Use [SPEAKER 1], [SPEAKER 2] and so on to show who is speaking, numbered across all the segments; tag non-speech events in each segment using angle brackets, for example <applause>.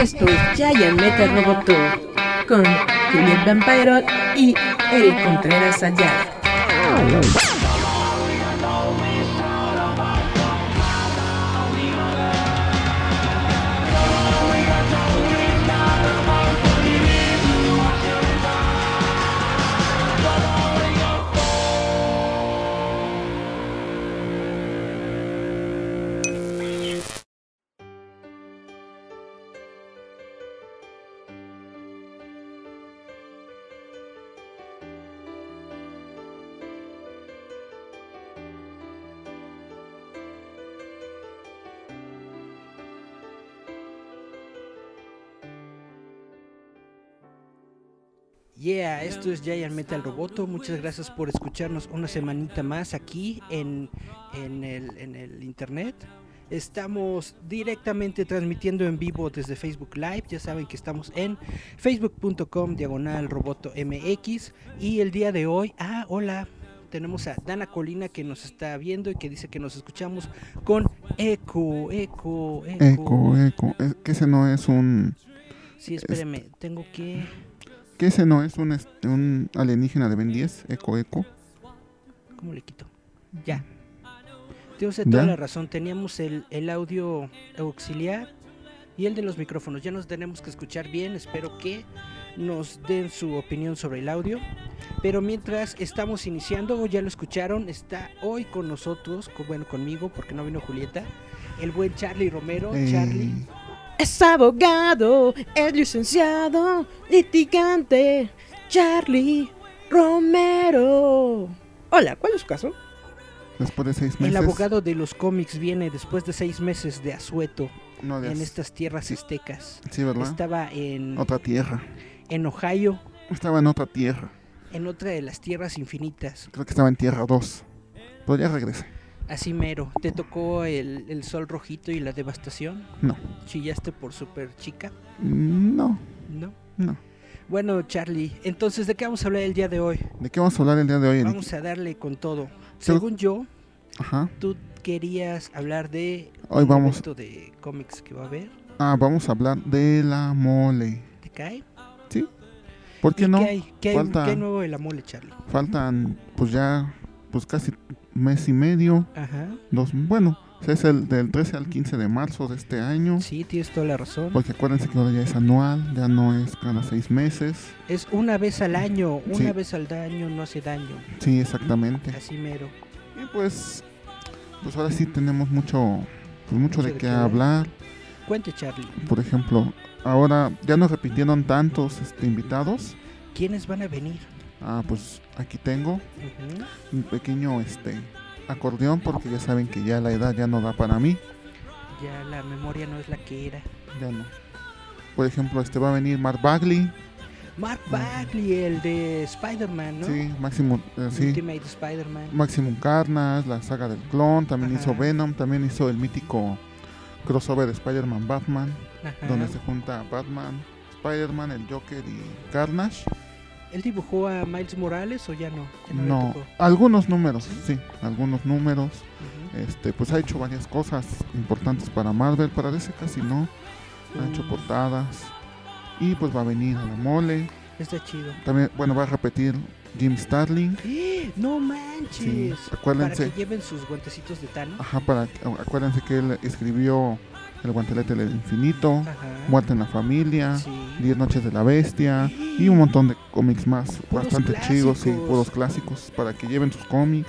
[SPEAKER 1] Esto es Giant Metal Robot Tour con Juliet Vampiro y Eric Contreras Ayala.
[SPEAKER 2] Yeah, esto es Giant Metal Roboto. Muchas gracias por escucharnos una semanita más aquí en, en, el, en el internet. Estamos directamente transmitiendo en vivo desde Facebook Live. Ya saben que estamos en facebook.com diagonal roboto mx. Y el día de hoy, ah, hola, tenemos a Dana Colina que nos está viendo y que dice que nos escuchamos con eco, eco, eco.
[SPEAKER 3] Eco, eco. Es que ese no es un.
[SPEAKER 2] Sí, espéreme, tengo que...
[SPEAKER 3] Que ese no es un, este, un alienígena de Ben 10, eco, eco.
[SPEAKER 2] ¿Cómo le quito? Ya. Tengo toda
[SPEAKER 3] ¿Ya?
[SPEAKER 2] la razón. Teníamos el, el audio auxiliar y el de los micrófonos. Ya nos tenemos que escuchar bien. Espero que nos den su opinión sobre el audio. Pero mientras estamos iniciando, ya lo escucharon, está hoy con nosotros, con- bueno, conmigo, porque no vino Julieta, el buen Charlie Romero.
[SPEAKER 3] Eh,
[SPEAKER 2] Oh, Charlie.
[SPEAKER 4] Es abogado, es licenciado, litigante, Charlie Romero. Hola, ¿cuál es su caso?
[SPEAKER 3] después de seis meses.
[SPEAKER 2] El abogado de los cómics viene después de seis meses de asueto
[SPEAKER 3] No, de-
[SPEAKER 2] en este estas tierras aztecas.
[SPEAKER 3] Sí, ¿verdad?
[SPEAKER 2] Estaba en,
[SPEAKER 3] Otra tierra.
[SPEAKER 2] en Ohio,
[SPEAKER 3] Estaba en otra tierra.
[SPEAKER 2] en otra de las tierras infinitas.
[SPEAKER 3] Creo que estaba en tierra 2. Pero ya regresé.
[SPEAKER 2] Así mero. ¿Te tocó el, el sol rojito y la devastación?
[SPEAKER 3] No.
[SPEAKER 2] ¿Chillaste por super chica?
[SPEAKER 3] Mm, No,
[SPEAKER 2] ¿No?
[SPEAKER 3] no.
[SPEAKER 2] Bueno, Charlie, entonces, ¿de qué vamos a hablar el día de hoy?
[SPEAKER 3] ¿De qué vamos a hablar el día de hoy, Eric?
[SPEAKER 2] Vamos a darle con todo.
[SPEAKER 3] Segu-
[SPEAKER 2] Según yo,
[SPEAKER 3] Ajá.
[SPEAKER 2] tú querías hablar de
[SPEAKER 3] Hoy
[SPEAKER 2] un
[SPEAKER 3] vamos-
[SPEAKER 2] evento de cómics que va a haber.
[SPEAKER 3] Ah, vamos a hablar de la mole.
[SPEAKER 2] ¿Te cae?
[SPEAKER 3] ¿Por
[SPEAKER 2] ¿Y
[SPEAKER 3] qué no?
[SPEAKER 2] ¿Qué hay, qué hay-
[SPEAKER 3] Falta-
[SPEAKER 2] qué hay nuevo de la mole, Charlie?
[SPEAKER 3] Faltan, pues ya, pues casi mes y medio.
[SPEAKER 2] Ajá.
[SPEAKER 3] Dos, bueno, es el del 13 al 15 de marzo de este año.
[SPEAKER 2] Sí, tienes toda la razón.
[SPEAKER 3] Porque acuérdense que ahora ya es anual, ya no es cada seis meses.
[SPEAKER 2] Es una vez al año, una
[SPEAKER 3] Sí.
[SPEAKER 2] vez al daño no hace daño.
[SPEAKER 3] Sí, exactamente.
[SPEAKER 2] Así mero.
[SPEAKER 3] Y pues, pues ahora sí tenemos mucho, pues mucho de qué hablar.
[SPEAKER 2] Cuente, Charlie,
[SPEAKER 3] Por ejemplo, ahora ya nos repitieron tantos este, invitados.
[SPEAKER 2] ¿quiénes van a venir?
[SPEAKER 3] Ah, pues aquí tengo
[SPEAKER 2] Ujú.
[SPEAKER 3] un pequeño este acordeón porque ya saben que ya la edad ya no da para mí.
[SPEAKER 2] Ya la memoria no es la que era.
[SPEAKER 3] Ya no. Por ejemplo, este va a venir Mark Bagley,
[SPEAKER 2] Mark Bagley, el de Spider-Man, ¿no?
[SPEAKER 3] sí, Maximum, eh, sí,
[SPEAKER 2] Ultimate Spider-Man.
[SPEAKER 3] Maximum Carnage, la saga del clon, también
[SPEAKER 2] Ajá.
[SPEAKER 3] hizo Venom, también hizo el mítico crossover Spider-Man Batman,
[SPEAKER 2] Ajá.
[SPEAKER 3] donde se junta Batman, Spider-Man, el Joker y Carnage.
[SPEAKER 2] ¿Él dibujó a Miles Morales o ya no? Ya le
[SPEAKER 3] No,
[SPEAKER 2] tocó.
[SPEAKER 3] algunos números, sí, algunos números.
[SPEAKER 2] Ujú.
[SPEAKER 3] Este, pues ha hecho varias cosas importantes para Marvel, para DC casi no. Ha hecho
[SPEAKER 2] Mm.
[SPEAKER 3] portadas. Y pues va a venir a la mole.
[SPEAKER 2] Está chido.
[SPEAKER 3] También, bueno, va a repetir Jim Starling.
[SPEAKER 2] ¡Eh! ¡No
[SPEAKER 3] Sí,
[SPEAKER 2] manches! Para
[SPEAKER 3] acuérdense.
[SPEAKER 2] que lleven sus guantecitos de Thanos.
[SPEAKER 3] Ajá, para, acuérdense que él escribió El guantelete del infinito,
[SPEAKER 2] Ajá.
[SPEAKER 3] Muerte en la familia,
[SPEAKER 2] Sí.
[SPEAKER 3] Diez noches de la bestia y un montón de cómics más
[SPEAKER 2] Puros
[SPEAKER 3] bastante chidos y
[SPEAKER 2] clásicos.
[SPEAKER 3] puros clásicos para que lleven sus cómics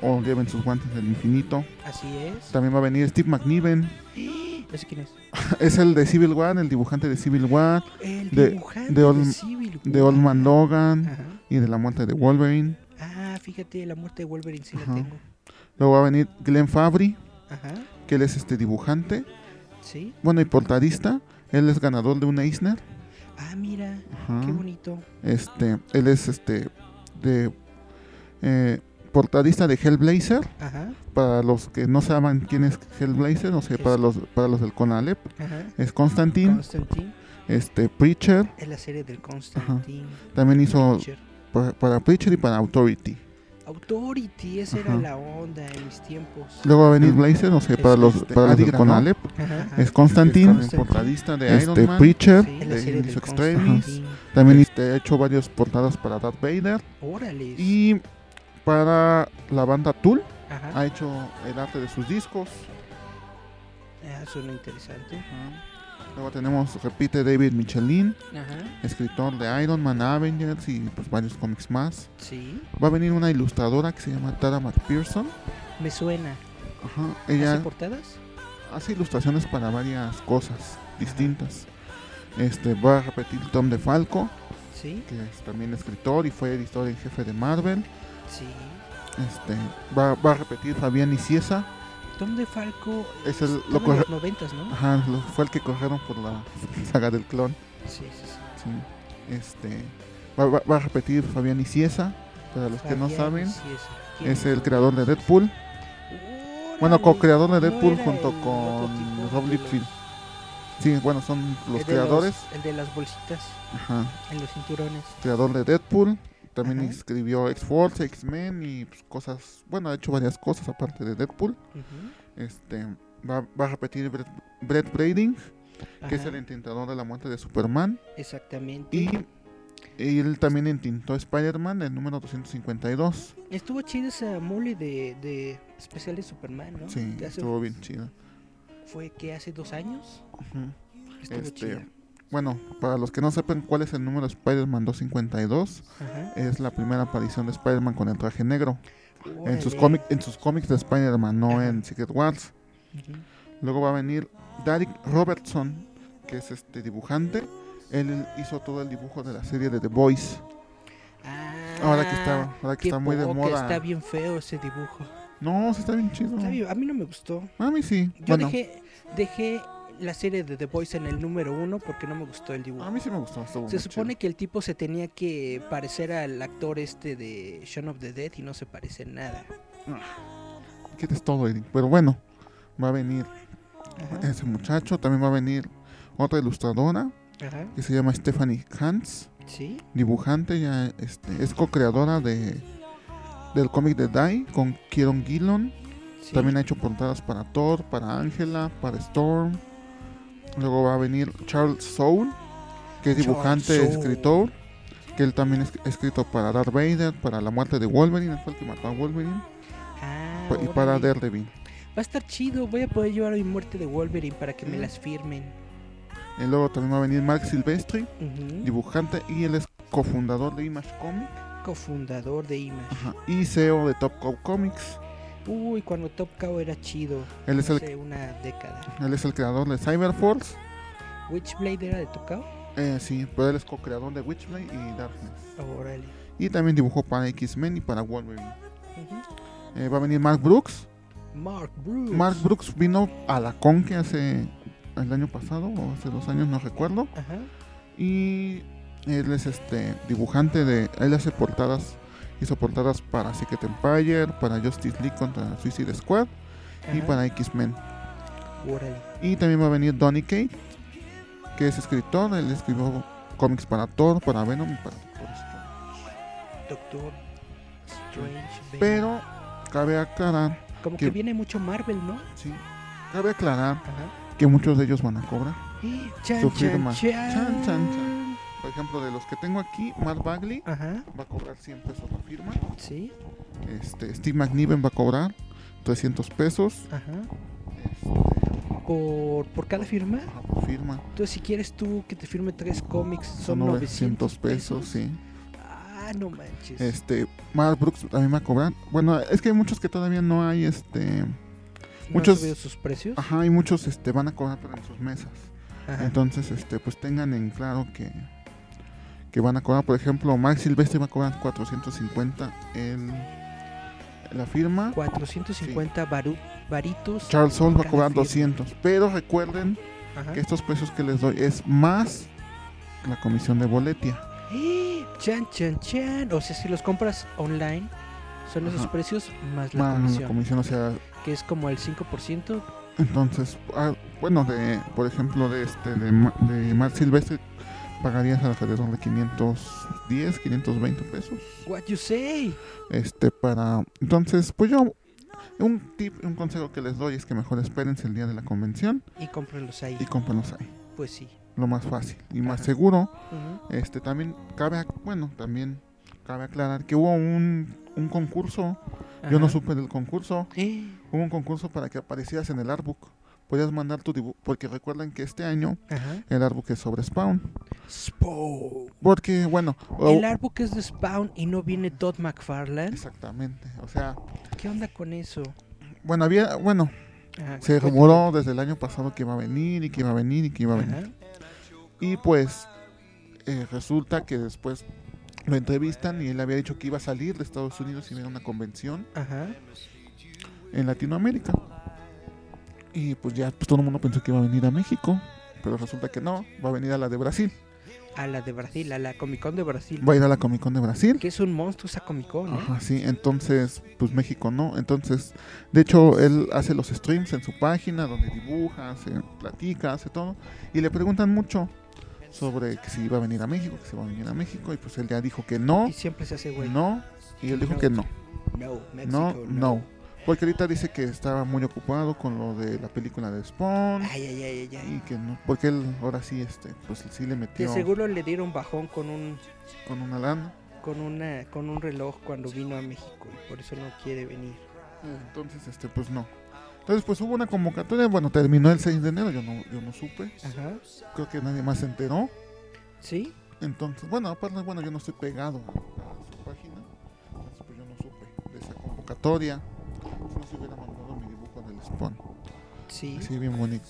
[SPEAKER 2] Ujú.
[SPEAKER 3] o lleven sus guantes del infinito.
[SPEAKER 2] Así es.
[SPEAKER 3] También va a venir Steve McNiven, <laughs>
[SPEAKER 2] ¡Eh! ¿Ese quién es?
[SPEAKER 3] es el de Civil War, el dibujante de Civil War,
[SPEAKER 2] El
[SPEAKER 3] De-
[SPEAKER 2] dibujante
[SPEAKER 3] de
[SPEAKER 2] de,
[SPEAKER 3] Old-
[SPEAKER 2] Civil
[SPEAKER 3] de
[SPEAKER 2] War.
[SPEAKER 3] Old Man Logan
[SPEAKER 2] Ajá.
[SPEAKER 3] y de la muerte de Wolverine.
[SPEAKER 2] Ah, fíjate, la muerte de Wolverine sí
[SPEAKER 3] Ajá.
[SPEAKER 2] la tengo.
[SPEAKER 3] Luego va a venir Glenn Fabry,
[SPEAKER 2] Ajá.
[SPEAKER 3] que él es este dibujante,
[SPEAKER 2] Sí.
[SPEAKER 3] bueno y portadista, él es ganador de un Eisner.
[SPEAKER 2] Ah, mira.
[SPEAKER 3] Ajá.
[SPEAKER 2] Qué bonito.
[SPEAKER 3] Este, él es este de eh, portadista de Hellblazer.
[SPEAKER 2] Ajá.
[SPEAKER 3] Para los que no saben quién es Hellblazer, o sea,
[SPEAKER 2] Es-
[SPEAKER 3] para los para los del Conalep,
[SPEAKER 2] Ajá.
[SPEAKER 3] es Constantine,
[SPEAKER 2] Constantine.
[SPEAKER 3] este Preacher,
[SPEAKER 2] Es la serie del Constantine.
[SPEAKER 3] también hizo
[SPEAKER 2] Preacher.
[SPEAKER 3] pa- para Preacher y para Authority.
[SPEAKER 2] Authority, esa era
[SPEAKER 3] Ajá.
[SPEAKER 2] la onda en mis tiempos.
[SPEAKER 3] Luego va a venir Blazer, no sé, para los,
[SPEAKER 5] este,
[SPEAKER 3] para los de
[SPEAKER 5] Adigra, ¿no?
[SPEAKER 3] Conalep.
[SPEAKER 2] Ajá, ajá.
[SPEAKER 3] Es Constantine, Es portadista de
[SPEAKER 5] Este,
[SPEAKER 3] Iron Man.
[SPEAKER 5] Preacher.
[SPEAKER 2] Sí,
[SPEAKER 3] de
[SPEAKER 2] la serie
[SPEAKER 3] Inus
[SPEAKER 2] del
[SPEAKER 3] Extremis.
[SPEAKER 2] Constantine.
[SPEAKER 3] También este, ha hecho varias portadas para Darth Vader.
[SPEAKER 2] Órale.
[SPEAKER 3] Y para la banda Tool
[SPEAKER 2] Ajá.
[SPEAKER 3] ha hecho el arte de sus discos.
[SPEAKER 2] Ah, suena interesante.
[SPEAKER 3] Luego tenemos, repite, David Michelin,
[SPEAKER 2] Ajá.
[SPEAKER 3] escritor de Iron Man, Avengers y pues, varios cómics más.
[SPEAKER 2] Sí,
[SPEAKER 3] Va a venir una ilustradora que se llama Tara McPherson.
[SPEAKER 2] me suena.
[SPEAKER 3] Ajá,
[SPEAKER 2] ¿Hace
[SPEAKER 3] Ella
[SPEAKER 2] portadas?
[SPEAKER 3] hace ilustraciones para varias cosas distintas. Este, va a repetir Tom DeFalco,
[SPEAKER 2] Sí,
[SPEAKER 3] que es también escritor y fue editor en jefe de Marvel.
[SPEAKER 2] sí.
[SPEAKER 3] Este, va, va a repetir Fabián Iciesa,
[SPEAKER 2] Tom DeFalco
[SPEAKER 3] Es el-
[SPEAKER 2] estaba
[SPEAKER 3] lo
[SPEAKER 2] en
[SPEAKER 3] corre-
[SPEAKER 2] los noventas, ¿no?
[SPEAKER 3] Ajá, lo- fue el que corrieron por la <laughs> saga del clon.
[SPEAKER 2] Sí, sí, sí.
[SPEAKER 3] sí. Este, va, va- va a repetir Fabián Iciesa, para los que no
[SPEAKER 2] Fabián
[SPEAKER 3] saben,
[SPEAKER 2] Cieza. ¿Quién
[SPEAKER 3] es el creador de Deadpool. Bueno,
[SPEAKER 2] Órale.
[SPEAKER 3] co-creador
[SPEAKER 2] ¿No
[SPEAKER 3] de Deadpool
[SPEAKER 2] era el
[SPEAKER 3] junto
[SPEAKER 2] otro tipo
[SPEAKER 3] con Rob
[SPEAKER 2] de
[SPEAKER 3] Liefeld.
[SPEAKER 2] los-
[SPEAKER 3] Sí, bueno, son
[SPEAKER 2] el
[SPEAKER 3] los
[SPEAKER 2] de
[SPEAKER 3] creadores.
[SPEAKER 2] el de las bolsitas
[SPEAKER 3] Ajá.
[SPEAKER 2] en los cinturones.
[SPEAKER 3] creador de Deadpool. También
[SPEAKER 2] Ajá.
[SPEAKER 3] escribió X-Force, X-Men y pues, cosas. Bueno, ha hecho varias cosas aparte de Deadpool.
[SPEAKER 2] Ujú.
[SPEAKER 3] Este va, va a repetir Brett, Brett Brading, que es
[SPEAKER 2] Ajá,
[SPEAKER 3] el intentador de la muerte de Superman.
[SPEAKER 2] Exactamente.
[SPEAKER 3] Y él también intentó Spider-Man, el número 252.
[SPEAKER 2] Estuvo chida esa mole de, de especial de Superman, ¿no?
[SPEAKER 3] Sí,
[SPEAKER 2] Que hace-
[SPEAKER 3] estuvo bien chido.
[SPEAKER 2] Fue que hace dos años.
[SPEAKER 3] Ujú.
[SPEAKER 2] Estuvo
[SPEAKER 3] Este-
[SPEAKER 2] chida.
[SPEAKER 3] Bueno, para los que no sepan cuál es el número de Spider-Man 252,
[SPEAKER 2] Ajá.
[SPEAKER 3] es la primera aparición de Spider-Man con el traje negro. En sus,
[SPEAKER 2] Órale.
[SPEAKER 3] cómic- en sus cómics de Spider-Man, no
[SPEAKER 2] Ajá.
[SPEAKER 3] en Secret Wars.
[SPEAKER 2] Ujú.
[SPEAKER 3] Luego va a venir Derek Robertson, que es este dibujante. Él hizo todo el dibujo de la serie de The Boys.
[SPEAKER 2] Ah,
[SPEAKER 3] Ahora que está, ahora que
[SPEAKER 2] qué
[SPEAKER 3] está muy de
[SPEAKER 2] poca,
[SPEAKER 3] moda.
[SPEAKER 2] Está bien feo ese dibujo.
[SPEAKER 3] No, sí está bien chido.
[SPEAKER 2] Está bien- a mí no me gustó.
[SPEAKER 3] Mami sí.
[SPEAKER 2] Yo
[SPEAKER 3] bueno,
[SPEAKER 2] dejé, dejé la serie de The Boys en el número uno porque no me gustó el dibujo.
[SPEAKER 3] a mí sí me gustó. estuvo
[SPEAKER 2] Se
[SPEAKER 3] Ah, muy
[SPEAKER 2] supone que el tipo se tenía que parecer al actor este de Shaun of the Dead y no se parece en nada.
[SPEAKER 3] chido. Quieres todo, Eric. Pero bueno, va a venir
[SPEAKER 2] Ajá,
[SPEAKER 3] ese muchacho. También va a venir otra ilustradora
[SPEAKER 2] ajá,
[SPEAKER 3] que se llama Stephanie Hans.
[SPEAKER 2] sí.
[SPEAKER 3] Dibujante, ya este, es co-creadora de, del cómic de Die con Kieron Gillon.
[SPEAKER 2] sí.
[SPEAKER 3] También ha hecho portadas para Thor, para Angela, para Storm. Luego va a venir Charles Soule, que es
[SPEAKER 2] Charles
[SPEAKER 3] dibujante,
[SPEAKER 2] Soule.
[SPEAKER 3] escritor. Que él también es- ha escrito para Darth Vader, para la muerte de Wolverine, él fue el que mató a Wolverine,
[SPEAKER 2] Ah,
[SPEAKER 3] pa- y para
[SPEAKER 2] órale.
[SPEAKER 3] Daredevil.
[SPEAKER 2] Va a estar chido, voy a poder llevar mi muerte de Wolverine para que me
[SPEAKER 3] Mm.
[SPEAKER 2] las firmen.
[SPEAKER 3] Y luego también va a venir Mark Silvestri,
[SPEAKER 2] Ujú.
[SPEAKER 3] dibujante, y él es cofundador de Image Comics
[SPEAKER 2] Cofundador de Image.
[SPEAKER 3] ajá, y CEO de Top Cow Comics.
[SPEAKER 2] Uy, cuando Top Cow era chido.
[SPEAKER 3] Él es, el,
[SPEAKER 2] Hace una década.
[SPEAKER 3] él es el creador de Cyberforce,
[SPEAKER 2] ¿Witchblade era de Top Cow?
[SPEAKER 3] eh, sí, pero él es co-creador de Witchblade y Darkness.
[SPEAKER 2] Órale.
[SPEAKER 3] Y también dibujó para X-Men y para Wolverine.
[SPEAKER 2] Ujú.
[SPEAKER 3] Eh, va a venir Mark Brooks.
[SPEAKER 2] Mark Bruce.
[SPEAKER 3] Mark Brooks vino a la Conque hace el año pasado o hace dos años, no recuerdo.
[SPEAKER 2] Ajá.
[SPEAKER 3] Y él es este dibujante de. Él hace portadas. Hizo portadas para Secret Empire, para Justice League contra Suicide Squad y
[SPEAKER 2] ajá.
[SPEAKER 3] para X-Men.
[SPEAKER 2] Órale.
[SPEAKER 3] Y también va a venir Donny Kate, que es escritor. Él escribió cómics para Thor, para Venom y para Doctor Strange.
[SPEAKER 2] Doctor Strange. Venom.
[SPEAKER 3] Pero cabe aclarar,
[SPEAKER 2] Como
[SPEAKER 3] que-
[SPEAKER 2] que viene mucho Marvel, ¿no?
[SPEAKER 3] sí, cabe aclarar
[SPEAKER 2] Ajá.
[SPEAKER 3] que muchos de ellos van a cobrar.
[SPEAKER 2] Chan,
[SPEAKER 3] Su
[SPEAKER 2] chan,
[SPEAKER 3] firma.
[SPEAKER 2] chan.
[SPEAKER 3] Chan, chan, chan. Por ejemplo, de los que tengo aquí, Mark Bagley
[SPEAKER 2] Ajá,
[SPEAKER 3] va a cobrar 100 pesos la firma.
[SPEAKER 2] sí,
[SPEAKER 3] Este, Steve McNiven va a cobrar 300 pesos
[SPEAKER 2] ajá.
[SPEAKER 3] este,
[SPEAKER 2] Por, por cada firma.
[SPEAKER 3] ajá, por firma.
[SPEAKER 2] Entonces, si quieres tú que te firme tres cómics, son
[SPEAKER 3] Son 900 pesos, sí.
[SPEAKER 2] Ah, no manches.
[SPEAKER 3] Este, Mark Brooks también va a cobrar. Bueno, es que hay muchos que todavía no hay, este...
[SPEAKER 2] ¿No
[SPEAKER 3] muchos-
[SPEAKER 2] han subido sus precios?
[SPEAKER 3] Ajá, hay muchos este, van a cobrar pero en sus mesas.
[SPEAKER 2] Ajá.
[SPEAKER 3] Entonces, este, pues tengan en claro que... Que van a cobrar, por ejemplo, Mark Silvestre va a cobrar 450 el, la firma.
[SPEAKER 2] 450 baru- varitos.
[SPEAKER 3] Charles Soule va a
[SPEAKER 2] Cada
[SPEAKER 3] cobrar
[SPEAKER 2] firma.
[SPEAKER 3] 200. Pero recuerden
[SPEAKER 2] Ajá.
[SPEAKER 3] que estos precios que les doy es más la comisión de boletia.
[SPEAKER 2] ¡Eh! Chan, chan, chan. O sea, si los compras online, son esos
[SPEAKER 3] Ajá.
[SPEAKER 2] precios más la
[SPEAKER 3] más
[SPEAKER 2] comisión,
[SPEAKER 3] la comisión, o sea,
[SPEAKER 2] que es como el 5%.
[SPEAKER 3] entonces, ah, bueno, de, por ejemplo, de este, de, Ma- de Mark Silvestre pagarías alrededor de 510, 520 pesos.
[SPEAKER 2] What you say?
[SPEAKER 3] Este, para. Entonces, pues yo. Un tip, un consejo que les doy es que mejor espérense el día de la convención
[SPEAKER 2] Y cómprenlos ahí.
[SPEAKER 3] y cómprenlos ahí.
[SPEAKER 2] Pues sí.
[SPEAKER 3] Lo más fácil y más
[SPEAKER 2] Ajá.
[SPEAKER 3] seguro.
[SPEAKER 2] Ujú.
[SPEAKER 3] Este también cabe, ac- bueno, también cabe aclarar que hubo un, un concurso. Yo no
[SPEAKER 2] Ajá.
[SPEAKER 3] supe del concurso.
[SPEAKER 2] Eh,
[SPEAKER 3] Hubo un concurso para que aparecieras en el artbook. Podías mandar tu dibujo, porque recuerden que este año
[SPEAKER 2] Ajá.
[SPEAKER 3] el artbook es sobre Spawn.
[SPEAKER 2] Spawn.
[SPEAKER 3] Porque, bueno, o-
[SPEAKER 2] El artbook es de Spawn y no viene Todd McFarlane.
[SPEAKER 3] exactamente. O sea,
[SPEAKER 2] ¿Qué onda con eso?
[SPEAKER 3] bueno, había, bueno,
[SPEAKER 2] Ajá.
[SPEAKER 3] se rumoró desde el año pasado que iba a venir y que iba a venir y que iba a venir.
[SPEAKER 2] Ajá.
[SPEAKER 3] Y pues eh, resulta que después lo entrevistan y él había dicho que iba a salir de Estados Unidos y venir a una convención
[SPEAKER 2] Ajá.
[SPEAKER 3] en Latinoamérica. Y pues ya pues, todo el mundo pensó que iba a venir a México, pero resulta que no, va a venir a la de Brasil.
[SPEAKER 2] A la de Brasil, a la Comic Con de Brasil.
[SPEAKER 3] Va a ir a la Comic Con de Brasil.
[SPEAKER 2] Que es un monstruo esa Comic Con, ¿eh?
[SPEAKER 3] Ajá, sí, entonces, pues México no. Entonces, de hecho, él hace los streams en su página, donde dibuja, hace, platica, hace todo. Y le preguntan mucho sobre que si iba a venir a México, que si iba a venir a México. Y pues él ya dijo que no,
[SPEAKER 2] Y siempre se hace güey.
[SPEAKER 3] no. Y él dijo que no,
[SPEAKER 2] No,
[SPEAKER 3] no,
[SPEAKER 2] México,
[SPEAKER 3] no. Porque ahorita dice que estaba muy ocupado con lo de la película de Spawn.
[SPEAKER 2] Ay, ay, ay, ay,
[SPEAKER 3] Y
[SPEAKER 2] ay.
[SPEAKER 3] que no, porque él ahora sí, este, pues sí le
[SPEAKER 2] De
[SPEAKER 3] metió
[SPEAKER 2] seguro le dieron bajón con un
[SPEAKER 3] con una lana.
[SPEAKER 2] con una con un reloj cuando vino a México y por eso no quiere venir.
[SPEAKER 3] Entonces, este, pues no. Entonces, pues hubo una convocatoria, bueno, terminó el 6 de enero, yo no, yo no supe,
[SPEAKER 2] Ajá.
[SPEAKER 3] creo que nadie más se enteró.
[SPEAKER 2] ¿Sí?
[SPEAKER 3] Entonces, bueno, aparte, bueno, yo no estoy pegado a, a su página, entonces pues yo no supe de esa convocatoria. Si no se hubiera mandado mi dibujo del Spawn,
[SPEAKER 2] Sí.
[SPEAKER 3] así bien bonito.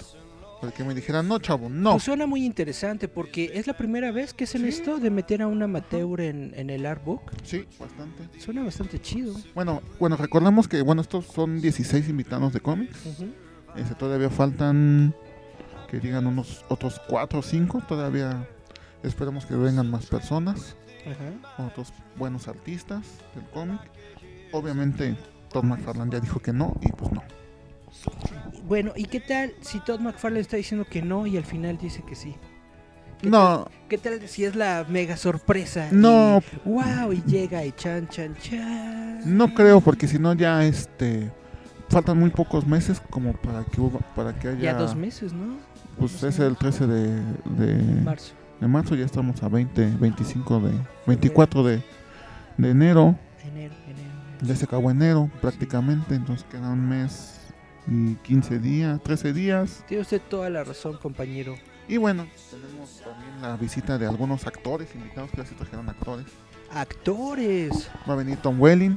[SPEAKER 3] Porque me dijeran, no, chavo, no.
[SPEAKER 2] Pues suena muy interesante porque es la primera vez que hacen
[SPEAKER 3] Sí.
[SPEAKER 2] esto de meter a un amateur en, en el artbook.
[SPEAKER 3] Sí, bastante.
[SPEAKER 2] Suena bastante chido.
[SPEAKER 3] Bueno, bueno, recordamos que, bueno, estos son 16 invitados de cómics.
[SPEAKER 2] Ujú.
[SPEAKER 3] Este, todavía faltan que digan unos otros 4 o 5. Todavía esperamos que vengan más personas,
[SPEAKER 2] Ajá.
[SPEAKER 3] otros buenos artistas del cómic. Obviamente, Tom McFarlane ya dijo que no, y pues no.
[SPEAKER 2] Bueno, ¿y qué tal si Todd McFarlane está diciendo que no y al final dice que sí? ¿Qué
[SPEAKER 3] No,
[SPEAKER 2] ¿Qué tal si es la mega sorpresa?
[SPEAKER 3] No.
[SPEAKER 2] wow, y llega y chan, chan, chan.
[SPEAKER 3] no creo, porque si no, ya este. Faltan muy pocos meses como para que huba- para que haya.
[SPEAKER 2] Ya dos meses, ¿no?
[SPEAKER 3] Pues es el 13 de, de,
[SPEAKER 2] Marzo.
[SPEAKER 3] de marzo, ya estamos a 20, 25 de. 24 de, de enero.
[SPEAKER 2] Enero, enero. enero.
[SPEAKER 3] Ya se acabó enero prácticamente, entonces queda un mes y 15 días, 13 días.
[SPEAKER 2] Tiene usted toda la razón, compañero.
[SPEAKER 3] Y bueno, tenemos también la visita de algunos actores invitados que ya se trajeron actores.
[SPEAKER 2] Actores.
[SPEAKER 3] Va a venir Tom Welling,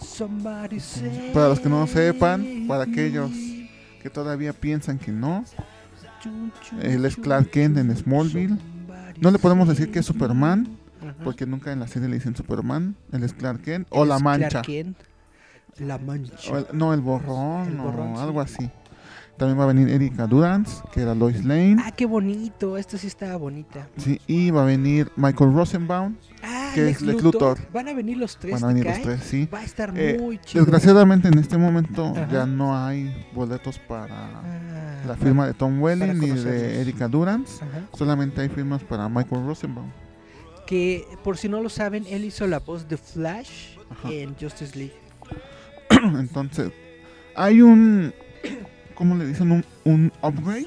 [SPEAKER 2] Somebody say
[SPEAKER 3] Para los que no sepan, para
[SPEAKER 2] me.
[SPEAKER 3] aquellos que todavía piensan que no.
[SPEAKER 2] Chun, chun,
[SPEAKER 3] él es
[SPEAKER 2] chun,
[SPEAKER 3] Clark Kent en
[SPEAKER 2] chun,
[SPEAKER 3] Smallville.
[SPEAKER 2] somebody
[SPEAKER 3] No le podemos
[SPEAKER 2] say
[SPEAKER 3] decir que es
[SPEAKER 2] me.
[SPEAKER 3] Superman,
[SPEAKER 2] Ajá.
[SPEAKER 3] porque nunca en la serie le dicen Superman. Él es Clark Kent o
[SPEAKER 2] Él
[SPEAKER 3] La
[SPEAKER 2] es
[SPEAKER 3] Mancha.
[SPEAKER 2] Clark Kent. La
[SPEAKER 3] o
[SPEAKER 2] Mancha.
[SPEAKER 3] el- no, el borrón,
[SPEAKER 2] El
[SPEAKER 3] o
[SPEAKER 2] borrón, sí.
[SPEAKER 3] algo así. También va a venir Erika Durance, que era Lois Lane.
[SPEAKER 2] Ah, qué bonito. Esta sí estaba bonita.
[SPEAKER 3] Sí, y va a venir Michael Rosenbaum.
[SPEAKER 2] Ah,
[SPEAKER 3] que
[SPEAKER 2] Lex
[SPEAKER 3] es Lex
[SPEAKER 2] Luthor.
[SPEAKER 3] Luthor.
[SPEAKER 2] Van a venir los tres.
[SPEAKER 3] Van a venir
[SPEAKER 2] ¿te
[SPEAKER 3] los
[SPEAKER 2] cae?
[SPEAKER 3] tres, sí.
[SPEAKER 2] Va a estar
[SPEAKER 3] Eh,
[SPEAKER 2] muy chido.
[SPEAKER 3] Desgraciadamente en este momento
[SPEAKER 2] Ajá.
[SPEAKER 3] ya no hay boletos para
[SPEAKER 2] Ah,
[SPEAKER 3] la firma de Tom Welling ni
[SPEAKER 2] conocerlos.
[SPEAKER 3] de Erika Durance.
[SPEAKER 2] ajá.
[SPEAKER 3] Solamente hay firmas para Michael Rosenbaum. <clears throat>
[SPEAKER 2] Que por si no lo saben, él hizo la voz de Flash
[SPEAKER 3] Ajá.
[SPEAKER 2] en Justice League.
[SPEAKER 3] Entonces, hay un, ¿cómo le dicen? Un, un upgrade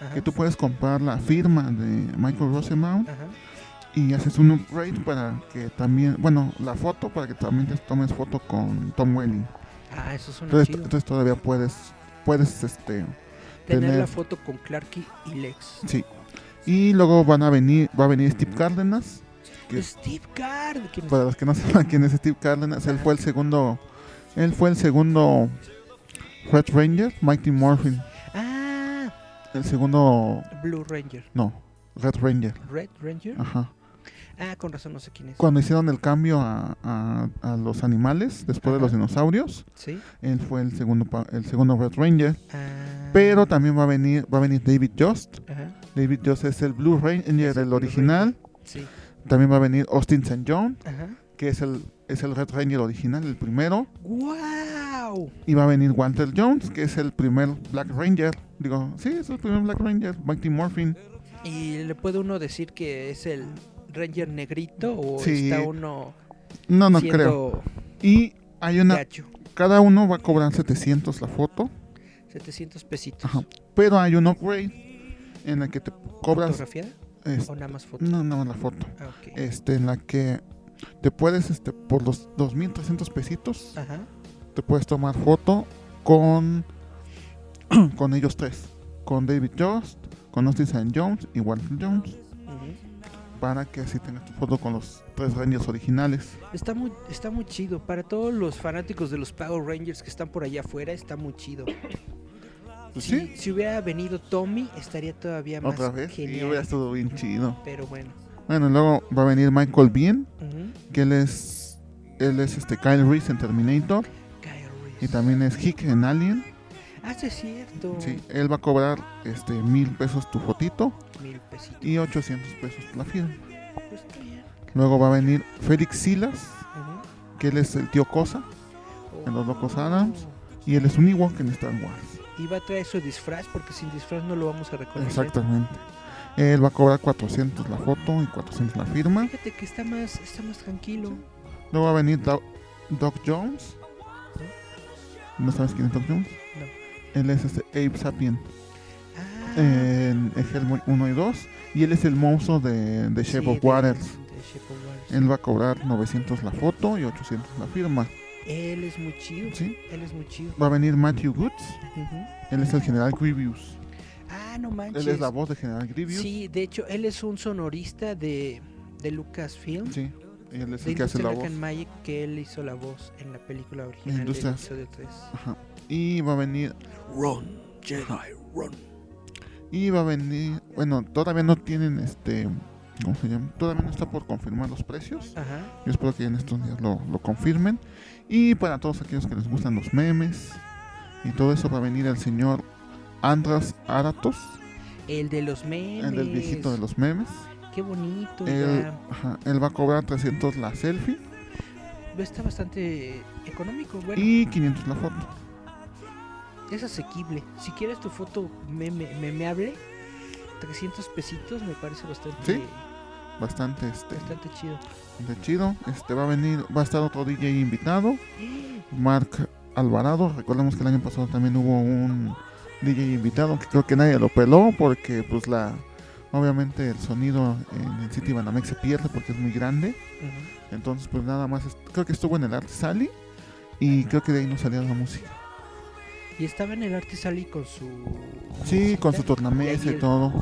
[SPEAKER 2] Ajá,
[SPEAKER 3] que tú puedes comprar la firma de Michael Rosenbaum
[SPEAKER 2] ajá.
[SPEAKER 3] y haces un upgrade para que también, bueno, la foto para que también te tomes foto con Tom Welling.
[SPEAKER 2] Ah, eso suena
[SPEAKER 3] Entonces,
[SPEAKER 2] chido.
[SPEAKER 3] entonces todavía puedes, puedes este,
[SPEAKER 2] Tener,
[SPEAKER 3] tener-
[SPEAKER 2] la foto con Clarky y Lex.
[SPEAKER 3] Sí. Y luego van a venir, va a venir Steve Cárdenas. ¿Qué?
[SPEAKER 2] Steve Gard. ¿quién es?
[SPEAKER 3] Para los que no <laughs> sepan quién es Steve Cárdenas, él fue el segundo, él fue el segundo Red Ranger, Mighty Morphin,
[SPEAKER 2] Ah,
[SPEAKER 3] el segundo,
[SPEAKER 2] Blue Ranger.
[SPEAKER 3] no, Red Ranger.
[SPEAKER 2] Red Ranger.
[SPEAKER 3] Ajá.
[SPEAKER 2] Ah, con razón no sé quién es.
[SPEAKER 3] Cuando hicieron el cambio a, a- a los animales, después de
[SPEAKER 2] Ajá.
[SPEAKER 3] los dinosaurios,
[SPEAKER 2] Sí.
[SPEAKER 3] él fue el segundo, pa- el segundo Red Ranger.
[SPEAKER 2] Ah,
[SPEAKER 3] Pero también va a venir, va a venir David Just.
[SPEAKER 2] ajá,
[SPEAKER 3] David Just es el Blue
[SPEAKER 2] Es
[SPEAKER 3] Ranger,
[SPEAKER 2] el
[SPEAKER 3] el
[SPEAKER 2] Blue
[SPEAKER 3] original.
[SPEAKER 2] Sí.
[SPEAKER 3] También va a venir Austin St. John.
[SPEAKER 2] Ajá.
[SPEAKER 3] que es el, es el Red Ranger original, el primero.
[SPEAKER 2] ¡Wow!
[SPEAKER 3] Y va a venir Walter Jones, que es el primer Black Ranger. Digo, sí, es el primer Black Ranger, Mighty Morphin.
[SPEAKER 2] Y le puede uno decir que es el Ranger negrito o
[SPEAKER 3] Sí.
[SPEAKER 2] está uno
[SPEAKER 3] No, no
[SPEAKER 2] siendo
[SPEAKER 3] creo. Y hay una.
[SPEAKER 2] gacho.
[SPEAKER 3] Cada uno va a cobrar 700 la foto.
[SPEAKER 2] 700 pesitos.
[SPEAKER 3] Ajá. Pero hay un upgrade en el que te cobras.
[SPEAKER 2] ¿Fotografiada
[SPEAKER 3] es-
[SPEAKER 2] o nada más foto?
[SPEAKER 3] no, no, la foto.
[SPEAKER 2] Ah, ok.
[SPEAKER 3] Este, en la que te puedes, este, por los 2300 pesitos,
[SPEAKER 2] Ajá.
[SPEAKER 3] te puedes tomar foto con. <clears throat> con ellos tres. Con David Jost, con Austin St. Jones y Walter Jones.
[SPEAKER 2] ujú.
[SPEAKER 3] Para que así tengas tu foto con los tres Rangers originales.
[SPEAKER 2] Está muy, está muy chido. Para todos los fanáticos de los Power Rangers que están por allá afuera, está muy chido.
[SPEAKER 3] Pues
[SPEAKER 2] si,
[SPEAKER 3] sí,
[SPEAKER 2] si hubiera venido Tommy, estaría todavía más
[SPEAKER 3] otra vez. Y
[SPEAKER 2] genial.
[SPEAKER 3] hubiera estado bien chido.
[SPEAKER 2] Pero bueno.
[SPEAKER 3] Bueno, luego va a venir Michael Biehn,
[SPEAKER 2] Ujú.
[SPEAKER 3] que él es, él es este Kyle Reese en Terminator
[SPEAKER 2] Kyle
[SPEAKER 3] y
[SPEAKER 2] Reese.
[SPEAKER 3] también es Hick en Alien.
[SPEAKER 2] Ah, sí, es cierto.
[SPEAKER 3] Sí, él va a cobrar este mil pesos tu fotito
[SPEAKER 2] Mil pesitos.
[SPEAKER 3] y 800 pesos la firma.
[SPEAKER 2] Pues está bien.
[SPEAKER 3] Luego va a venir Félix Silas,
[SPEAKER 2] Ujú.
[SPEAKER 3] que él es el tío Cosa En los Locos Adams. y él es un Ewok en Star Wars.
[SPEAKER 2] Y va a traer su disfraz porque sin disfraz no lo vamos a reconocer.
[SPEAKER 3] Exactamente. Él va a cobrar 400 la foto y 400 la firma.
[SPEAKER 2] Fíjate que está más, está más tranquilo.
[SPEAKER 3] Luego va a venir Do- Doc Jones. ¿No sabes quién es Doc Jones? Él es este Abe Sapien.
[SPEAKER 2] Ah,
[SPEAKER 3] en Hellboy 1 y 2 y él es el monstruo de, de Shape
[SPEAKER 2] sí,
[SPEAKER 3] of
[SPEAKER 2] de-
[SPEAKER 3] Waters.
[SPEAKER 2] de Shape of Waters.
[SPEAKER 3] Él va a cobrar 900 la foto y 800 la firma.
[SPEAKER 2] Él es muy chido.
[SPEAKER 3] ¿sí?
[SPEAKER 2] Él es muy chido.
[SPEAKER 3] Va a venir Matthew Goods,
[SPEAKER 2] Ujú.
[SPEAKER 3] él es el general Grievous.
[SPEAKER 2] Ah, no manches.
[SPEAKER 3] Él es la voz de general Grievous. Sí.
[SPEAKER 2] Sí, de hecho, él es un sonorista de, de Lucasfilm.
[SPEAKER 3] y Él es
[SPEAKER 2] de
[SPEAKER 3] el que hace
[SPEAKER 2] Industrial
[SPEAKER 3] la
[SPEAKER 2] Light
[SPEAKER 3] voz.
[SPEAKER 2] and Magic, que él hizo la voz en la película original del
[SPEAKER 3] Industrial.
[SPEAKER 2] episodio 3.
[SPEAKER 3] Ajá. Y va a venir,
[SPEAKER 2] Ron, Jedi, Ron.
[SPEAKER 3] y va a venir, bueno, todavía no tienen este, ¿cómo se llama? Todavía no está por confirmar los precios.
[SPEAKER 2] Ajá.
[SPEAKER 3] Yo espero que en estos días lo, lo confirmen. Y para todos aquellos que les gustan los memes y todo eso, va a venir el señor Andras Aratos,
[SPEAKER 2] El de los memes.
[SPEAKER 3] el del viejito de los memes.
[SPEAKER 2] Qué bonito.
[SPEAKER 3] Él,
[SPEAKER 2] ya.
[SPEAKER 3] ajá, él va a cobrar 300 la selfie
[SPEAKER 2] Está bastante económico. Bueno,
[SPEAKER 3] y 500 la foto.
[SPEAKER 2] es asequible. Si quieres tu foto meme- memeable, 300 pesitos me parece bastante,
[SPEAKER 3] Sí. Bastante este
[SPEAKER 2] bastante chido.
[SPEAKER 3] de chido. Este va a venir, va a estar otro DJ invitado, Mark Alvarado. Recordemos que el año pasado también hubo un DJ invitado que creo que nadie lo peló porque pues la obviamente el sonido en el City Banamex se pierde porque es muy grande.
[SPEAKER 2] Ujú.
[SPEAKER 3] Entonces, pues nada más, est- creo que estuvo en el Art Sally y creo que de ahí nos salía la música.
[SPEAKER 2] Y estaba en el arte Sally con su.
[SPEAKER 3] Sí, con su
[SPEAKER 2] musiquita.
[SPEAKER 3] tornamesa
[SPEAKER 2] ahí
[SPEAKER 3] y
[SPEAKER 2] el-
[SPEAKER 3] todo.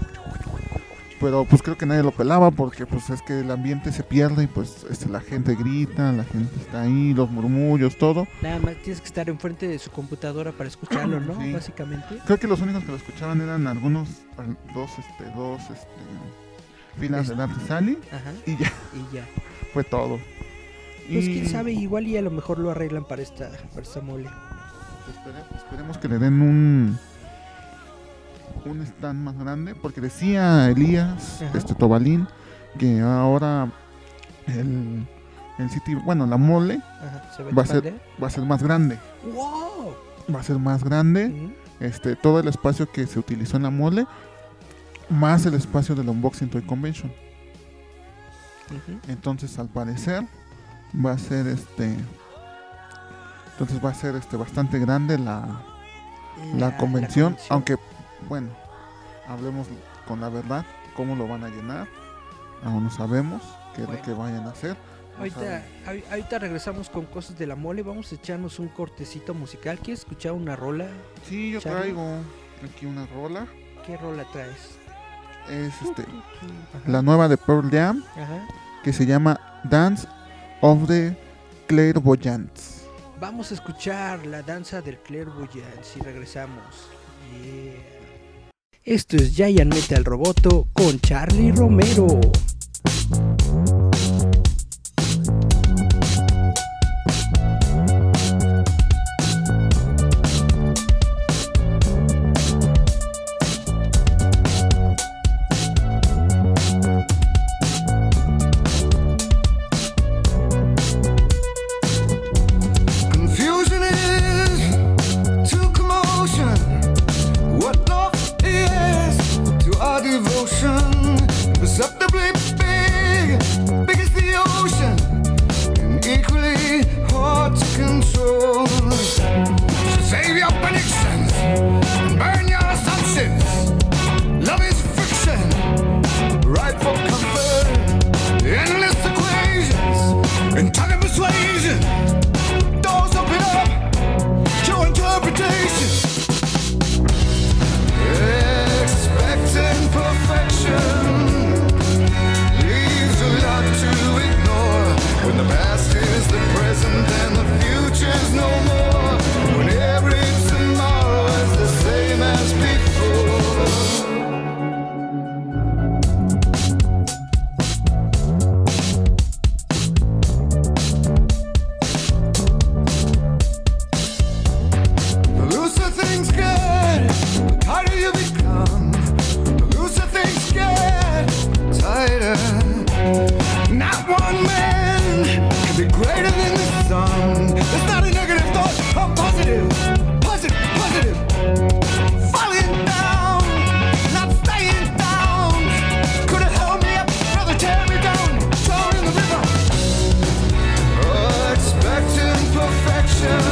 [SPEAKER 3] Pero pues creo que nadie lo pelaba porque pues es que el ambiente se pierde y pues este, la gente grita, la gente está ahí, los murmullos, todo.
[SPEAKER 2] Nada más tienes que estar enfrente de su computadora para escucharlo, ¿no?
[SPEAKER 3] <clears throat> Sí.
[SPEAKER 2] Básicamente.
[SPEAKER 3] Creo que los únicos que lo escuchaban eran algunos, al- dos, este, dos, este, filas del
[SPEAKER 2] Este,
[SPEAKER 3] Art Sally
[SPEAKER 2] Ajá.
[SPEAKER 3] y ya <laughs>
[SPEAKER 2] Y ya.
[SPEAKER 3] fue todo.
[SPEAKER 2] Pues
[SPEAKER 3] Y-
[SPEAKER 2] quién sabe, igual y a lo mejor lo arreglan para esta, para esta mole.
[SPEAKER 3] Espere- esperemos que le den un un stand más grande porque decía Elías
[SPEAKER 2] Ajá.
[SPEAKER 3] este Tobalín que ahora el, el City bueno la mole
[SPEAKER 2] Ajá. Se va,
[SPEAKER 3] Va
[SPEAKER 2] a
[SPEAKER 3] a ser-
[SPEAKER 2] expandir.
[SPEAKER 3] va a ser más grande
[SPEAKER 2] ¡Wow!
[SPEAKER 3] va a ser más grande
[SPEAKER 2] Ujú.
[SPEAKER 3] este todo el espacio que se utilizó en la mole más el espacio del unboxing toy convention
[SPEAKER 2] Ujú.
[SPEAKER 3] entonces al parecer va a ser este entonces va a ser este bastante grande la la convención, aunque, bueno, hablemos con la verdad, cómo lo van a llenar, aún no sabemos qué es
[SPEAKER 2] Bueno.
[SPEAKER 3] lo que vayan a hacer. no
[SPEAKER 2] Ahorita,
[SPEAKER 3] saben.
[SPEAKER 2] ahori- ahorita regresamos con cosas de la mole. Vamos a echarnos un cortecito musical. ¿Quieres escuchar una rola?
[SPEAKER 3] Sí, yo
[SPEAKER 2] Charlie.
[SPEAKER 3] traigo aquí una rola,
[SPEAKER 2] ¿Qué rola traes?
[SPEAKER 3] es este,
[SPEAKER 2] Ajá.
[SPEAKER 3] la nueva de Pearl Jam,
[SPEAKER 2] Ajá.
[SPEAKER 3] que se llama Dance of the Clairvoyants.
[SPEAKER 2] Vamos a escuchar la danza del clairvoyance y regresamos. Esto es Giant Metal Roboto con Charlie Romero.
[SPEAKER 5] Confusion is to commotion. What love is to our devotion. It's not a negative thought, I'm positive, positive, positive. Falling down, not staying down. Could have held me up, brother, tear me down. Thrown in the river. Expecting perfection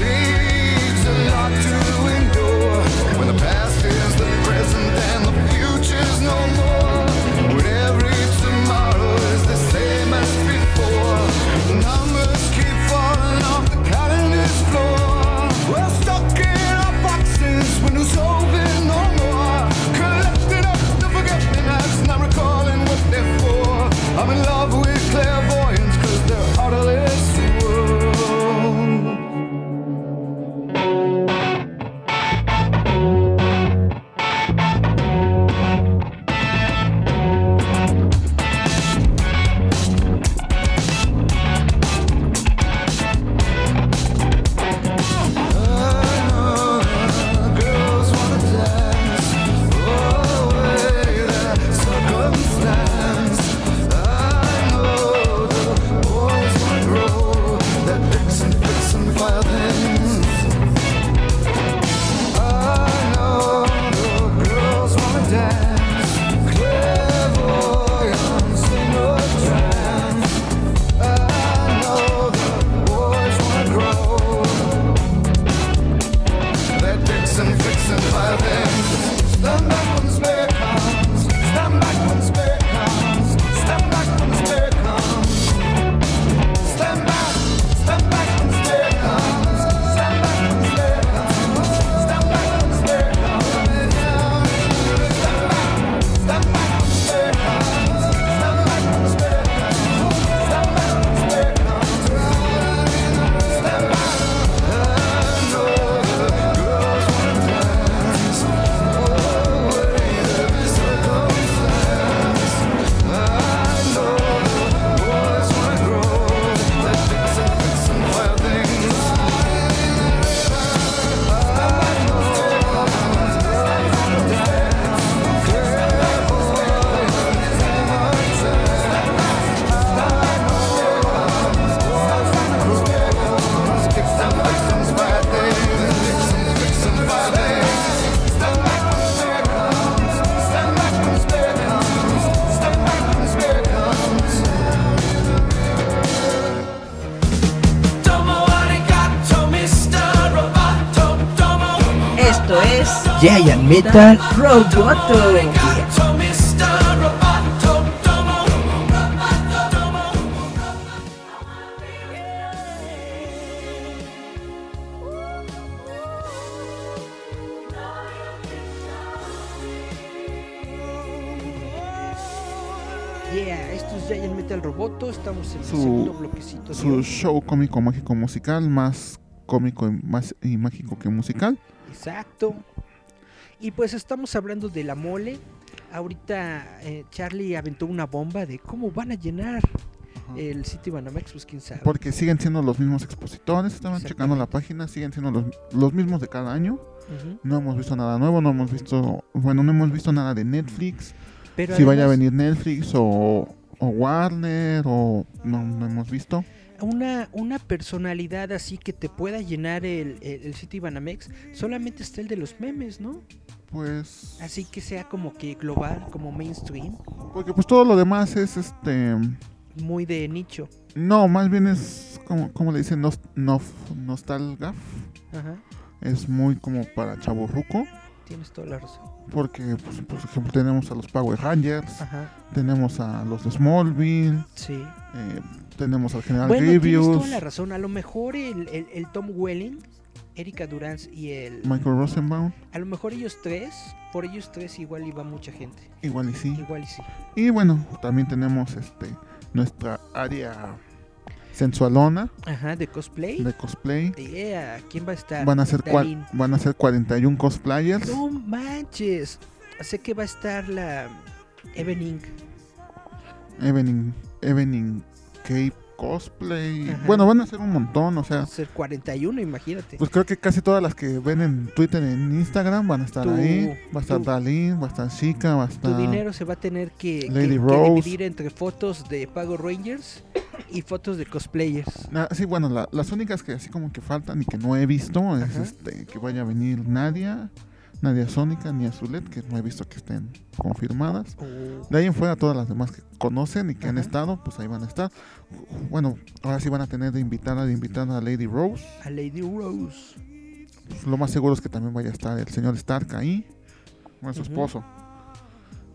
[SPEAKER 5] leaves a lot to endure. When the past is the present and the future's no more. When every tomorrow is the same as before. Numbers keep falling off the calendar's floor. We're stuck in our boxes, windows open no more. Collected up the forgotten nights, not recalling what they're for. I'm in love with clairvoyance, cause they're out of this world. Girls wanna dance, away that circumstance. I know the boys wanna grow, that vixen, vixen violins. I know the girls wanna dance, clairvoyance in a trance. I know the boys wanna grow. That Dixon fixin' violins. Stand back when the spare comes. Stand back when the spare comes. Stand back when the spare comes. Stand back. Stand back when the spare comes. Stand back when the spare comes. Stand back when the spare comes. Stand back. Stand back when the spare comes. Stand back when the spare comes. Stand back when the spare comes. Stand back. I know the girls wanna dance.
[SPEAKER 1] Esto es
[SPEAKER 2] Giant Metal
[SPEAKER 1] Roboto.
[SPEAKER 2] Yeah, esto es Giant Metal Roboto. Estamos en el
[SPEAKER 3] Su-
[SPEAKER 2] segundo bloquecito. de
[SPEAKER 3] Su
[SPEAKER 2] hoy.
[SPEAKER 3] show cómico, mágico, musical, más cómico y, más, y mágico que musical.
[SPEAKER 2] Exacto. Y pues estamos hablando de la mole. Ahorita eh, Charlie aventó una bomba de cómo van a llenar el sitio Banamex, pues quién sabe.
[SPEAKER 3] Porque siguen siendo los mismos expositores, estaban
[SPEAKER 2] Exactamente.
[SPEAKER 3] checando la página, siguen siendo los, los mismos de cada año.
[SPEAKER 2] Ujú.
[SPEAKER 3] No hemos visto nada nuevo, no hemos visto, bueno, no hemos visto nada de Netflix.
[SPEAKER 2] Pero
[SPEAKER 3] si vaya a
[SPEAKER 2] además,
[SPEAKER 3] venir Netflix o, o Warner o no, no hemos visto.
[SPEAKER 2] Una, una personalidad así que te pueda llenar el, el, el sitio Banamex, solamente está el de los memes, ¿no?
[SPEAKER 3] Pues
[SPEAKER 2] Así que sea como que global, como mainstream,
[SPEAKER 3] porque pues todo lo demás es este
[SPEAKER 2] muy de nicho.
[SPEAKER 3] no, más bien es como como le dicen nos, nof- nostalgaf,
[SPEAKER 2] Ajá,
[SPEAKER 3] es muy como para chaborruco,
[SPEAKER 2] tienes toda la razón.
[SPEAKER 3] porque pues, por ejemplo tenemos a los Power Rangers,
[SPEAKER 2] Ajá,
[SPEAKER 3] tenemos a los de Smallville,
[SPEAKER 2] sí.
[SPEAKER 3] eh, tenemos al General
[SPEAKER 2] Bueno, tienes
[SPEAKER 3] Grievous,
[SPEAKER 2] toda la razón. A lo mejor el, el- el Tom Welling, Erika Durance y el.
[SPEAKER 3] Michael Rosenbaum,
[SPEAKER 2] A lo mejor ellos tres, por ellos tres igual iba mucha gente.
[SPEAKER 3] igual y sí.
[SPEAKER 2] Igual y sí.
[SPEAKER 3] Y bueno, también tenemos este nuestra área sensualona
[SPEAKER 2] Ajá, de cosplay.
[SPEAKER 3] de cosplay.
[SPEAKER 2] Yeah, ¿quién va a estar?
[SPEAKER 3] Van a ser cua-
[SPEAKER 2] Dalín.
[SPEAKER 3] van a ser 41 cosplayers.
[SPEAKER 2] No manches. Sé que va a estar la. Evening.
[SPEAKER 3] Evening Evening Cape cosplay.
[SPEAKER 2] Ajá.
[SPEAKER 3] Bueno, van a ser un montón,
[SPEAKER 2] Va
[SPEAKER 3] o
[SPEAKER 2] a
[SPEAKER 3] sea,
[SPEAKER 2] ser 41, imagínate.
[SPEAKER 3] pues creo que casi todas las que ven en Twitter, en Instagram van a estar
[SPEAKER 2] Tu-
[SPEAKER 3] ahí. Va a estar
[SPEAKER 2] tu-
[SPEAKER 3] Dalín, va a estar Chica, va a
[SPEAKER 2] Tu
[SPEAKER 3] estar
[SPEAKER 2] dinero se va a tener que, que-
[SPEAKER 3] ah, Lady
[SPEAKER 2] que
[SPEAKER 3] Rose.
[SPEAKER 2] dividir entre fotos de Pago Rangers y fotos de cosplayers.
[SPEAKER 3] Na- Ah, sí, bueno, la- las únicas que así como que faltan y que no he visto es
[SPEAKER 2] Ajá.
[SPEAKER 3] este, que vaya a venir Nadia, Nadia Sónica ni Azulet, que no he visto que estén confirmadas.
[SPEAKER 2] O-
[SPEAKER 3] De ahí en fuera, todas las demás que conocen y que han
[SPEAKER 2] Ajá.
[SPEAKER 3] estado, pues ahí van a estar. Bueno, ahora sí van a tener de invitada, de invitada a Lady Rose.
[SPEAKER 2] a Lady Rose.
[SPEAKER 3] Pues, lo más seguro es que también vaya a estar el señor Stark ahí, con su
[SPEAKER 2] Ujú.
[SPEAKER 3] esposo.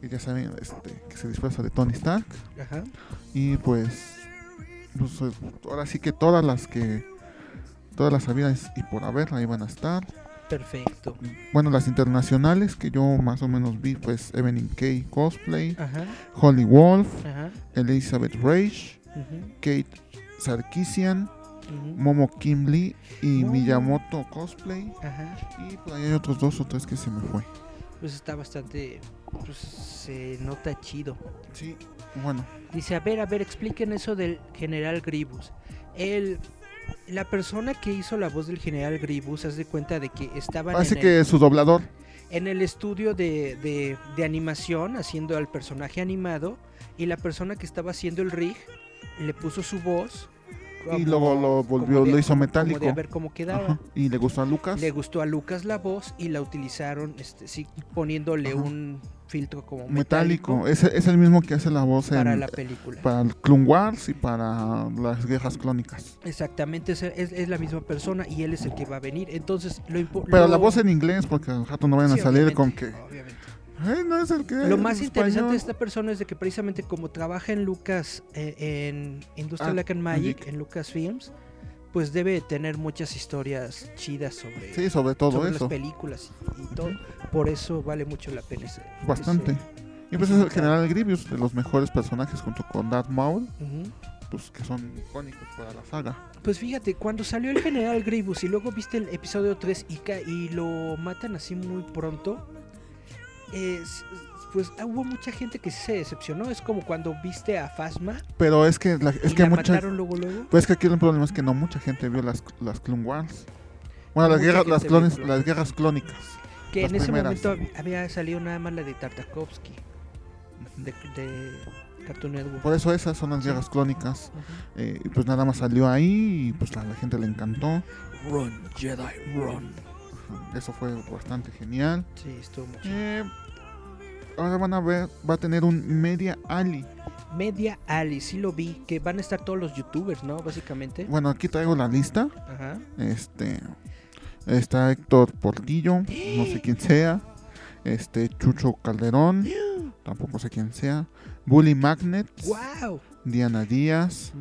[SPEAKER 3] Y ya saben, este, que se disfraza de Tony Stark.
[SPEAKER 2] Ajá.
[SPEAKER 3] Y pues, pues, eh, ahora sí que todas las que todas las habidas y por haber ahí van a estar.
[SPEAKER 2] Perfecto.
[SPEAKER 3] Bueno, las internacionales que yo más o menos vi pues Evelyn Kay Cosplay,
[SPEAKER 2] Ajá.
[SPEAKER 3] Holly Wolf,
[SPEAKER 2] Ajá.
[SPEAKER 3] Elizabeth Rage,
[SPEAKER 2] ujú,
[SPEAKER 3] Kate Sarkisian,
[SPEAKER 2] ujú,
[SPEAKER 3] Momo Kim Lee y
[SPEAKER 2] Momo.
[SPEAKER 3] Miyamoto Cosplay.
[SPEAKER 2] Ajá.
[SPEAKER 3] Y por ahí hay otros dos o tres que se me fue.
[SPEAKER 2] Pues está bastante. Pues se nota chido.
[SPEAKER 3] Sí, bueno,
[SPEAKER 2] Dice, a ver, a ver, expliquen eso del general Gribus. El, la persona que hizo la voz del general Gribus, haz de cuenta de que estaban
[SPEAKER 3] parece
[SPEAKER 2] en,
[SPEAKER 3] Ah, que
[SPEAKER 2] el,
[SPEAKER 3] su doblador.
[SPEAKER 2] en el estudio de, de- de animación haciendo al personaje animado y la persona que estaba haciendo el rig le puso su voz.
[SPEAKER 3] y luego lo volvió,
[SPEAKER 2] como de-
[SPEAKER 3] lo hizo
[SPEAKER 2] como
[SPEAKER 3] metálico.
[SPEAKER 2] de a ver cómo quedaba.
[SPEAKER 3] Ajá, Y le gustó a Lucas.
[SPEAKER 2] Le gustó a Lucas la voz y la utilizaron este, sí, poniéndole
[SPEAKER 3] Ajá.
[SPEAKER 2] un filtro como metálico,
[SPEAKER 3] metálico. Es, es el mismo que hace la voz
[SPEAKER 2] para
[SPEAKER 3] en,
[SPEAKER 2] la película.
[SPEAKER 3] para el Clone Wars y para las guerras clónicas.
[SPEAKER 2] Exactamente, es, es- es la misma persona y él es el que va a venir. Entonces, lo impo-
[SPEAKER 3] Pero
[SPEAKER 2] lo-
[SPEAKER 3] la voz en inglés, porque al rato no van a
[SPEAKER 2] Sí,
[SPEAKER 3] salir con que.
[SPEAKER 2] obviamente, obviamente.
[SPEAKER 3] "Ay, no es el que.
[SPEAKER 2] Lo más
[SPEAKER 3] es
[SPEAKER 2] interesante de
[SPEAKER 3] español".
[SPEAKER 2] esta persona es de que precisamente como trabaja en Lucas, eh, en Industrial
[SPEAKER 3] Ah,
[SPEAKER 2] Black and Magic,
[SPEAKER 3] Magic.
[SPEAKER 2] en Lucas Films, pues debe de tener muchas historias chidas sobre,
[SPEAKER 3] Sí, sobre todo
[SPEAKER 2] sobre las
[SPEAKER 3] eso.
[SPEAKER 2] películas y, y todo. Por eso vale mucho la pena. ese-
[SPEAKER 3] Bastante.
[SPEAKER 2] ese-
[SPEAKER 3] Y pues es el general Grievous, de los mejores personajes junto con Darth Maul,
[SPEAKER 2] Ujú.
[SPEAKER 3] pues que son icónicos para la saga.
[SPEAKER 2] Pues fíjate, cuando salió el general Grievous y luego viste el episodio 3 y, ca- y lo matan así muy pronto, es- pues ah, hubo mucha gente que se decepcionó. Es como cuando viste a Phasma
[SPEAKER 3] Pero es que, la- es
[SPEAKER 2] y
[SPEAKER 3] que
[SPEAKER 2] la
[SPEAKER 3] mucha.
[SPEAKER 2] mataron luego, luego.
[SPEAKER 3] Pues es que aquí el problema es que no mucha gente vio las, las Clone Wars. Bueno, las
[SPEAKER 2] Mucha
[SPEAKER 3] guerras,
[SPEAKER 2] gente
[SPEAKER 3] las,
[SPEAKER 2] vio
[SPEAKER 3] clones,
[SPEAKER 2] Clone
[SPEAKER 3] las guerras clónicas.
[SPEAKER 2] Que
[SPEAKER 3] las
[SPEAKER 2] en ese
[SPEAKER 3] primeras.
[SPEAKER 2] momento hab- había salido nada más la de Tartakovsky, de, de Cartoon Network.
[SPEAKER 3] Por eso esas son las guerras clónicas.
[SPEAKER 2] Ujú.
[SPEAKER 3] Eh, y pues nada más salió ahí y pues a la gente le encantó.
[SPEAKER 2] Run, Jedi, run.
[SPEAKER 3] Eso fue bastante genial.
[SPEAKER 2] Sí, estuvo mucho.
[SPEAKER 3] Eh, ahora van a ver, va a tener un Media Ali.
[SPEAKER 2] Media Ali, sí lo vi, que van a estar todos los youtubers, ¿no? Básicamente.
[SPEAKER 3] Bueno, aquí traigo la lista.
[SPEAKER 2] Ajá.
[SPEAKER 3] Este está Héctor Portillo, no sé quién sea. Este Chucho Calderón, tampoco sé quién sea. Bully Magnet,
[SPEAKER 2] ¡Wow!
[SPEAKER 3] Diana Díaz,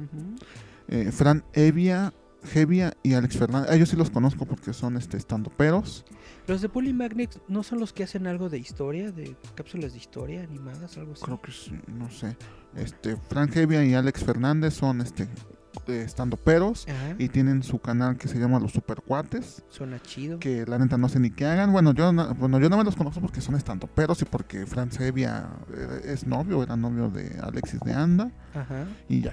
[SPEAKER 3] eh, Fran Evia, Hevia y Alex Fernández. Ah, yo sí los conozco porque son este estandoperos.
[SPEAKER 2] Los de Polymagnex no son los que hacen algo de historia, de cápsulas de historia animadas, algo así.
[SPEAKER 3] creo que sí, no sé. Este, Frank Evia y Alex Fernández son este estando peros
[SPEAKER 2] Ajá.
[SPEAKER 3] y tienen su canal que se llama Los Supercuates,
[SPEAKER 2] Suena chido.
[SPEAKER 3] que la neta no sé ni qué hagan. Bueno, yo no, bueno, yo no me los conozco porque son estando peros y porque Frank Evia eh, es novio, era novio de Alexis de Anda
[SPEAKER 2] Ajá.
[SPEAKER 3] y ya.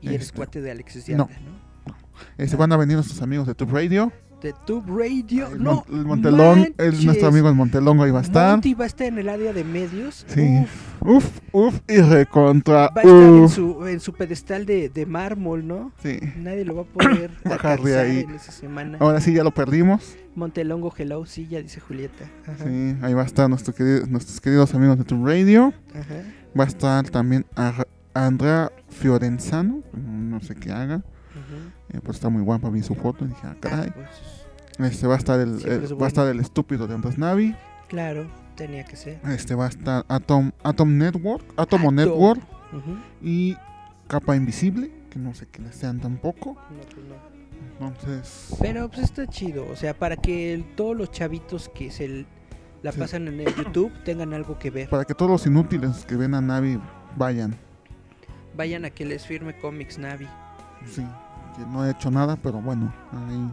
[SPEAKER 2] Y eres
[SPEAKER 3] Este,
[SPEAKER 2] cuate de Alexis
[SPEAKER 3] no.
[SPEAKER 2] Diana, ¿no?
[SPEAKER 3] Eh, se van a venir nuestros amigos de Tube Radio.
[SPEAKER 2] De Tube Radio.
[SPEAKER 3] el,
[SPEAKER 2] no.
[SPEAKER 3] Mon- el Montelón, el,
[SPEAKER 2] manches.
[SPEAKER 3] nuestro amigo el Montelongo ahí va a estar.
[SPEAKER 2] Monty va a estar en el área de medios.
[SPEAKER 3] Sí. Uh.
[SPEAKER 2] Uf,
[SPEAKER 3] Uf, uf y recontra.
[SPEAKER 2] va a estar en,
[SPEAKER 3] Uf.
[SPEAKER 2] su, en su pedestal de, de mármol, ¿no?
[SPEAKER 3] Sí.
[SPEAKER 2] Nadie lo va a
[SPEAKER 3] <coughs>
[SPEAKER 2] poder
[SPEAKER 3] Bajar de
[SPEAKER 2] alcanzar
[SPEAKER 3] ahí. Oh.
[SPEAKER 2] en esa semana.
[SPEAKER 3] Ahora sí ya lo perdimos.
[SPEAKER 2] Montelongo, hello, sí, ya dice Julieta. Ajá.
[SPEAKER 3] Sí, ahí va a estar nuestro querido- nuestros queridos amigos de tu radio.
[SPEAKER 2] Ajá.
[SPEAKER 3] Va a estar también Ar- Andrea Fiorenzano, no sé qué haga,
[SPEAKER 2] ujú.
[SPEAKER 3] eh, pero está muy guapa, vi su foto y dije, ah, caray.
[SPEAKER 2] Ah, pues,
[SPEAKER 3] Este va a estar el,
[SPEAKER 2] Siempre
[SPEAKER 3] el-
[SPEAKER 2] es
[SPEAKER 3] va
[SPEAKER 2] bueno.
[SPEAKER 3] a estar el estúpido de Andas Navi.
[SPEAKER 2] claro, tenía que ser.
[SPEAKER 3] Este va a estar Atom, Atom Network, Atomo
[SPEAKER 2] Atom.
[SPEAKER 3] Network
[SPEAKER 2] Ujú.
[SPEAKER 3] y Capa Invisible, que no sé quiénes sean tampoco.
[SPEAKER 2] No, pues no.
[SPEAKER 3] Entonces,
[SPEAKER 2] Pero pues está chido, o sea, para que el- todos los chavitos que se l- la
[SPEAKER 3] Sí.
[SPEAKER 2] pasan en el YouTube tengan algo que ver.
[SPEAKER 3] para que todos los inútiles que ven a Navi vayan.
[SPEAKER 2] Vayan a que les firme Comics Navi.
[SPEAKER 3] Sí, que no he hecho nada, pero bueno, ahí,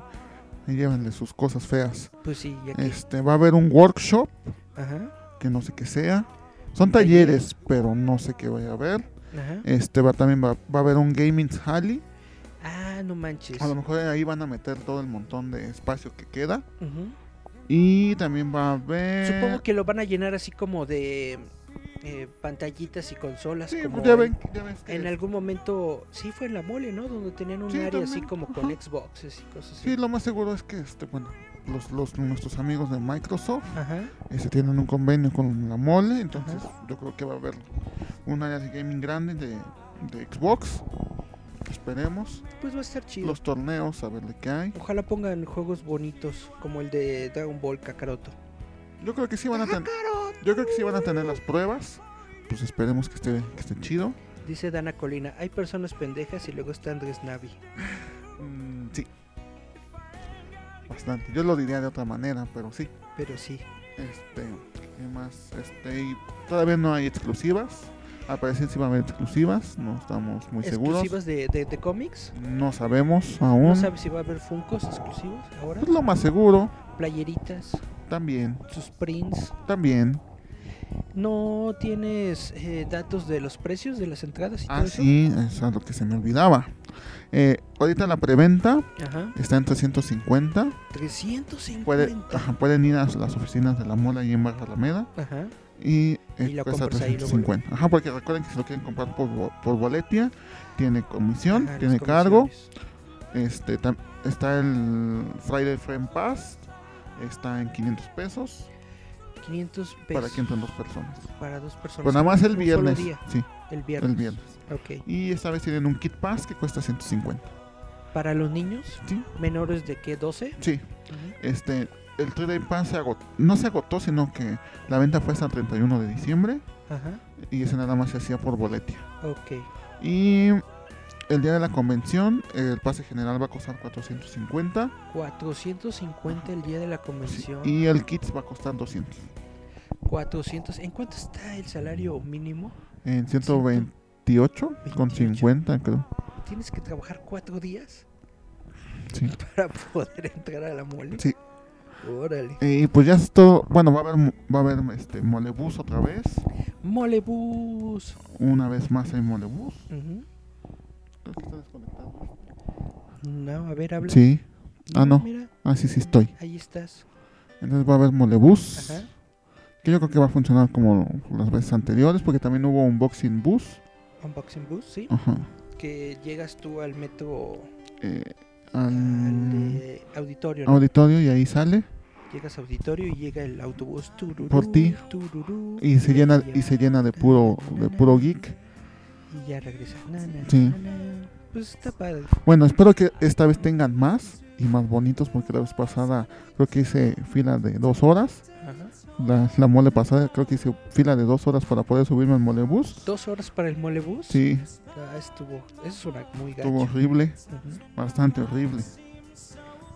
[SPEAKER 3] ahí llévenle sus cosas feas.
[SPEAKER 2] Pues sí, ya que...
[SPEAKER 3] Este, va a haber un workshop,
[SPEAKER 2] Ajá,
[SPEAKER 3] que no sé qué sea. Son
[SPEAKER 2] Talleres.
[SPEAKER 3] talleres, pero no sé qué vaya a haber.
[SPEAKER 2] ajá.
[SPEAKER 3] Este, va también va, va a haber un Gaming Alley.
[SPEAKER 2] Ah, no manches.
[SPEAKER 3] A lo mejor ahí van a meter todo el montón de espacio que queda.
[SPEAKER 2] Ujú.
[SPEAKER 3] Y también va a haber...
[SPEAKER 2] Supongo que lo van a llenar así como de eh, pantallitas y consolas.
[SPEAKER 3] Sí,
[SPEAKER 2] como
[SPEAKER 3] pues ya,
[SPEAKER 2] en-
[SPEAKER 3] ven, ya ves que-
[SPEAKER 2] En algún momento, sí fue en la mole, ¿no? Donde tenían un
[SPEAKER 3] Sí,
[SPEAKER 2] área así
[SPEAKER 3] también,
[SPEAKER 2] como con
[SPEAKER 3] ajá.
[SPEAKER 2] Xboxes y cosas así.
[SPEAKER 3] Sí, lo más seguro es que este, bueno, los, los, nuestros amigos de Microsoft
[SPEAKER 2] Ajá.
[SPEAKER 3] este, tienen un convenio con la mole, entonces yo creo que va a haber un área de gaming grande de, de Xbox. Esperemos.
[SPEAKER 2] Pues va a estar chido.
[SPEAKER 3] Los torneos, a ver de qué hay.
[SPEAKER 2] Ojalá pongan juegos bonitos como el de Dragon Ball Kakaroto.
[SPEAKER 3] Yo creo que sí van a tener. Yo creo que sí van a tener las pruebas. Pues esperemos que esté, que esté chido.
[SPEAKER 2] Dice Dana Colina, hay personas pendejas y luego está Andrés Navi.
[SPEAKER 3] Mm, sí. Bastante. Yo lo diría de otra manera, pero sí.
[SPEAKER 2] Pero sí.
[SPEAKER 3] Este, ¿qué más? Este, y todavía no hay exclusivas. Aparecen si va a haber exclusivas. No estamos muy seguros. Mm.
[SPEAKER 2] ¿Exclusivas de, de, de cómics?
[SPEAKER 3] No sabemos aún.
[SPEAKER 2] ¿No sabes si va a haber Funcos exclusivos ahora?
[SPEAKER 3] Pues lo más seguro.
[SPEAKER 2] Playeritas,
[SPEAKER 3] También,
[SPEAKER 2] sus prints.
[SPEAKER 3] también.
[SPEAKER 2] ¿No tienes eh, datos de los precios de las entradas y
[SPEAKER 3] Ah,
[SPEAKER 2] todo eso?
[SPEAKER 3] sí, eso es lo que se me olvidaba. Eh, ahorita la preventa
[SPEAKER 2] Ajá.
[SPEAKER 3] está en 350.
[SPEAKER 2] 350.
[SPEAKER 3] Puede, ajá, pueden ir a las oficinas de la mola y en Barra Alameda
[SPEAKER 2] Ajá.
[SPEAKER 3] y, eh,
[SPEAKER 2] Y la
[SPEAKER 3] cuesta
[SPEAKER 2] compras ahí luego,
[SPEAKER 3] 350. Ajá, porque recuerden que si lo quieren comprar por, bo- por boletia, tiene comisión,
[SPEAKER 2] Ajá, las
[SPEAKER 3] tiene cargo.
[SPEAKER 2] comisiones.
[SPEAKER 3] Este, tam- está el Friday Frame Pass, está en 500 pesos
[SPEAKER 2] 500 pesos
[SPEAKER 3] para que entren dos personas.
[SPEAKER 2] para dos personas.
[SPEAKER 3] Pues nada más el
[SPEAKER 2] Pues, Un solo
[SPEAKER 3] viernes.
[SPEAKER 2] día.
[SPEAKER 3] Sí,
[SPEAKER 2] El viernes.
[SPEAKER 3] el viernes.
[SPEAKER 2] Ok.
[SPEAKER 3] Y esta vez tienen un kit pass que cuesta 150.
[SPEAKER 2] Para los niños
[SPEAKER 3] Sí,
[SPEAKER 2] menores de qué, 12?
[SPEAKER 3] sí. Este, el Friday Pass se agotó, no se agotó, sino que la venta fue hasta el 31 de diciembre
[SPEAKER 2] Ajá.
[SPEAKER 3] y ese nada más se hacía por boletia.
[SPEAKER 2] Ok.
[SPEAKER 3] Y el día de la convención, el pase general va a costar 450
[SPEAKER 2] 450 el día de la convención.
[SPEAKER 3] y el kits va a costar 200.
[SPEAKER 2] 400. ¿En cuánto está el salario mínimo?
[SPEAKER 3] En 128 con 50, creo.
[SPEAKER 2] ¿Tienes que trabajar cuatro días <laughs>
[SPEAKER 3] Sí.
[SPEAKER 2] para poder entrar a la mole?
[SPEAKER 3] Sí.
[SPEAKER 2] Órale.
[SPEAKER 3] Y pues ya es todo. Bueno, va a haber, va a haber este, molebús otra vez.
[SPEAKER 2] Molebus.
[SPEAKER 3] Una vez más hay molebús.
[SPEAKER 2] Ujú.
[SPEAKER 3] Creo que está desconectado.
[SPEAKER 2] No, a ver, habla.
[SPEAKER 3] Sí. Ah, no.
[SPEAKER 2] Mira,
[SPEAKER 3] Ah, sí, sí estoy.
[SPEAKER 2] ahí estás.
[SPEAKER 3] Entonces va a haber molebús.
[SPEAKER 2] Ajá.
[SPEAKER 3] Que yo creo que va a funcionar como las veces anteriores. Porque también hubo un boxing bus.
[SPEAKER 2] Unboxing Bus, sí.
[SPEAKER 3] Ajá.
[SPEAKER 2] Que llegas tú al metro,
[SPEAKER 3] Eh,
[SPEAKER 2] al
[SPEAKER 3] al
[SPEAKER 2] eh, auditorio. ¿no?
[SPEAKER 3] auditorio y ahí sale.
[SPEAKER 2] Llegas a auditorio y llega el autobús. tururú,
[SPEAKER 3] Por ti.
[SPEAKER 2] tururú,
[SPEAKER 3] y se llena y se llena de puro de puro geek
[SPEAKER 2] y ya regresa. Na, na,
[SPEAKER 3] Sí.
[SPEAKER 2] na, na. Pues está padre.
[SPEAKER 3] bueno espero que esta vez tengan más y más bonitos porque la vez pasada creo que hice fila de dos horas
[SPEAKER 2] Ajá.
[SPEAKER 3] la, la mole pasada creo que hice fila de dos horas para poder subirme al molebús
[SPEAKER 2] Dos horas para el molebus.
[SPEAKER 3] sí
[SPEAKER 2] Ah, estuvo. Eso es una muy gacho.
[SPEAKER 3] estuvo horrible
[SPEAKER 2] Ujú.
[SPEAKER 3] bastante horrible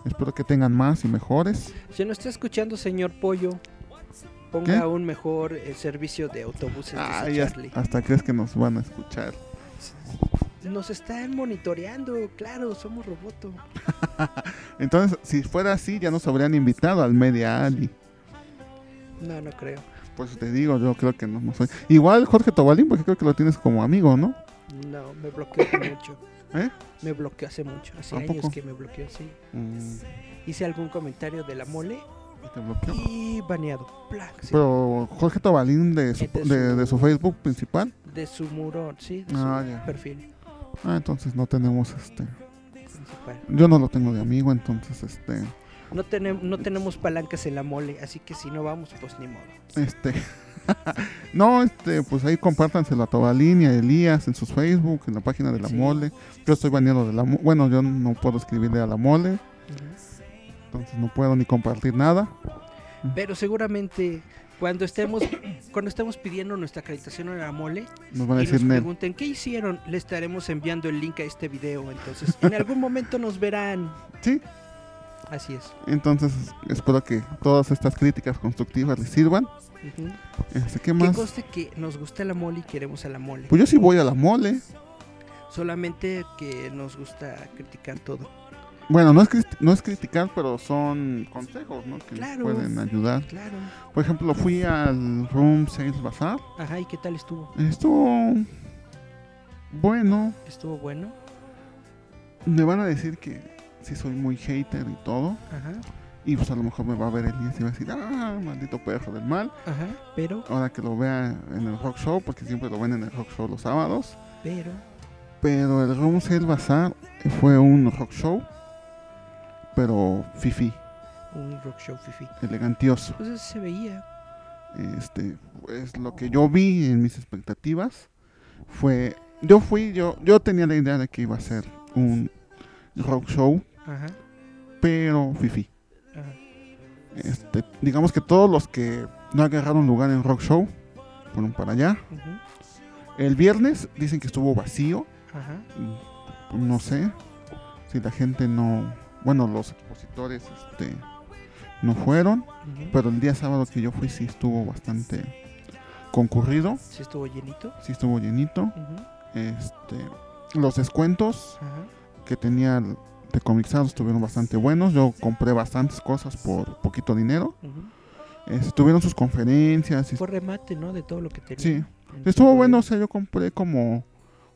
[SPEAKER 3] espero que tengan más y mejores
[SPEAKER 2] Si no está escuchando, señor Pollo, ponga
[SPEAKER 3] ¿Qué? Ah,
[SPEAKER 2] un mejor eh, servicio de autobuses. dice
[SPEAKER 3] Ay, hasta-
[SPEAKER 2] Charlie.
[SPEAKER 3] hasta crees que nos van a escuchar
[SPEAKER 2] Nos están monitoreando. Claro, somos roboto.
[SPEAKER 3] entonces si fuera así ya nos habrían invitado al media ali
[SPEAKER 2] No, no creo.
[SPEAKER 3] pues te digo yo creo que no, no soy igual Jorge Tobalín porque creo que lo tienes como amigo no
[SPEAKER 2] No, me
[SPEAKER 3] <coughs>
[SPEAKER 2] bloqueó hace mucho.
[SPEAKER 3] ¿Eh?
[SPEAKER 2] Me bloqueó hace mucho. Hace
[SPEAKER 3] ¿A
[SPEAKER 2] años
[SPEAKER 3] poco?
[SPEAKER 2] que me bloqueó, sí.
[SPEAKER 3] Mm,
[SPEAKER 2] Hice algún comentario de la mole
[SPEAKER 3] ¿y te bloqueó?
[SPEAKER 2] y baneado. Plac, sí.
[SPEAKER 3] Pero Jorge Tobalín de su,
[SPEAKER 2] Este es
[SPEAKER 3] de,
[SPEAKER 2] su-
[SPEAKER 3] de su Facebook principal.
[SPEAKER 2] De su muro, sí, de su
[SPEAKER 3] Ah, ya.
[SPEAKER 2] perfil
[SPEAKER 3] Ah, entonces no tenemos este.
[SPEAKER 2] principal.
[SPEAKER 3] Yo no lo tengo de amigo, entonces este.
[SPEAKER 2] No, tenem- no tenemos palancas en la mole, así que si no vamos, pues ni modo.
[SPEAKER 3] Este. <laughs> no, este, pues ahí compártanselo a Tobalín y a Elías en sus Facebook, en la página de la
[SPEAKER 2] Sí.
[SPEAKER 3] mole. Yo estoy baneado de la mole. Bueno, yo no puedo escribirle a la mole, entonces no puedo ni compartir nada.
[SPEAKER 2] Pero seguramente cuando estemos cuando estemos pidiendo nuestra acreditación en la mole
[SPEAKER 3] Nos van a
[SPEAKER 2] y nos
[SPEAKER 3] decir Nel.
[SPEAKER 2] pregunten qué hicieron, le estaremos enviando el link a este video. Entonces, en algún momento nos verán.
[SPEAKER 3] Sí.
[SPEAKER 2] Así es.
[SPEAKER 3] Entonces espero que todas estas críticas constructivas les sirvan.
[SPEAKER 2] Ujú.
[SPEAKER 3] Este, ¿Qué
[SPEAKER 2] Que
[SPEAKER 3] más?
[SPEAKER 2] conste que nos gusta la mole y queremos a la mole.
[SPEAKER 3] Pues yo sí voy a la mole.
[SPEAKER 2] Solamente que nos gusta criticar todo.
[SPEAKER 3] Bueno, no es, crit- no es criticar, pero son consejos, ¿no? Que
[SPEAKER 2] Claro.
[SPEAKER 3] pueden ayudar.
[SPEAKER 2] Claro.
[SPEAKER 3] Por ejemplo, fui al Room Sales Bazaar.
[SPEAKER 2] Ajá, ¿y qué tal estuvo?
[SPEAKER 3] Estuvo bueno.
[SPEAKER 2] ¿Estuvo bueno?
[SPEAKER 3] Me van a decir que sí soy muy hater y todo,
[SPEAKER 2] Ajá.
[SPEAKER 3] Y pues a lo mejor me va a ver Elías y va a decir, ah, maldito perro del mal.
[SPEAKER 2] Ajá, pero,
[SPEAKER 3] Ahora que lo vea en el rock show, porque siempre lo ven en el rock show los sábados.
[SPEAKER 2] pero,
[SPEAKER 3] Pero el Rumsel Bazaar fue un rock show, pero fifi,
[SPEAKER 2] un rock show fifi.
[SPEAKER 3] elegantioso.
[SPEAKER 2] Pues eso se veía.
[SPEAKER 3] Este, es lo que yo vi en mis expectativas. Fue, yo fui, yo, yo tenía la idea de que iba a ser un rock show,
[SPEAKER 2] Ajá,
[SPEAKER 3] pero fifi.
[SPEAKER 2] ajá.
[SPEAKER 3] Este, digamos que todos los que no agarraron lugar en rock show fueron para allá.
[SPEAKER 2] ujú,
[SPEAKER 3] El viernes dicen que estuvo vacío,
[SPEAKER 2] ajá.
[SPEAKER 3] no sé si la gente no, bueno, los expositores, este, no fueron.
[SPEAKER 2] ujú.
[SPEAKER 3] Pero el día sábado que yo fui sí estuvo bastante concurrido,
[SPEAKER 2] Sí estuvo llenito.
[SPEAKER 3] sí estuvo llenito.
[SPEAKER 2] ujú,
[SPEAKER 3] Este, los descuentos
[SPEAKER 2] Ajá.
[SPEAKER 3] que tenía el- de Comixado estuvieron bastante buenos. Yo compré bastantes cosas por poquito dinero.
[SPEAKER 2] ujú.
[SPEAKER 3] Este, tuvieron sus conferencias. y-
[SPEAKER 2] Fue remate, ¿no? De todo lo que tenía.
[SPEAKER 3] sí,
[SPEAKER 2] Entonces,
[SPEAKER 3] estuvo bueno. O sea, yo compré como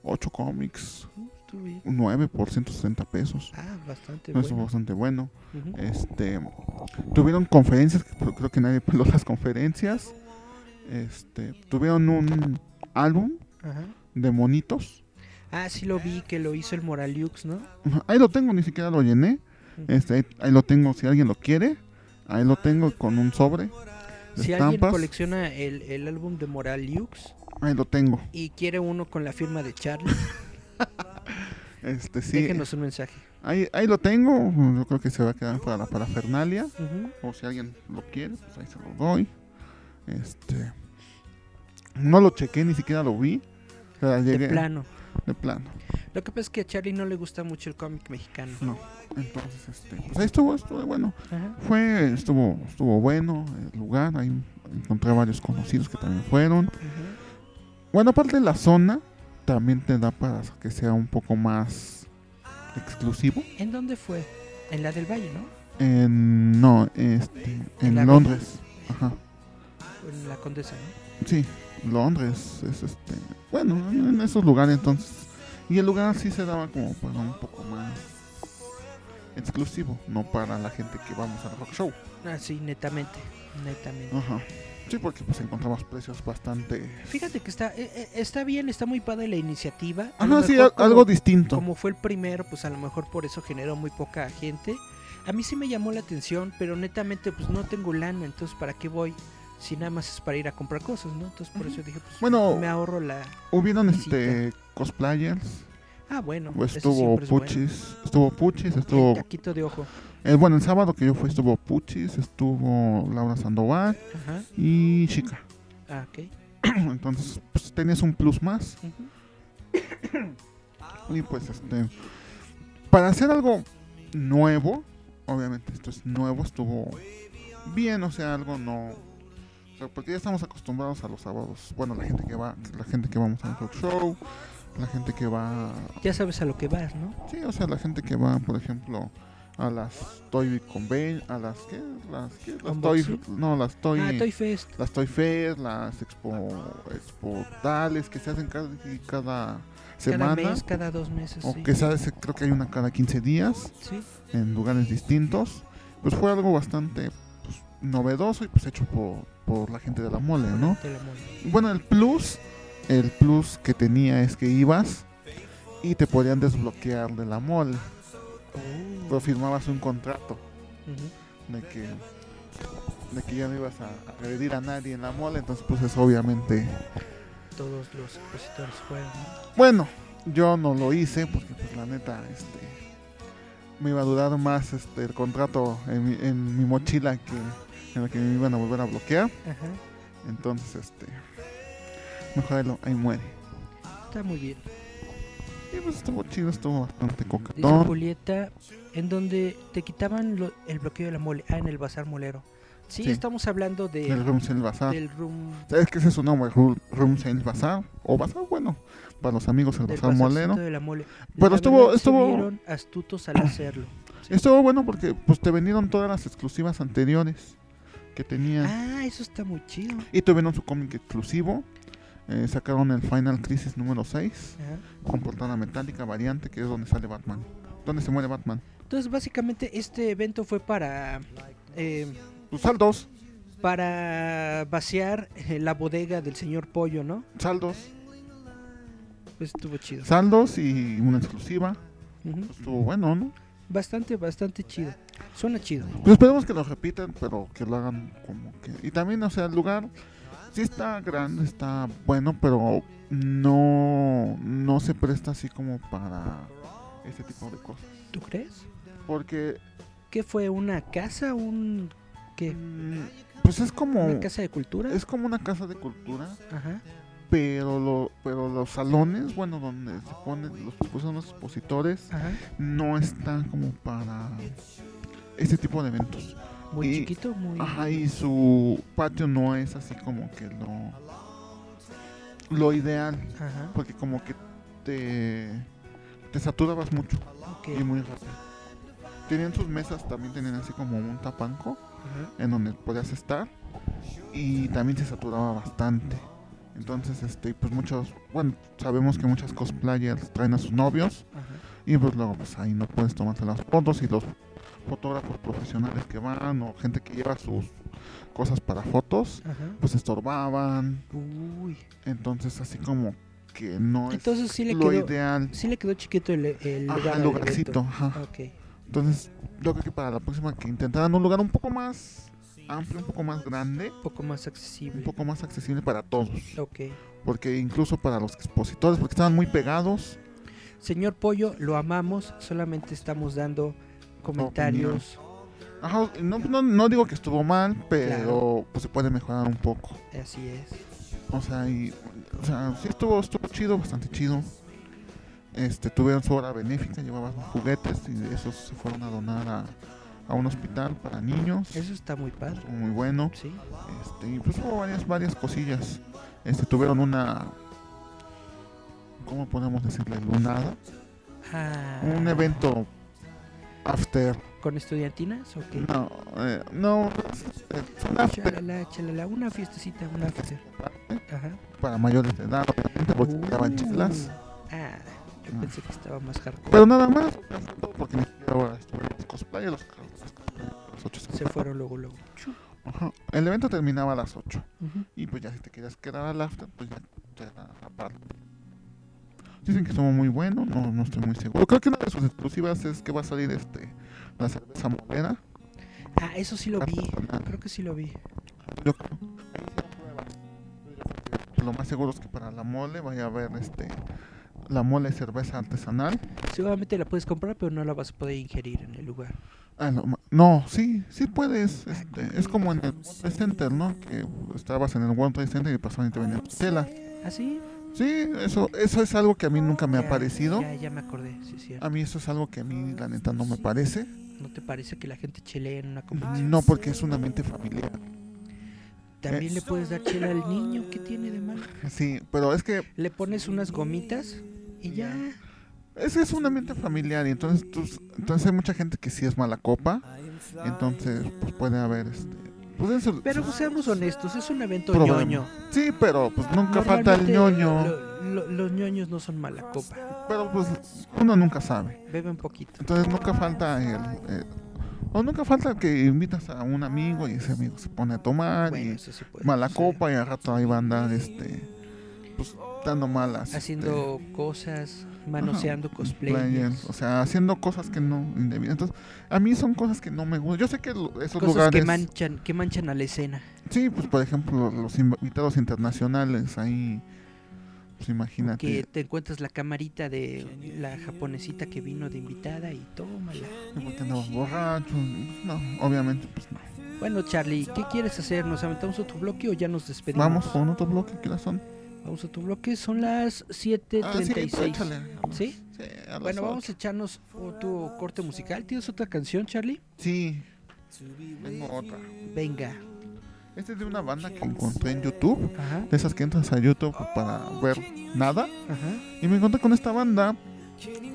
[SPEAKER 3] 8 cómics,
[SPEAKER 2] ujú, estuvo bien.
[SPEAKER 3] 9 por 160 pesos.
[SPEAKER 2] Ah, bastante
[SPEAKER 3] Eso fue
[SPEAKER 2] bueno.
[SPEAKER 3] bastante bueno.
[SPEAKER 2] ujú.
[SPEAKER 3] Este, tuvieron conferencias, pero creo que nadie peló las conferencias. Este, tuvieron un álbum
[SPEAKER 2] Ajá.
[SPEAKER 3] de monitos.
[SPEAKER 2] Ah, sí lo vi, que lo hizo el Moraliux, ¿no?
[SPEAKER 3] Ajá, Ahí lo tengo, ni siquiera lo llené.
[SPEAKER 2] Ujú.
[SPEAKER 3] Este, ahí, ahí lo tengo, si alguien lo quiere, ahí lo tengo con un sobre. de
[SPEAKER 2] Si alguien
[SPEAKER 3] estampas,
[SPEAKER 2] colecciona el, el álbum de Moraliux
[SPEAKER 3] ahí lo tengo.
[SPEAKER 2] y quiere uno con la firma de Charlie,
[SPEAKER 3] Este, sí,
[SPEAKER 2] déjenos un mensaje.
[SPEAKER 3] ahí, ahí lo tengo. Yo creo que se va a quedar para la parafernalia.
[SPEAKER 2] Ujú,
[SPEAKER 3] O si alguien lo quiere, pues ahí se lo doy. Este, no lo chequé, ni siquiera lo vi. O sea, llegué
[SPEAKER 2] De plano.
[SPEAKER 3] de plano.
[SPEAKER 2] Lo que pasa es que a Charlie no le gusta mucho el cómic mexicano.
[SPEAKER 3] No. Entonces, este, pues ahí estuvo, estuvo bueno.
[SPEAKER 2] Ajá.
[SPEAKER 3] Fue, estuvo, estuvo bueno el lugar, ahí encontré varios conocidos que también fueron.
[SPEAKER 2] ujú.
[SPEAKER 3] Bueno, aparte la zona también te da para que sea un poco más exclusivo.
[SPEAKER 2] ¿En dónde fue? En la del Valle, ¿no?
[SPEAKER 3] En, no, este, en
[SPEAKER 2] la
[SPEAKER 3] Londres. Ajá.
[SPEAKER 2] O En la Condesa, ¿no?
[SPEAKER 3] Sí, Londres es este, bueno, en en esos lugares entonces. Y el lugar sí se daba como para un poco más exclusivo, no para la gente que vamos al rock show.
[SPEAKER 2] Ah, sí, netamente. Netamente.
[SPEAKER 3] Ajá. Sí, porque pues encontramos precios bastante...
[SPEAKER 2] Fíjate que está, eh, eh, está bien, está muy padre la iniciativa. A lo
[SPEAKER 3] Ajá, sí,
[SPEAKER 2] mejor
[SPEAKER 3] al- algo
[SPEAKER 2] como-
[SPEAKER 3] distinto.
[SPEAKER 2] como fue el primero, pues a lo mejor por eso generó muy poca gente. A mí sí me llamó la atención, pero netamente pues no tengo lana, entonces ¿para qué voy? Si nada más es para ir a comprar cosas, ¿no? Entonces por eso dije, pues
[SPEAKER 3] Bueno.
[SPEAKER 2] me ahorro la...
[SPEAKER 3] Hubieron
[SPEAKER 2] Visita.
[SPEAKER 3] este cosplayers,
[SPEAKER 2] Ah, bueno.
[SPEAKER 3] o
[SPEAKER 2] eso
[SPEAKER 3] pues, estuvo
[SPEAKER 2] siempre es bueno.
[SPEAKER 3] Puchis, estuvo Puchis,
[SPEAKER 2] El
[SPEAKER 3] estuvo...
[SPEAKER 2] taquito de ojo.
[SPEAKER 3] eh, bueno, el sábado que yo fui estuvo Puchis, estuvo Laura Sandoval
[SPEAKER 2] Ajá.
[SPEAKER 3] y Chica.
[SPEAKER 2] Ah, ok.
[SPEAKER 3] <clears throat> Entonces, pues tenías un plus más.
[SPEAKER 2] Ujú.
[SPEAKER 3] Y pues este para hacer algo nuevo, obviamente esto es nuevo, estuvo bien, o sea, algo no o sea, porque ya estamos acostumbrados a los sábados. Bueno, la gente que va, la gente que vamos a un rock show, la gente que va,
[SPEAKER 2] Ya sabes a lo que vas, ¿no?
[SPEAKER 3] sí, o sea, la gente que va, por ejemplo, a las Toy Conven, a las ¿qué? Las ¿qué? Las Toy,
[SPEAKER 2] Unboxing.
[SPEAKER 3] no, las Toy
[SPEAKER 2] Ah, Toy Fest.
[SPEAKER 3] las Toy Fair, las expo, expo tales que se hacen cada, cada semana.
[SPEAKER 2] Cada mes, cada dos meses.
[SPEAKER 3] o
[SPEAKER 2] sí.
[SPEAKER 3] que se hace, creo que hay una cada 15 días
[SPEAKER 2] Sí.
[SPEAKER 3] en lugares distintos. Pues fue algo bastante pues, novedoso y pues hecho por, por la gente de la mole, ¿no?
[SPEAKER 2] Te la mole.
[SPEAKER 3] Bueno, el plus, el plus que tenía es que ibas y te podían desbloquear de la mole,
[SPEAKER 2] Oh.
[SPEAKER 3] pero firmabas un contrato
[SPEAKER 2] Ujú.
[SPEAKER 3] de que de que ya no ibas a agredir a nadie en la mole, entonces pues es obviamente
[SPEAKER 2] Todos los expositores fueron. ¿no?
[SPEAKER 3] Bueno, yo no lo hice porque pues la neta, este, me iba a durar más este, el contrato en mi, en mi mochila que en la que me iban a volver a bloquear.
[SPEAKER 2] Ajá.
[SPEAKER 3] Entonces, este, mejor ahí, lo- ahí muere.
[SPEAKER 2] Está muy bien.
[SPEAKER 3] Y pues estuvo chido, estuvo bastante
[SPEAKER 2] Dice
[SPEAKER 3] coquetón.
[SPEAKER 2] Julieta, en donde te quitaban lo- el bloqueo de la mole. Ah, en el bazar molero. Sí,
[SPEAKER 3] Sí.
[SPEAKER 2] estamos hablando de,
[SPEAKER 3] El Room Sale Bazar.
[SPEAKER 2] del room.
[SPEAKER 3] ¿Sabes qué es eso? No, Room Room Sale Bazar. O Bazar, bueno, para los amigos el
[SPEAKER 2] del
[SPEAKER 3] Bazar
[SPEAKER 2] bazarcito
[SPEAKER 3] Molero.
[SPEAKER 2] de la mole.
[SPEAKER 3] Pero
[SPEAKER 2] La
[SPEAKER 3] estuvo-
[SPEAKER 2] verdad, se
[SPEAKER 3] estuvo-
[SPEAKER 2] vieron astutos al
[SPEAKER 3] <coughs>
[SPEAKER 2] hacerlo. Sí.
[SPEAKER 3] Estuvo bueno porque pues te vendieron todas las exclusivas anteriores que tenían.
[SPEAKER 2] Ah, eso está muy chido.
[SPEAKER 3] Y tuvieron su cómic exclusivo. eh, sacaron el Final Crisis número 6
[SPEAKER 2] Ajá.
[SPEAKER 3] con portada metálica variante que es donde sale Batman. Donde se muere Batman.
[SPEAKER 2] Entonces, básicamente, este evento fue para. eh,
[SPEAKER 3] Pues saldos,
[SPEAKER 2] para vaciar eh, la bodega del señor Pollo, ¿no?
[SPEAKER 3] saldos,
[SPEAKER 2] Pues estuvo chido.
[SPEAKER 3] saldos y una exclusiva. Pues,
[SPEAKER 2] Ujú.
[SPEAKER 3] Estuvo bueno, ¿no?
[SPEAKER 2] Bastante, bastante chido. Suena chido.
[SPEAKER 3] Pues esperemos que lo repitan, pero que lo hagan como que. Y también, o sea, el lugar sí está grande, está bueno, pero no, no se presta así como para este tipo de cosas.
[SPEAKER 2] ¿Tú crees?
[SPEAKER 3] Porque,
[SPEAKER 2] ¿Qué fue? ¿Una casa? ¿Un. qué?
[SPEAKER 3] mm, pues es como.
[SPEAKER 2] ¿Una casa de cultura?
[SPEAKER 3] Es como una casa de cultura,
[SPEAKER 2] Ajá.
[SPEAKER 3] pero lo, pero los salones, bueno, donde se ponen los, pues son los expositores,
[SPEAKER 2] Ajá.
[SPEAKER 3] no están como para este tipo de eventos.
[SPEAKER 2] Muy
[SPEAKER 3] Y-
[SPEAKER 2] chiquito, muy.
[SPEAKER 3] Ajá, y su patio no es así como que lo, lo ideal,
[SPEAKER 2] Ajá.
[SPEAKER 3] porque como que te, te saturabas mucho
[SPEAKER 2] ok.
[SPEAKER 3] y muy rápido. Tenían sus mesas, también tenían así como un tapanco
[SPEAKER 2] Ajá.
[SPEAKER 3] en donde podías estar y también se saturaba bastante. Entonces, este, pues muchos, bueno, sabemos que muchas cosplayers traen a sus novios
[SPEAKER 2] Ajá.
[SPEAKER 3] y pues luego pues ahí no puedes tomarse las fotos y los fotógrafos profesionales que van o gente que lleva sus cosas para fotos
[SPEAKER 2] Ajá.
[SPEAKER 3] pues estorbaban
[SPEAKER 2] Uy.
[SPEAKER 3] entonces así como que no es
[SPEAKER 2] Entonces sí le
[SPEAKER 3] lo
[SPEAKER 2] quedó.
[SPEAKER 3] ideal
[SPEAKER 2] Sí le quedó chiquito el, el
[SPEAKER 3] Ajá,
[SPEAKER 2] lugar. al
[SPEAKER 3] el lugarcito
[SPEAKER 2] evento.
[SPEAKER 3] ajá.
[SPEAKER 2] Ok.
[SPEAKER 3] entonces yo creo que para la próxima que intentaran un lugar un poco más amplio un poco más grande
[SPEAKER 2] Un poco más
[SPEAKER 3] un
[SPEAKER 2] accesible.
[SPEAKER 3] poco más accesible para todos
[SPEAKER 2] Ok.
[SPEAKER 3] porque incluso para los expositores porque estaban muy pegados
[SPEAKER 2] Señor Pollo, lo amamos, solamente estamos dando comentarios.
[SPEAKER 3] ajá, no, no, no digo que estuvo mal pero
[SPEAKER 2] Claro.
[SPEAKER 3] pues se puede mejorar un poco
[SPEAKER 2] Así es.
[SPEAKER 3] O sea, y, o sea, sí estuvo, estuvo chido, bastante chido. Este, tuvieron su hora benéfica, llevaban juguetes y esos se fueron a donar a, a un hospital para niños.
[SPEAKER 2] Eso está muy padre.
[SPEAKER 3] Estuvo muy bueno.
[SPEAKER 2] Sí.
[SPEAKER 3] Este, y pues hubo varias, varias cosillas. Este, tuvieron una, ¿cómo podemos decirle? Lunada.
[SPEAKER 2] Ah,
[SPEAKER 3] Un evento after.
[SPEAKER 2] ¿Con estudiantinas o qué?
[SPEAKER 3] No, eh, no, eh, fue un after
[SPEAKER 2] Chalala, chalala, una fiestecita, una fiesta. Ajá.
[SPEAKER 3] para mayores de edad, obviamente, porque daban
[SPEAKER 2] Uh,
[SPEAKER 3] chelas.
[SPEAKER 2] Ah, yo
[SPEAKER 3] Ah.
[SPEAKER 2] pensé que estaba más hardcore.
[SPEAKER 3] Pero nada más, porque ni siquiera ahora estuvieron los cosplayers, los, los cosplayers a las 8
[SPEAKER 2] Se fueron luego, luego.
[SPEAKER 3] Ajá. El evento terminaba a las 8.
[SPEAKER 2] Ujú.
[SPEAKER 3] Y pues ya si te querías quedar al after, pues ya te da aparte. Dicen que somos muy buenos, no, no estoy muy seguro. Creo que una de sus exclusivas es que va a salir este la cerveza morena.
[SPEAKER 2] Ah, eso sí lo vi. Creo que sí lo vi.
[SPEAKER 3] Yo creo. Lo más seguro es que para la mole vaya a haber este la mole cerveza artesanal.
[SPEAKER 2] Seguramente la puedes comprar, pero no la vas a poder ingerir en el lugar.
[SPEAKER 3] Ah, no, ma- no, sí, sí puedes. Este, es como en el World Trade Center, ¿no? Que estabas en el World Trade Center y pasaban y te vendían tela.
[SPEAKER 2] ¿Ah, sí?
[SPEAKER 3] Sí, eso, eso es algo que a mí nunca me ha
[SPEAKER 2] Ya,
[SPEAKER 3] parecido. Ah.
[SPEAKER 2] Ya, ya me acordé, sí, es cierto.
[SPEAKER 3] A mí eso es algo que a mí, la neta, no me parece.
[SPEAKER 2] ¿No te parece que la gente chelee en una convención?
[SPEAKER 3] No, porque es un ambiente familiar.
[SPEAKER 2] También le puedes dar chela al niño, ¿qué tiene de malo?
[SPEAKER 3] Sí, pero es que
[SPEAKER 2] Le pones unas gomitas y ya.
[SPEAKER 3] ese es un ambiente familiar y entonces, tú- entonces hay mucha gente que sí es mala copa. Entonces, pues puede haber este. pues, en su-
[SPEAKER 2] Pero pues, seamos honestos, es un evento
[SPEAKER 3] Problema.
[SPEAKER 2] ñoño.
[SPEAKER 3] sí, pero pues nunca falta el
[SPEAKER 2] Normalmente,
[SPEAKER 3] ñoño.
[SPEAKER 2] lo- lo- los ñoños no son mala copa.
[SPEAKER 3] Pero pues uno nunca sabe.
[SPEAKER 2] Bebe un poquito.
[SPEAKER 3] Entonces nunca falta el, el- o nunca falta que invitas a un amigo y ese amigo se pone a tomar
[SPEAKER 2] Bueno,
[SPEAKER 3] y
[SPEAKER 2] eso sí puede.
[SPEAKER 3] mala
[SPEAKER 2] suceder.
[SPEAKER 3] copa y al rato ahí va a andar este pues dando malas este,
[SPEAKER 2] Haciendo cosas, manoseando
[SPEAKER 3] ajá,
[SPEAKER 2] cosplayers.
[SPEAKER 3] o sea, haciendo cosas que no indebidas. Entonces, a mí son cosas que no me gustan. Yo sé que lo- esos
[SPEAKER 2] Cosas
[SPEAKER 3] lugares
[SPEAKER 2] que manchan, que manchan a la escena.
[SPEAKER 3] Sí, pues por ejemplo, los invitados internacionales ahí pues imagínate.
[SPEAKER 2] Que te encuentras la camarita de la japonesita que vino de invitada y tómala.
[SPEAKER 3] Porque andaban borrachos. No, obviamente pues no.
[SPEAKER 2] Bueno, Charlie, ¿qué quieres hacer? ¿Nos aventamos otro bloque o ya nos despedimos?
[SPEAKER 3] Vamos con otro bloque, ¿qué horas son?
[SPEAKER 2] Vamos a tu bloque, son las
[SPEAKER 3] Ah, sí,
[SPEAKER 2] 7.36.
[SPEAKER 3] échale.
[SPEAKER 2] ¿Sí?
[SPEAKER 3] Sí, a las
[SPEAKER 2] Bueno,
[SPEAKER 3] ocho.
[SPEAKER 2] vamos a echarnos otro corte musical. ¿Tienes otra canción, Charlie?
[SPEAKER 3] Sí. Tengo otra.
[SPEAKER 2] Venga.
[SPEAKER 3] Esta es de una banda que encontré en YouTube.
[SPEAKER 2] Ajá,
[SPEAKER 3] De esas que entras a YouTube para ver nada.
[SPEAKER 2] ajá.
[SPEAKER 3] Y me encontré con esta banda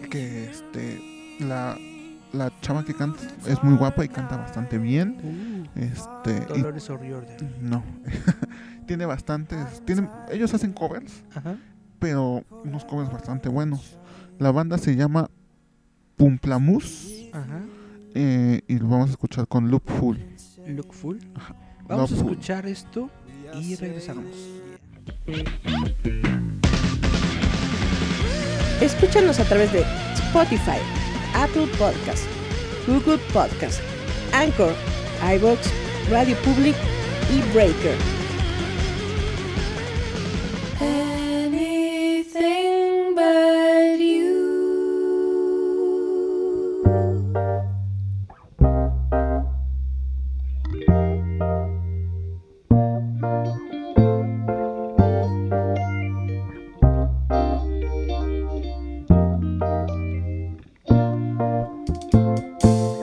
[SPEAKER 3] que este la, la chava que canta es muy guapa y canta bastante bien.
[SPEAKER 2] Uh,
[SPEAKER 3] Este y-
[SPEAKER 2] Dolores O'Riordan.
[SPEAKER 3] no. <laughs> tiene bastantes, tienen ellos hacen covers,
[SPEAKER 2] Ajá.
[SPEAKER 3] pero unos covers bastante buenos. La banda se llama Pumplamus
[SPEAKER 2] Ajá.
[SPEAKER 3] eh, y lo vamos a escuchar con Loop Full.
[SPEAKER 2] Look
[SPEAKER 3] <laughs>
[SPEAKER 2] full. Vamos a
[SPEAKER 3] Look Full.
[SPEAKER 2] escuchar esto y regresamos.
[SPEAKER 4] Escúchanos a través de Spotify, Apple Podcast, Google Podcast, Anchor, iBox, Radio Public y Breaker.
[SPEAKER 6] Anything but you.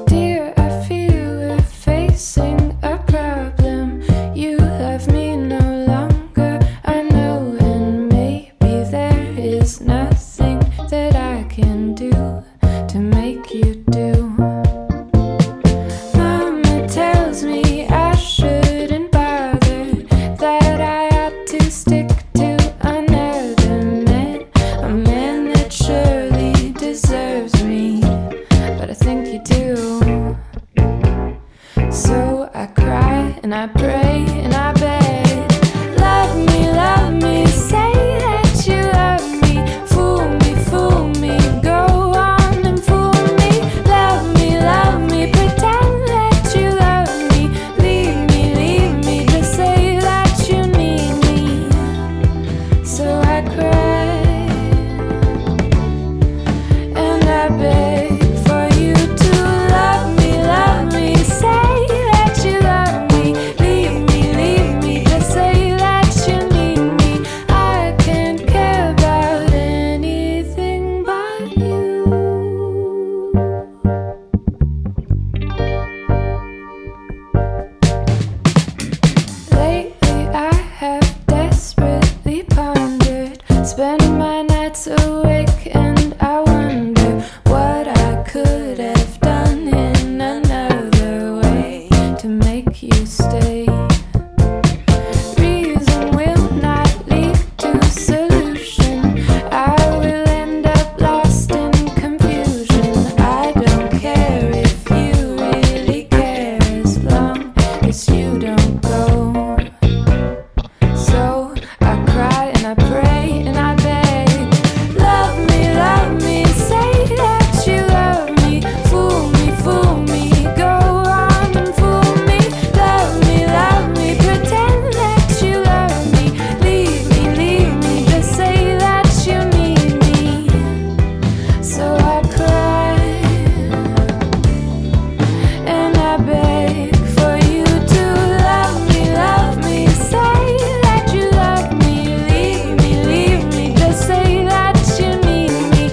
[SPEAKER 6] Dear, I feel we're facing a problem. You love me no longer. I know, and maybe there is nothing that I can do to make you do. Mama tells me I shouldn't bother, that I ought to stick to another man, a man that surely deserves me but I think you do. So I cry and I pray and I beg. Love me, love me, say that you love me. Fool me, fool me, go on and fool me. Love me, love me, pretend that you love me. Leave me, leave me, just say that you need me. So I cry. And I beg for you to love me, love me, say that you love me, leave me, leave me, just say that you need me. I can't care about anything but you. Lately, I have desperately pondered, spending my nights awake, and I wonder what I could have done in another way to make you stay. Reason will not lead to solution. I will end up lost in confusion. I don't care if you really care as long as you don't go. So I cry and I pray and I beg. Love me, love me, say that you love me. Fool me, fool me, go on and fool me. Love me, love me, pretend that you love me. Leave me, leave me, just say that you need me. So I cry. And I beg for you to love me, love me, say that you love me, leave me, leave me, just say that you need me.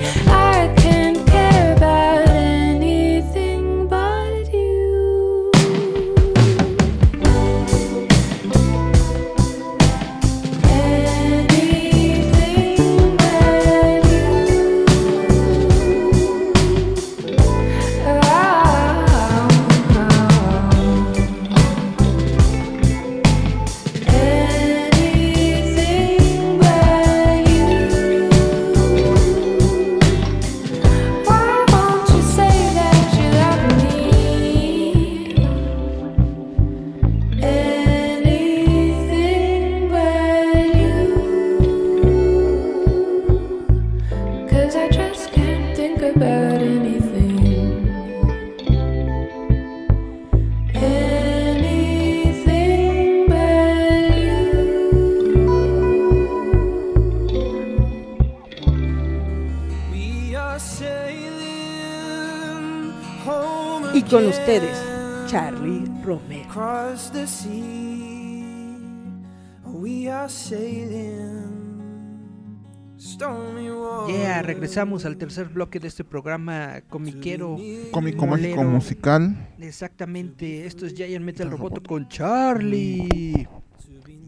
[SPEAKER 6] I can't care about anything but you. Anything but you. Anything but you. Why won't you say that you love me? Anything but you. 'Cause I just can't think about anything. Anything but you.
[SPEAKER 5] We are sailing home
[SPEAKER 4] Y con ustedes, Charlie Romero.
[SPEAKER 5] across the sea. We are sailing stormy waters.
[SPEAKER 2] Yeah, regresamos al tercer bloque de este programa comiquero.
[SPEAKER 3] Cómico
[SPEAKER 2] Bolero.
[SPEAKER 3] mágico musical.
[SPEAKER 2] Exactamente, esto es Giant Metal Roboto con Charlie.
[SPEAKER 3] Mm. <laughs>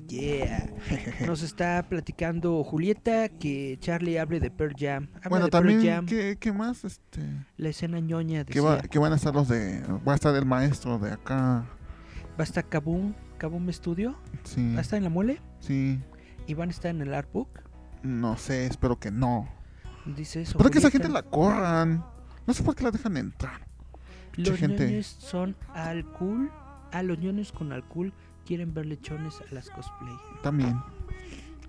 [SPEAKER 2] Yeah. Nos está platicando Julieta que Charlie hable de Pearl Jam. Habla
[SPEAKER 3] Bueno,
[SPEAKER 2] de Pearl
[SPEAKER 3] también,
[SPEAKER 2] Jam,
[SPEAKER 3] ¿qué, qué más? Este,
[SPEAKER 2] la escena ñoña de
[SPEAKER 3] que, va, que van a estar los de. Va a estar el maestro de acá.
[SPEAKER 2] Va a estar Kaboom, Kaboom Studio,
[SPEAKER 3] Sí.
[SPEAKER 2] va a estar en la mole
[SPEAKER 3] Sí.
[SPEAKER 2] y van a estar en el artbook.
[SPEAKER 3] No sé, espero que no.
[SPEAKER 2] Dice eso.
[SPEAKER 3] Pero que esa
[SPEAKER 2] Julieta.
[SPEAKER 3] gente la corran. No sé por qué la dejan entrar. Mucha
[SPEAKER 2] Los
[SPEAKER 3] gente.
[SPEAKER 2] ñoños son al cool. A los ñoños con alcohol quieren ver lechones a las cosplay.
[SPEAKER 3] También.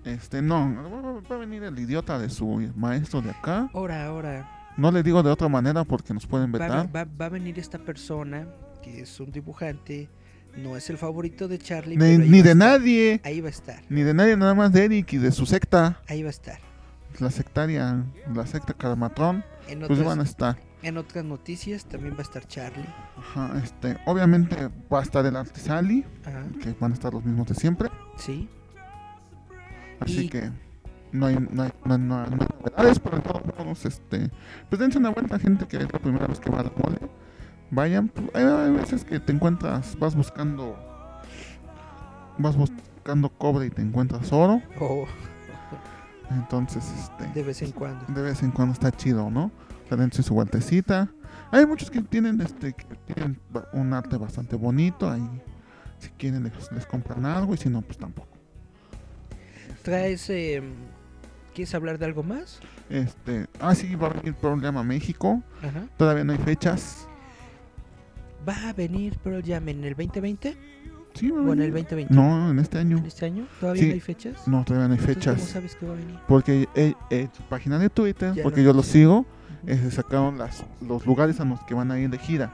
[SPEAKER 3] Este, no, va- va va a venir el idiota de su maestro de acá.
[SPEAKER 2] Ahora, ahora.
[SPEAKER 3] No le digo de otra manera porque nos pueden
[SPEAKER 2] Va, a
[SPEAKER 3] vetar.
[SPEAKER 2] ve- va- va a venir esta persona que es un dibujante. No es el favorito de Charlie.
[SPEAKER 3] Ni,
[SPEAKER 2] pero ahí
[SPEAKER 3] ni
[SPEAKER 2] va a
[SPEAKER 3] de
[SPEAKER 2] estar.
[SPEAKER 3] nadie.
[SPEAKER 2] Ahí va a estar.
[SPEAKER 3] Ni de nadie, nada más de Eric y de su secta.
[SPEAKER 2] Ahí va a estar.
[SPEAKER 3] La sectaria, la secta Karmatron.
[SPEAKER 2] En
[SPEAKER 3] Pues
[SPEAKER 2] otras,
[SPEAKER 3] van a estar.
[SPEAKER 2] en otras noticias también va a estar Charlie.
[SPEAKER 3] Ajá, este, obviamente va a estar el Artisali,
[SPEAKER 2] Ajá.
[SPEAKER 3] que van a estar los mismos de siempre.
[SPEAKER 2] Ah, Sí.
[SPEAKER 3] Así
[SPEAKER 2] Y-
[SPEAKER 3] que no hay, no hay, no, no- no hay novedades, pero de todos modos, este, pues dense una vuelta, gente, que es la primera vez que va a la mole. Vayan, pues, hay, hay veces que te encuentras, vas buscando, vas buscando cobre y te encuentras oro.
[SPEAKER 2] O
[SPEAKER 3] Entonces, este,
[SPEAKER 2] de vez en cuando.
[SPEAKER 3] de vez en cuando está chido, ¿no? O sea, dense su vueltecita. Hay muchos que tienen, este, que tienen ba- un arte bastante bonito. Ahí, si quieren, les, les compran algo y si no, pues tampoco.
[SPEAKER 2] ¿Traes. eh, ¿Quieres hablar de algo más?
[SPEAKER 3] Este, ah, sí, va a venir problema México.
[SPEAKER 2] Ajá.
[SPEAKER 3] Todavía no hay fechas.
[SPEAKER 2] ¿Va a venir Pearl Jam en el 2020?
[SPEAKER 3] Sí, va a
[SPEAKER 2] ¿O en el
[SPEAKER 3] venir.
[SPEAKER 2] 2021?
[SPEAKER 3] No, en este año.
[SPEAKER 2] ¿En este año? ¿Todavía
[SPEAKER 3] Sí.
[SPEAKER 2] no hay fechas?
[SPEAKER 3] No, todavía no hay
[SPEAKER 2] Entonces, ¿Cómo
[SPEAKER 3] fechas.
[SPEAKER 2] sabes que va a venir?
[SPEAKER 3] Porque eh, eh, su página de Twitter,
[SPEAKER 2] Ya
[SPEAKER 3] porque
[SPEAKER 2] lo
[SPEAKER 3] yo lo sigo,
[SPEAKER 2] Ujú.
[SPEAKER 3] eh, se sacaron las, los lugares a los que van a ir de gira.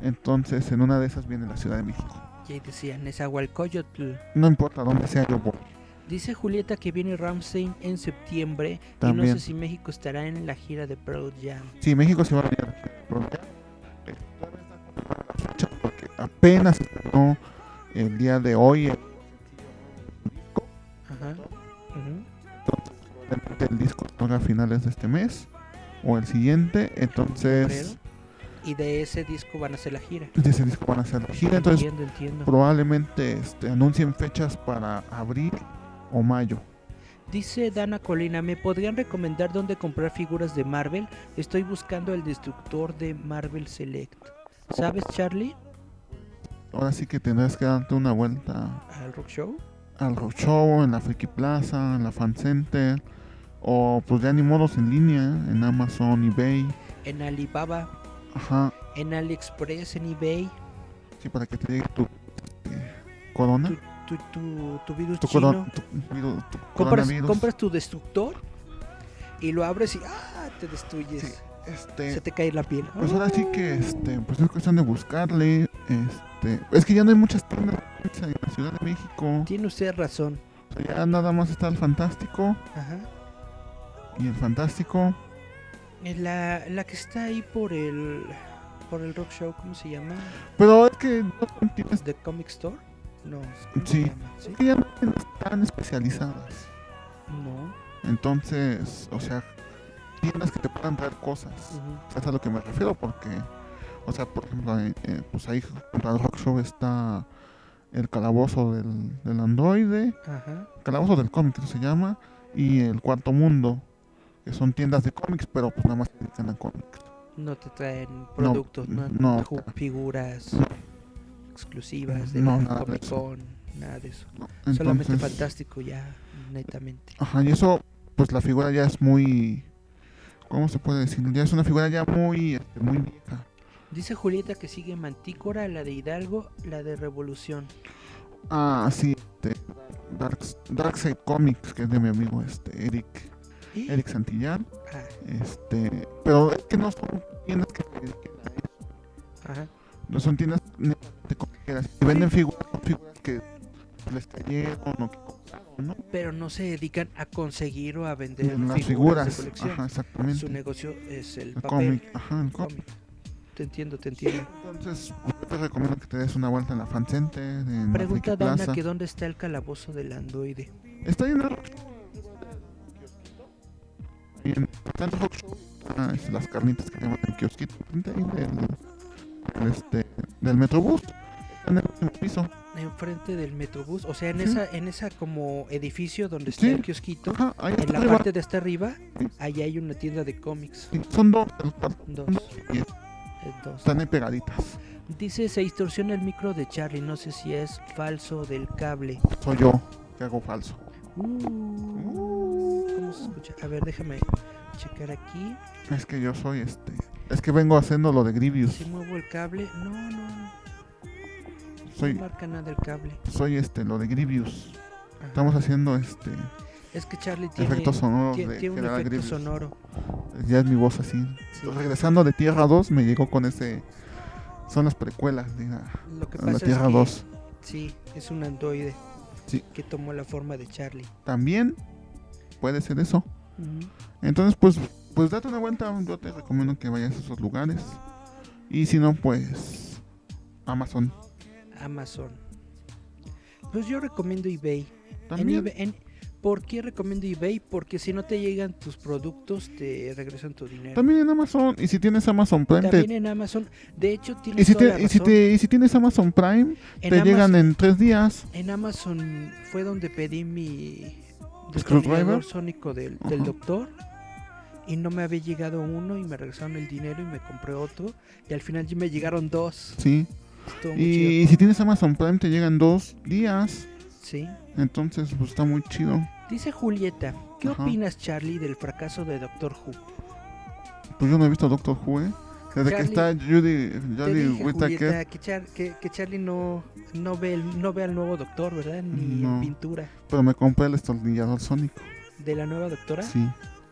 [SPEAKER 3] Entonces, en una de esas viene la Ciudad de México.
[SPEAKER 2] Y ahí decían, Nezahualcóyotl.
[SPEAKER 3] No importa dónde sea, yo voy.
[SPEAKER 2] Dice Julieta que viene Ramstein en septiembre. Y no
[SPEAKER 3] También.
[SPEAKER 2] sé si México estará en la gira de Pearl Jam.
[SPEAKER 3] Sí, México se va a venir a la gira de Pearl Jam. Eh, todavía no están confirmadas las fechas porque apenas estrenó el día de hoy el
[SPEAKER 2] Ajá. Ujú.
[SPEAKER 3] Probablemente el disco salga a finales de este mes o el siguiente. Entonces,
[SPEAKER 2] Y de ese disco van a hacer la gira.
[SPEAKER 3] de ese disco van a hacer la gira. Entonces,
[SPEAKER 2] entiendo, entiendo.
[SPEAKER 3] probablemente este, anuncien fechas para abril o mayo.
[SPEAKER 2] Dice Dana Colina, ¿me podrían recomendar dónde comprar figuras de Marvel? Estoy buscando el destructor de Marvel Select. ¿Sabes, Charlie?
[SPEAKER 3] Ahora sí que tendrás que darte una vuelta
[SPEAKER 2] Al Rock Show.
[SPEAKER 3] al Rock Show, en la Friki Plaza, en la Fan Center. O pues ya ni modos en línea, ¿eh? en Amazon, eBay.
[SPEAKER 2] En Alibaba,
[SPEAKER 3] Ajá,
[SPEAKER 2] en AliExpress, en eBay.
[SPEAKER 3] sí, para que te llegue tu este, corona.
[SPEAKER 2] Tu, tu, tu virus
[SPEAKER 3] Tu,
[SPEAKER 2] chino.
[SPEAKER 3] corona, tu, virus- tu
[SPEAKER 2] compras,
[SPEAKER 3] coronavirus.
[SPEAKER 2] compras tu destructor y lo abres y ¡ah! te destruyes.
[SPEAKER 3] Sí, este,
[SPEAKER 2] Se te Ah. cae la piel.
[SPEAKER 3] Pues ahora sí que este, pues es cuestión de buscarle, este, es que ya no hay muchas tiendas de pizza en la Ciudad de México.
[SPEAKER 2] Tiene usted razón.
[SPEAKER 3] O sea, ya nada más está el Fantástico
[SPEAKER 2] Ajá.
[SPEAKER 3] y el Fantástico,
[SPEAKER 2] En La, la que está ahí por el por el rock show, ¿cómo se llama?
[SPEAKER 3] pero es que no tienes
[SPEAKER 2] The Comic Store. No. ¿cómo se
[SPEAKER 3] Sí.
[SPEAKER 2] llama? ¿Sí?
[SPEAKER 3] es que ya no hay tiendas tan especializadas.
[SPEAKER 2] No.
[SPEAKER 3] Entonces, o sea, tiendas que te puedan dar cosas.
[SPEAKER 2] ujú.
[SPEAKER 3] Es a lo que me refiero porque o sea, por ejemplo, eh, eh, pues ahí junto al Rock Show está el calabozo del, del androide,
[SPEAKER 2] Ajá.
[SPEAKER 3] Calabozo del cómic creo que se llama, y El Cuarto Mundo, que son tiendas de cómics, pero pues nada más se dedican a cómics.
[SPEAKER 2] No te traen productos, no,
[SPEAKER 3] no.
[SPEAKER 2] ju- figuras exclusivas de
[SPEAKER 3] No,
[SPEAKER 2] la
[SPEAKER 3] nada de
[SPEAKER 2] Comic
[SPEAKER 3] eso.
[SPEAKER 2] Con, nada de eso.
[SPEAKER 3] Entonces,
[SPEAKER 2] Solamente fantástico ya, netamente.
[SPEAKER 3] Ajá, y eso, pues la figura ya es muy, ¿cómo se puede decir? Ya es una figura ya muy, este, muy vieja.
[SPEAKER 2] Dice Julieta que sigue Mantícora, la de Hidalgo, la de Revolución.
[SPEAKER 3] Ah, sí, este, Darks- Darkseid Comics, que es de mi amigo este Eric,
[SPEAKER 2] ¿Y?
[SPEAKER 3] Eric Santillán,
[SPEAKER 2] Ah,
[SPEAKER 3] este, pero es que no son tiendas que se dediquen a eso,
[SPEAKER 2] ajá.
[SPEAKER 3] no son tiendas netamente comiqueras, y venden figuras, son figuras que les cayeron o que compraron, ¿no?
[SPEAKER 2] Pero no se dedican a conseguir o a vender
[SPEAKER 3] de las
[SPEAKER 2] figuras, de
[SPEAKER 3] figuras.
[SPEAKER 2] colección.
[SPEAKER 3] Ajá,
[SPEAKER 2] Su
[SPEAKER 3] exactamente.
[SPEAKER 2] negocio es el
[SPEAKER 3] El
[SPEAKER 2] papel.
[SPEAKER 3] cómic. Ajá, el cómic.
[SPEAKER 2] cómic. Te entiendo, te entiendo.
[SPEAKER 3] Entonces, yo te recomiendo que te des una vuelta en la Fan Center, en la Friki
[SPEAKER 2] Pregunta Dana
[SPEAKER 3] Plaza.
[SPEAKER 2] que dónde está el calabozo del andoide.
[SPEAKER 3] Está ahí en el... Y en está en el Rock Show, ah, es las carnitas que llaman el kiosquito. enfrente ahí del, del este, del Metrobús. Está en el último piso.
[SPEAKER 2] Enfrente del Metrobús, o sea, en
[SPEAKER 3] Sí.
[SPEAKER 2] esa en esa como edificio donde está
[SPEAKER 3] Sí.
[SPEAKER 2] el kiosquito,
[SPEAKER 3] Ajá, ahí
[SPEAKER 2] en
[SPEAKER 3] está
[SPEAKER 2] la
[SPEAKER 3] arriba.
[SPEAKER 2] parte de hasta arriba,
[SPEAKER 3] Sí.
[SPEAKER 2] ahí hay una tienda de cómics.
[SPEAKER 3] Sí, son dos, el cuarto,
[SPEAKER 2] Dos.
[SPEAKER 3] y
[SPEAKER 2] es dos.
[SPEAKER 3] están ahí pegaditas.
[SPEAKER 2] Dice, se distorsiona el micro de Charlie, no sé si es falso del cable.
[SPEAKER 3] Soy yo que hago falso. Mm.
[SPEAKER 2] Uh, ¿Cómo se escucha? A ver, déjame checar aquí.
[SPEAKER 3] Es que yo soy este. Es que vengo haciendo lo de Grievous.
[SPEAKER 2] Si muevo el cable, no, no, no
[SPEAKER 3] Soy,
[SPEAKER 2] marca nada el cable.
[SPEAKER 3] soy este, lo de Grievous.
[SPEAKER 2] Ajá.
[SPEAKER 3] Estamos haciendo este.
[SPEAKER 2] Es que Charlie tiene,
[SPEAKER 3] Efectos sonoros
[SPEAKER 2] tie-
[SPEAKER 3] de
[SPEAKER 2] tiene un
[SPEAKER 3] General
[SPEAKER 2] efecto
[SPEAKER 3] Grievous.
[SPEAKER 2] sonoro.
[SPEAKER 3] Ya es mi voz así. Pues
[SPEAKER 2] sí.
[SPEAKER 3] Regresando de Tierra 2, me llegó con ese. Son las precuelas de la,
[SPEAKER 2] Lo que
[SPEAKER 3] la
[SPEAKER 2] pasa es
[SPEAKER 3] Tierra
[SPEAKER 2] que-
[SPEAKER 3] 2.
[SPEAKER 2] Sí, es un androide
[SPEAKER 3] Sí.
[SPEAKER 2] que tomó la forma de Charlie.
[SPEAKER 3] También puede ser eso. Entonces, pues, pues date una vuelta. Yo te recomiendo que vayas a esos lugares. Y si no, pues. Amazon.
[SPEAKER 2] Amazon. Pues yo recomiendo eBay. En
[SPEAKER 3] También.
[SPEAKER 2] eBay- en- ¿Por qué recomiendo eBay? Porque si no te llegan tus productos, te regresan tu dinero.
[SPEAKER 3] También en Amazon. Y si tienes Amazon Prime, te-
[SPEAKER 2] También en Amazon. De hecho, tienes
[SPEAKER 3] y, si
[SPEAKER 2] toda la
[SPEAKER 3] te, y, si
[SPEAKER 2] razón.
[SPEAKER 3] te- y si tienes Amazon Prime,
[SPEAKER 2] en,
[SPEAKER 3] te
[SPEAKER 2] Amazon,
[SPEAKER 3] llegan en tres días.
[SPEAKER 2] en Amazon fue donde pedí mi
[SPEAKER 3] ¿Screwdriver?
[SPEAKER 2] destornillador sónico del, del
[SPEAKER 3] Ajá.
[SPEAKER 2] doctor. Y no me había llegado uno y me regresaron el dinero y me compré otro. Y al final me llegaron dos.
[SPEAKER 3] Sí.
[SPEAKER 2] Estuvo muy
[SPEAKER 3] Y si tienes Amazon Prime, te llegan dos días.
[SPEAKER 2] chido. Sí.
[SPEAKER 3] Entonces, pues está muy chido.
[SPEAKER 2] Dice Julieta, ¿qué
[SPEAKER 3] Ajá.
[SPEAKER 2] opinas Charlie del fracaso de Doctor Who?
[SPEAKER 3] Pues yo no he visto Doctor Who, ¿eh? Desde que
[SPEAKER 2] Charlie,
[SPEAKER 3] está Judy,
[SPEAKER 2] Te
[SPEAKER 3] Judy
[SPEAKER 2] dije, Julieta,
[SPEAKER 3] Whittaker.
[SPEAKER 2] que, Char- que- que Charlie no, no, ve el- no ve al nuevo doctor, ¿verdad? Ni
[SPEAKER 3] No.
[SPEAKER 2] en pintura
[SPEAKER 3] Pero me compré el estornillador sónico.
[SPEAKER 2] de la nueva doctora.
[SPEAKER 3] Sí,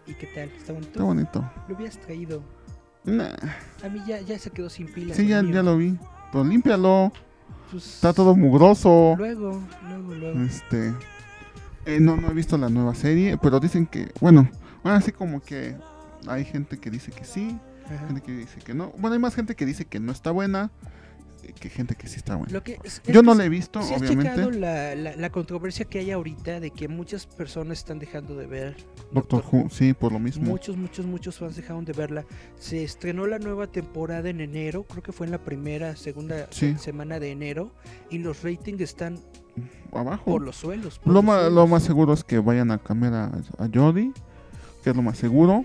[SPEAKER 2] ¿Y qué tal? ¿Está bonito?
[SPEAKER 3] está bonito.
[SPEAKER 2] Lo hubieras traído.
[SPEAKER 3] Nah,
[SPEAKER 2] A mí ya, ya se quedó sin pilas.
[SPEAKER 3] sí,
[SPEAKER 2] el
[SPEAKER 3] ya,
[SPEAKER 2] mío.
[SPEAKER 3] ya lo vi. Pero límpialo.
[SPEAKER 2] Pues,
[SPEAKER 3] Está todo mugroso.
[SPEAKER 2] Luego, luego, luego.
[SPEAKER 3] Este. eh, no, no he visto la nueva serie. Pero dicen que. Bueno, bueno, así como que. Hay gente que dice que sí,
[SPEAKER 2] Ajá.
[SPEAKER 3] gente que dice que no. Bueno, hay más gente que dice que no está buena eh, que gente que sí está buena.
[SPEAKER 2] Lo que es- es
[SPEAKER 3] Yo
[SPEAKER 2] que
[SPEAKER 3] no
[SPEAKER 2] si-
[SPEAKER 3] la he visto,
[SPEAKER 2] si has checado
[SPEAKER 3] obviamente.
[SPEAKER 2] la, la, la controversia que hay ahorita de que muchas personas están dejando de ver
[SPEAKER 3] Doctor Who, sí, por lo mismo.
[SPEAKER 2] Muchos, muchos, muchos fans dejaron de verla. Se estrenó la nueva temporada en enero, creo que fue en la primera, segunda
[SPEAKER 3] Sí.
[SPEAKER 2] se- semana de enero, y los ratings están
[SPEAKER 3] Abajo.
[SPEAKER 2] por los suelos. por
[SPEAKER 3] Lo
[SPEAKER 2] los
[SPEAKER 3] más,
[SPEAKER 2] suelos.
[SPEAKER 3] lo más seguro es que vayan a cambiar a, a Jodie, que es lo más seguro.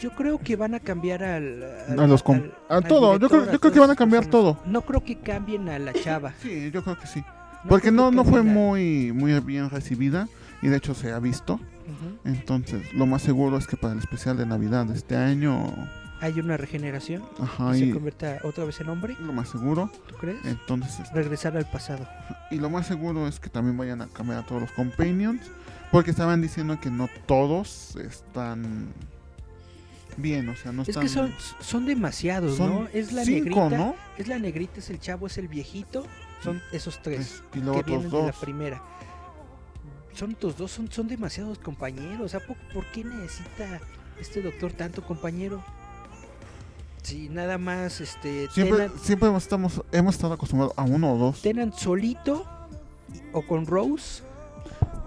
[SPEAKER 2] Yo creo que van a cambiar al... al-
[SPEAKER 3] A los com-
[SPEAKER 2] al-
[SPEAKER 3] a
[SPEAKER 2] al
[SPEAKER 3] todo, yo
[SPEAKER 2] director,
[SPEAKER 3] creo, yo creo
[SPEAKER 2] todas
[SPEAKER 3] que van a
[SPEAKER 2] esas
[SPEAKER 3] cambiar
[SPEAKER 2] personas.
[SPEAKER 3] todo.
[SPEAKER 2] No creo que cambien a la chava.
[SPEAKER 3] Sí, yo creo que sí. Porque
[SPEAKER 2] creo
[SPEAKER 3] no,
[SPEAKER 2] pues, que
[SPEAKER 3] no fue
[SPEAKER 2] cambien a-
[SPEAKER 3] muy, muy bien recibida y de hecho se ha visto.
[SPEAKER 2] Ujú.
[SPEAKER 3] Entonces, lo más seguro es que para el especial de Navidad de este año,
[SPEAKER 2] Hay una regeneración.
[SPEAKER 3] ajá,
[SPEAKER 2] y
[SPEAKER 3] y
[SPEAKER 2] se convierta otra vez en hombre,
[SPEAKER 3] lo más seguro,
[SPEAKER 2] ¿tú crees?
[SPEAKER 3] Eh. entonces, es-
[SPEAKER 2] Regresar al pasado.
[SPEAKER 3] y lo más seguro es que también vayan a cambiar a todos los companions, porque estaban diciendo que no todos están bien, o sea, no
[SPEAKER 2] Es
[SPEAKER 3] están
[SPEAKER 2] que son, son demasiados,
[SPEAKER 3] son
[SPEAKER 2] ¿no? Es la
[SPEAKER 3] cinco,
[SPEAKER 2] negrita,
[SPEAKER 3] ¿no?
[SPEAKER 2] Es la negrita, es el chavo, es el viejito. Son esos tres
[SPEAKER 3] Y luego
[SPEAKER 2] pues, que
[SPEAKER 3] otros
[SPEAKER 2] vienen de la
[SPEAKER 3] dos.
[SPEAKER 2] primera. Son estos dos, son, son demasiados compañeros. ¿A poco, ¿Por qué necesita este doctor tanto compañero? Si nada más este,
[SPEAKER 3] Siempre,
[SPEAKER 2] Tennant,
[SPEAKER 3] siempre hemos- estamos, hemos estado acostumbrados a uno o dos.
[SPEAKER 2] Tennant solito y- o con Rose,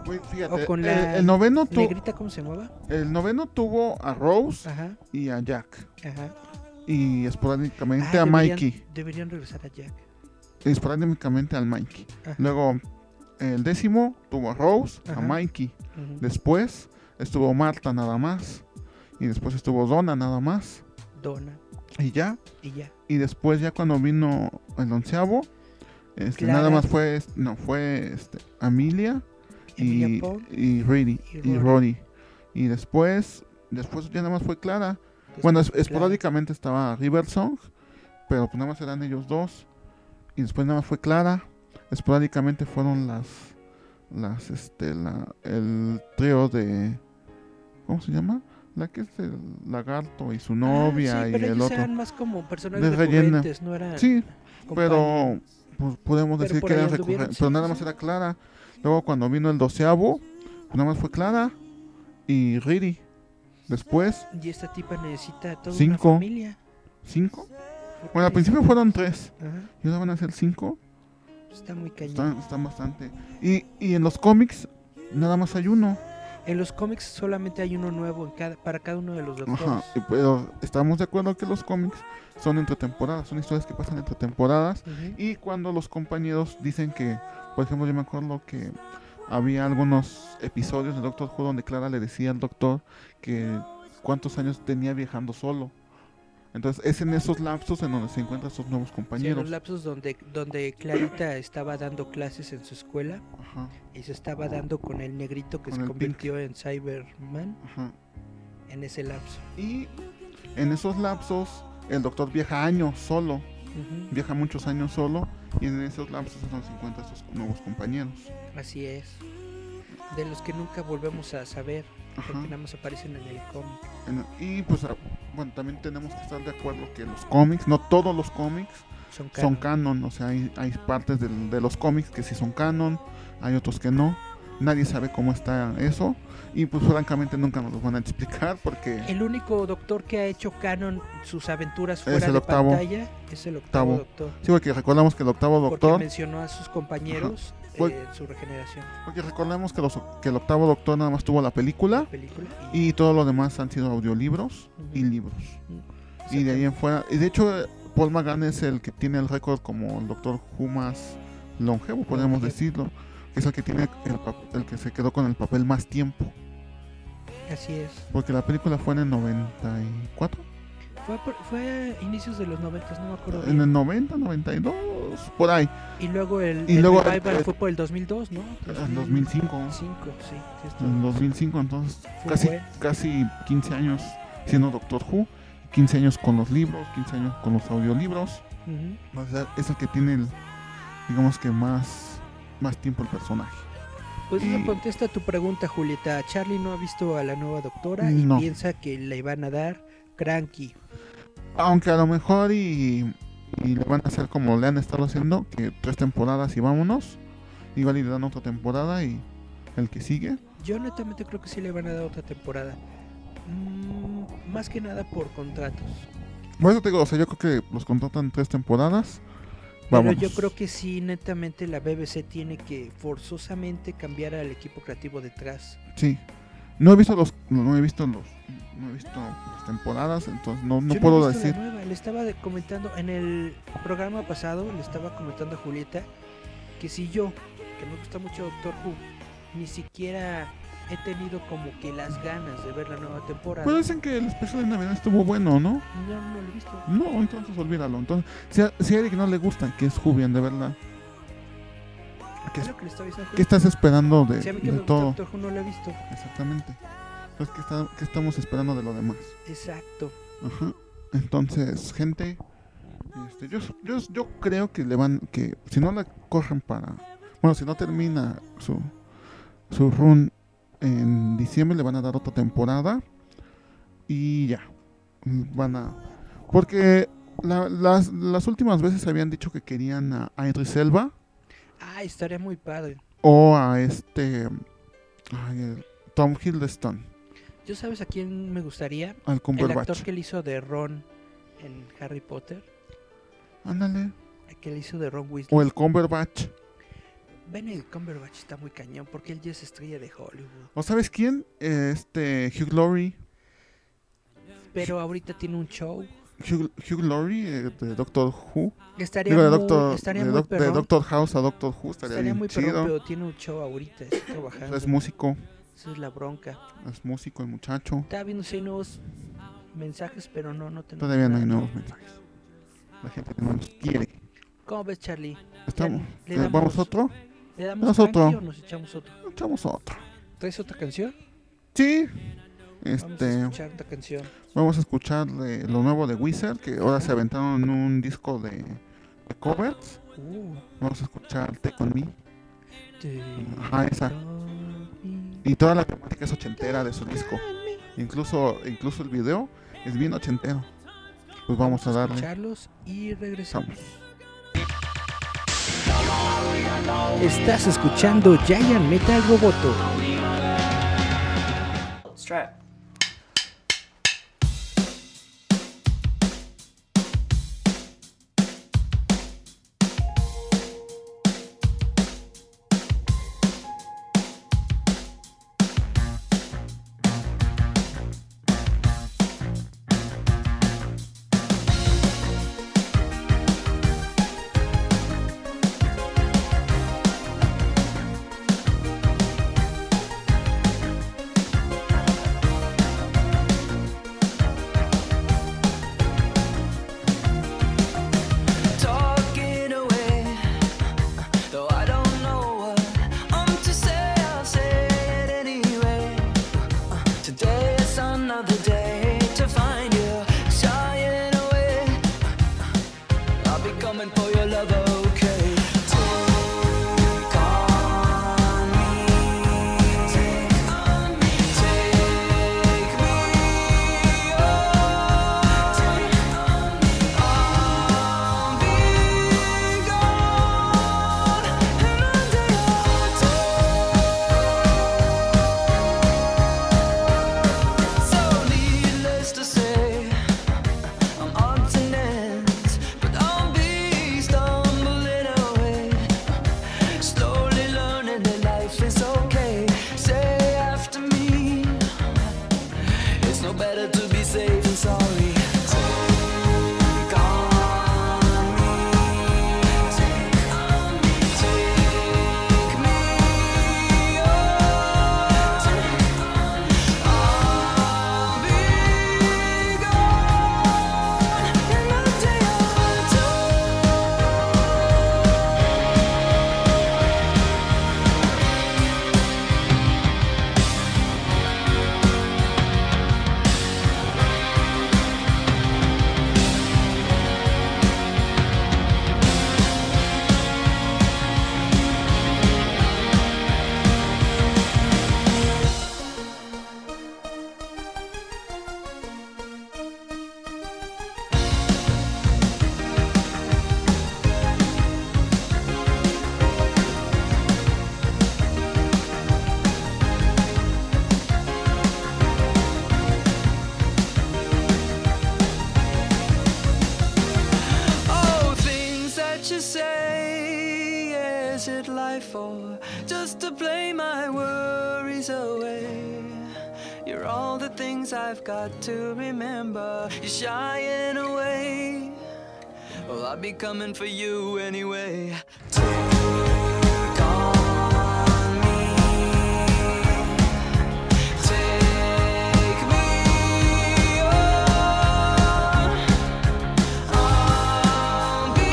[SPEAKER 3] Güey, fíjate,
[SPEAKER 2] o con
[SPEAKER 3] el-
[SPEAKER 2] la
[SPEAKER 3] el, noveno tu-
[SPEAKER 2] negrita, ¿cómo se llamaba?
[SPEAKER 3] el noveno tuvo a Rose
[SPEAKER 2] Ajá,
[SPEAKER 3] y a Jack.
[SPEAKER 2] ajá.
[SPEAKER 3] Y esporádicamente
[SPEAKER 2] Ah,
[SPEAKER 3] a
[SPEAKER 2] deberían-
[SPEAKER 3] Mikey.
[SPEAKER 2] Deberían regresar a Jack.
[SPEAKER 3] Esporádicamente al Mikey.
[SPEAKER 2] Ajá.
[SPEAKER 3] Luego, el décimo tuvo a Rose,
[SPEAKER 2] Ah. Ajá.
[SPEAKER 3] a Mikey.
[SPEAKER 2] Ujú.
[SPEAKER 3] Después estuvo Marta nada más. Y después estuvo Donna nada más.
[SPEAKER 2] Donna
[SPEAKER 3] Y ya.
[SPEAKER 2] y ya.
[SPEAKER 3] Y después ya cuando vino el onceavo, este,
[SPEAKER 2] Clara.
[SPEAKER 3] nada más fue, es- no, fue este, Amelia
[SPEAKER 2] Emilia
[SPEAKER 3] y,
[SPEAKER 2] Paul,
[SPEAKER 3] y Rudy,
[SPEAKER 2] y Rory.
[SPEAKER 3] y Rory. Y después, después ya nada más fue Clara. Bueno,
[SPEAKER 2] después
[SPEAKER 3] es-
[SPEAKER 2] Ah, Clara.
[SPEAKER 3] esporádicamente estaba River Song, pero pues nada más eran ellos dos. Y después nada más fue Clara. Esporádicamente fueron las. Las, este, la, el trío de. ¿Cómo se llama? La que es el lagarto y su novia
[SPEAKER 2] Ah, sí,
[SPEAKER 3] y
[SPEAKER 2] pero
[SPEAKER 3] el
[SPEAKER 2] ellos
[SPEAKER 3] otro.
[SPEAKER 2] eran más como personajes
[SPEAKER 3] De relleno.
[SPEAKER 2] recurrentes, no eran
[SPEAKER 3] Sí,
[SPEAKER 2] compañía.
[SPEAKER 3] pero. Pues podemos
[SPEAKER 2] Pero
[SPEAKER 3] decir
[SPEAKER 2] por
[SPEAKER 3] que
[SPEAKER 2] ahí
[SPEAKER 3] eran
[SPEAKER 2] anduvieron,
[SPEAKER 3] recurrentes.
[SPEAKER 2] sí,
[SPEAKER 3] Pero nada
[SPEAKER 2] sí.
[SPEAKER 3] más era Clara. Luego cuando vino el doceavo, pues nada más fue Clara y Riri. Después,
[SPEAKER 2] Y esta tipa necesita toda
[SPEAKER 3] Cinco.
[SPEAKER 2] una familia.
[SPEAKER 3] cinco.
[SPEAKER 2] ¿Por
[SPEAKER 3] Bueno, al
[SPEAKER 2] qué?
[SPEAKER 3] principio fueron tres.
[SPEAKER 2] Ajá,
[SPEAKER 3] Y ahora van a ser cinco.
[SPEAKER 2] Pues está muy cañón.
[SPEAKER 3] Están, están bastante. Y, y en los cómics, nada más hay uno.
[SPEAKER 2] En los cómics solamente hay uno nuevo en cada, para cada uno de los doctores.
[SPEAKER 3] Ajá. y- Pero estamos de acuerdo que los cómics son entre temporadas, son historias que pasan entre temporadas.
[SPEAKER 2] Ujú.
[SPEAKER 3] Y cuando los compañeros dicen que, por ejemplo, yo me acuerdo que había algunos episodios de Doctor Who donde Clara le decía al doctor que cuántos años tenía viajando solo. Entonces es en esos lapsos en donde se encuentran esos nuevos
[SPEAKER 2] Sí, en los
[SPEAKER 3] compañeros.
[SPEAKER 2] lapsos donde, donde Clarita estaba dando clases en su escuela
[SPEAKER 3] Ajá,
[SPEAKER 2] y se estaba dando con el negrito que
[SPEAKER 3] Con
[SPEAKER 2] se
[SPEAKER 3] el Pink.
[SPEAKER 2] convirtió en Cyberman.
[SPEAKER 3] ajá.
[SPEAKER 2] en ese lapso.
[SPEAKER 3] Y en esos lapsos, el doctor viaja años solo,
[SPEAKER 2] Ujú,
[SPEAKER 3] viaja muchos años solo, y en esos lapsos es donde se encuentra estos nuevos compañeros.
[SPEAKER 2] Así es. De los que nunca volvemos a saber, porque
[SPEAKER 3] Ajá.
[SPEAKER 2] nada más aparecen en el cómic.
[SPEAKER 3] En- y pues, ah, bueno, también tenemos que estar de acuerdo que los cómics, no todos los cómics,
[SPEAKER 2] Son caros.
[SPEAKER 3] son canon, o sea, hay, hay partes del- de los cómics que sí son canon, hay otros que no. Nadie sabe cómo está eso y pues francamente nunca nos lo van a explicar porque
[SPEAKER 2] El único doctor que ha hecho canon sus aventuras fuera
[SPEAKER 3] el
[SPEAKER 2] de
[SPEAKER 3] octavo.
[SPEAKER 2] pantalla es el octavo,
[SPEAKER 3] Octavo.
[SPEAKER 2] doctor.
[SPEAKER 3] sí porque recordamos que el octavo
[SPEAKER 2] Porque
[SPEAKER 3] doctor,
[SPEAKER 2] mencionó a sus compañeros
[SPEAKER 3] ¿Cuál?
[SPEAKER 2] eh, en su regeneración de
[SPEAKER 3] porque recordemos que, los- que el octavo doctor nada más tuvo la película
[SPEAKER 2] película.
[SPEAKER 3] y todo lo demás han sido audiolibros y
[SPEAKER 2] Ujú.
[SPEAKER 3] libros. Y de ahí en fuera, y de hecho eh, Paul McGann es el que tiene el récord como el doctor Who más longevo, podemos
[SPEAKER 2] Longevo.
[SPEAKER 3] decirlo, que es el que tiene el, pap- el que se quedó con el papel más tiempo.
[SPEAKER 2] Así es.
[SPEAKER 3] Porque la película fue en el 94.
[SPEAKER 2] Fue, por- fue a inicios de los 90, no me acuerdo.
[SPEAKER 3] En
[SPEAKER 2] bien.
[SPEAKER 3] el 90, 92, por ahí.
[SPEAKER 2] Y luego el,
[SPEAKER 3] y
[SPEAKER 2] el
[SPEAKER 3] luego- Ah,
[SPEAKER 2] revival
[SPEAKER 3] eh,
[SPEAKER 2] fue por el 2002, ¿no?
[SPEAKER 3] En 2005.
[SPEAKER 2] 2005, sí. sí, esto-
[SPEAKER 3] En 2005, entonces
[SPEAKER 2] Fue
[SPEAKER 3] casi,
[SPEAKER 2] bueno.
[SPEAKER 3] casi 15 años siendo Doctor Who. 15 años con los libros, 15 años con los audiolibros.
[SPEAKER 2] Ujú.
[SPEAKER 3] O sea, es el que tiene, el, digamos que más, más tiempo el personaje.
[SPEAKER 2] Pues
[SPEAKER 3] Y-
[SPEAKER 2] eso contesta tu pregunta, Julieta. Charlie no ha visto a la nueva doctora y
[SPEAKER 3] No.
[SPEAKER 2] piensa que le van a dar Cranky.
[SPEAKER 3] Aunque a lo mejor y, y le van a hacer como le han estado haciendo, que tres temporadas y vámonos. Igual y le dan otra temporada y el que sigue.
[SPEAKER 2] Yo netamente creo que sí le van a dar otra temporada. Mm, más que nada por contratos.
[SPEAKER 3] Por eso te digo, o sea, yo creo que los contratan tres temporadas.
[SPEAKER 2] Pero
[SPEAKER 3] Vamos.
[SPEAKER 2] yo creo que sí, netamente la BBC tiene que forzosamente cambiar al equipo creativo detrás.
[SPEAKER 3] Sí. No he visto los no he visto los no he visto las temporadas, entonces no, no
[SPEAKER 2] Yo he
[SPEAKER 3] puedo
[SPEAKER 2] visto la
[SPEAKER 3] decir.
[SPEAKER 2] nueva, Le estaba de- comentando en el programa pasado, le estaba comentando a Julieta que si yo, que me gusta mucho Doctor Who, ni siquiera he tenido como que las ganas de ver la nueva temporada.
[SPEAKER 3] Pero dicen que el especial de Navidad estuvo bueno, ¿no?
[SPEAKER 2] No, no lo he visto.
[SPEAKER 3] No, entonces olvídalo. Entonces, si a, si a Eric no le gusta que es Jubian, de verdad. ¿Qué,
[SPEAKER 2] Es lo que le estaba diciendo.
[SPEAKER 3] qué estás esperando de,
[SPEAKER 2] Si a mí
[SPEAKER 3] de
[SPEAKER 2] que me gusta
[SPEAKER 3] todo?
[SPEAKER 2] Doctor Who no lo he visto.
[SPEAKER 3] Exactamente. Entonces, ¿qué, está- qué estamos esperando de lo demás?
[SPEAKER 2] Exacto.
[SPEAKER 3] Ajá. Entonces, gente, este, yo, yo, yo creo que le van, que si no la corren para, bueno, si no termina su, su run en diciembre, le van a dar otra temporada y ya, van a, porque la- las, las últimas veces habían dicho que querían a, a Idris Elba
[SPEAKER 2] Ah, estaría muy padre.
[SPEAKER 3] o a este, ay, el Tom Hiddleston,
[SPEAKER 2] ¿Yo sabes a quién me gustaría?
[SPEAKER 3] al
[SPEAKER 2] El actor
[SPEAKER 3] Cumberbatch.
[SPEAKER 2] que le hizo de Ron en Harry Potter.
[SPEAKER 3] Ándale.
[SPEAKER 2] el Que le hizo de Ron Weasley.
[SPEAKER 3] O el Cumberbatch.
[SPEAKER 2] Benedict Cumberbatch está muy cañón porque él ya es estrella de Hollywood.
[SPEAKER 3] ¿O sabes quién? Eh, Este, Hugh Laurie.
[SPEAKER 2] Pero ahorita tiene un show.
[SPEAKER 3] Hugh, Hugh Laurie eh, de Doctor Who.
[SPEAKER 2] Estaría
[SPEAKER 3] Digo, de
[SPEAKER 2] muy,
[SPEAKER 3] Doctor,
[SPEAKER 2] estaría
[SPEAKER 3] de
[SPEAKER 2] muy
[SPEAKER 3] doc- de
[SPEAKER 2] perrón.
[SPEAKER 3] Doctor House a Doctor Who. Estaría,
[SPEAKER 2] estaría
[SPEAKER 3] bien
[SPEAKER 2] muy perrón,
[SPEAKER 3] chido.
[SPEAKER 2] pero tiene un show ahorita.
[SPEAKER 3] <laughs>
[SPEAKER 2] Está trabajando.
[SPEAKER 3] es músico,
[SPEAKER 2] Esa es la bronca.
[SPEAKER 3] es músico el muchacho.
[SPEAKER 2] Estaba viendo si hay nuevos mensajes, pero no, no tenemos
[SPEAKER 3] Todavía no hay
[SPEAKER 2] nada.
[SPEAKER 3] nuevos mensajes. La gente no nos quiere.
[SPEAKER 2] ¿Cómo ves, Charlie?
[SPEAKER 3] Estamos.
[SPEAKER 2] le
[SPEAKER 3] eh,
[SPEAKER 2] damos-
[SPEAKER 3] ¿Vamos otro?
[SPEAKER 2] ¿Le damos
[SPEAKER 3] Nosotros.
[SPEAKER 2] tranqui o nos echamos otro?
[SPEAKER 3] Echamos otro.
[SPEAKER 2] ¿Traes otra canción?
[SPEAKER 3] Sí.
[SPEAKER 2] Vamos a
[SPEAKER 3] Este,
[SPEAKER 2] escuchar otra canción.
[SPEAKER 3] vamos a escuchar eh, lo nuevo de Wizard, que ahora se aventaron un disco de, de covers.
[SPEAKER 2] Uh,
[SPEAKER 3] Vamos a escuchar Take On Me.
[SPEAKER 2] te-
[SPEAKER 3] Ajá, esa. Y toda la temática es ochentera de su disco. Incluso, incluso el video es bien ochentero. Pues vamos a darle.
[SPEAKER 2] escucharlos y regresamos.
[SPEAKER 3] Vamos.
[SPEAKER 2] Estás escuchando Giant Metal Roboto.
[SPEAKER 7] Let's try it.
[SPEAKER 6] Thank Uh, Uh, Oh, play my worries away. You're all the things I've got to remember. You're shying away. Well, I'll be coming for you anyway. Take on me. Take me on. I'll be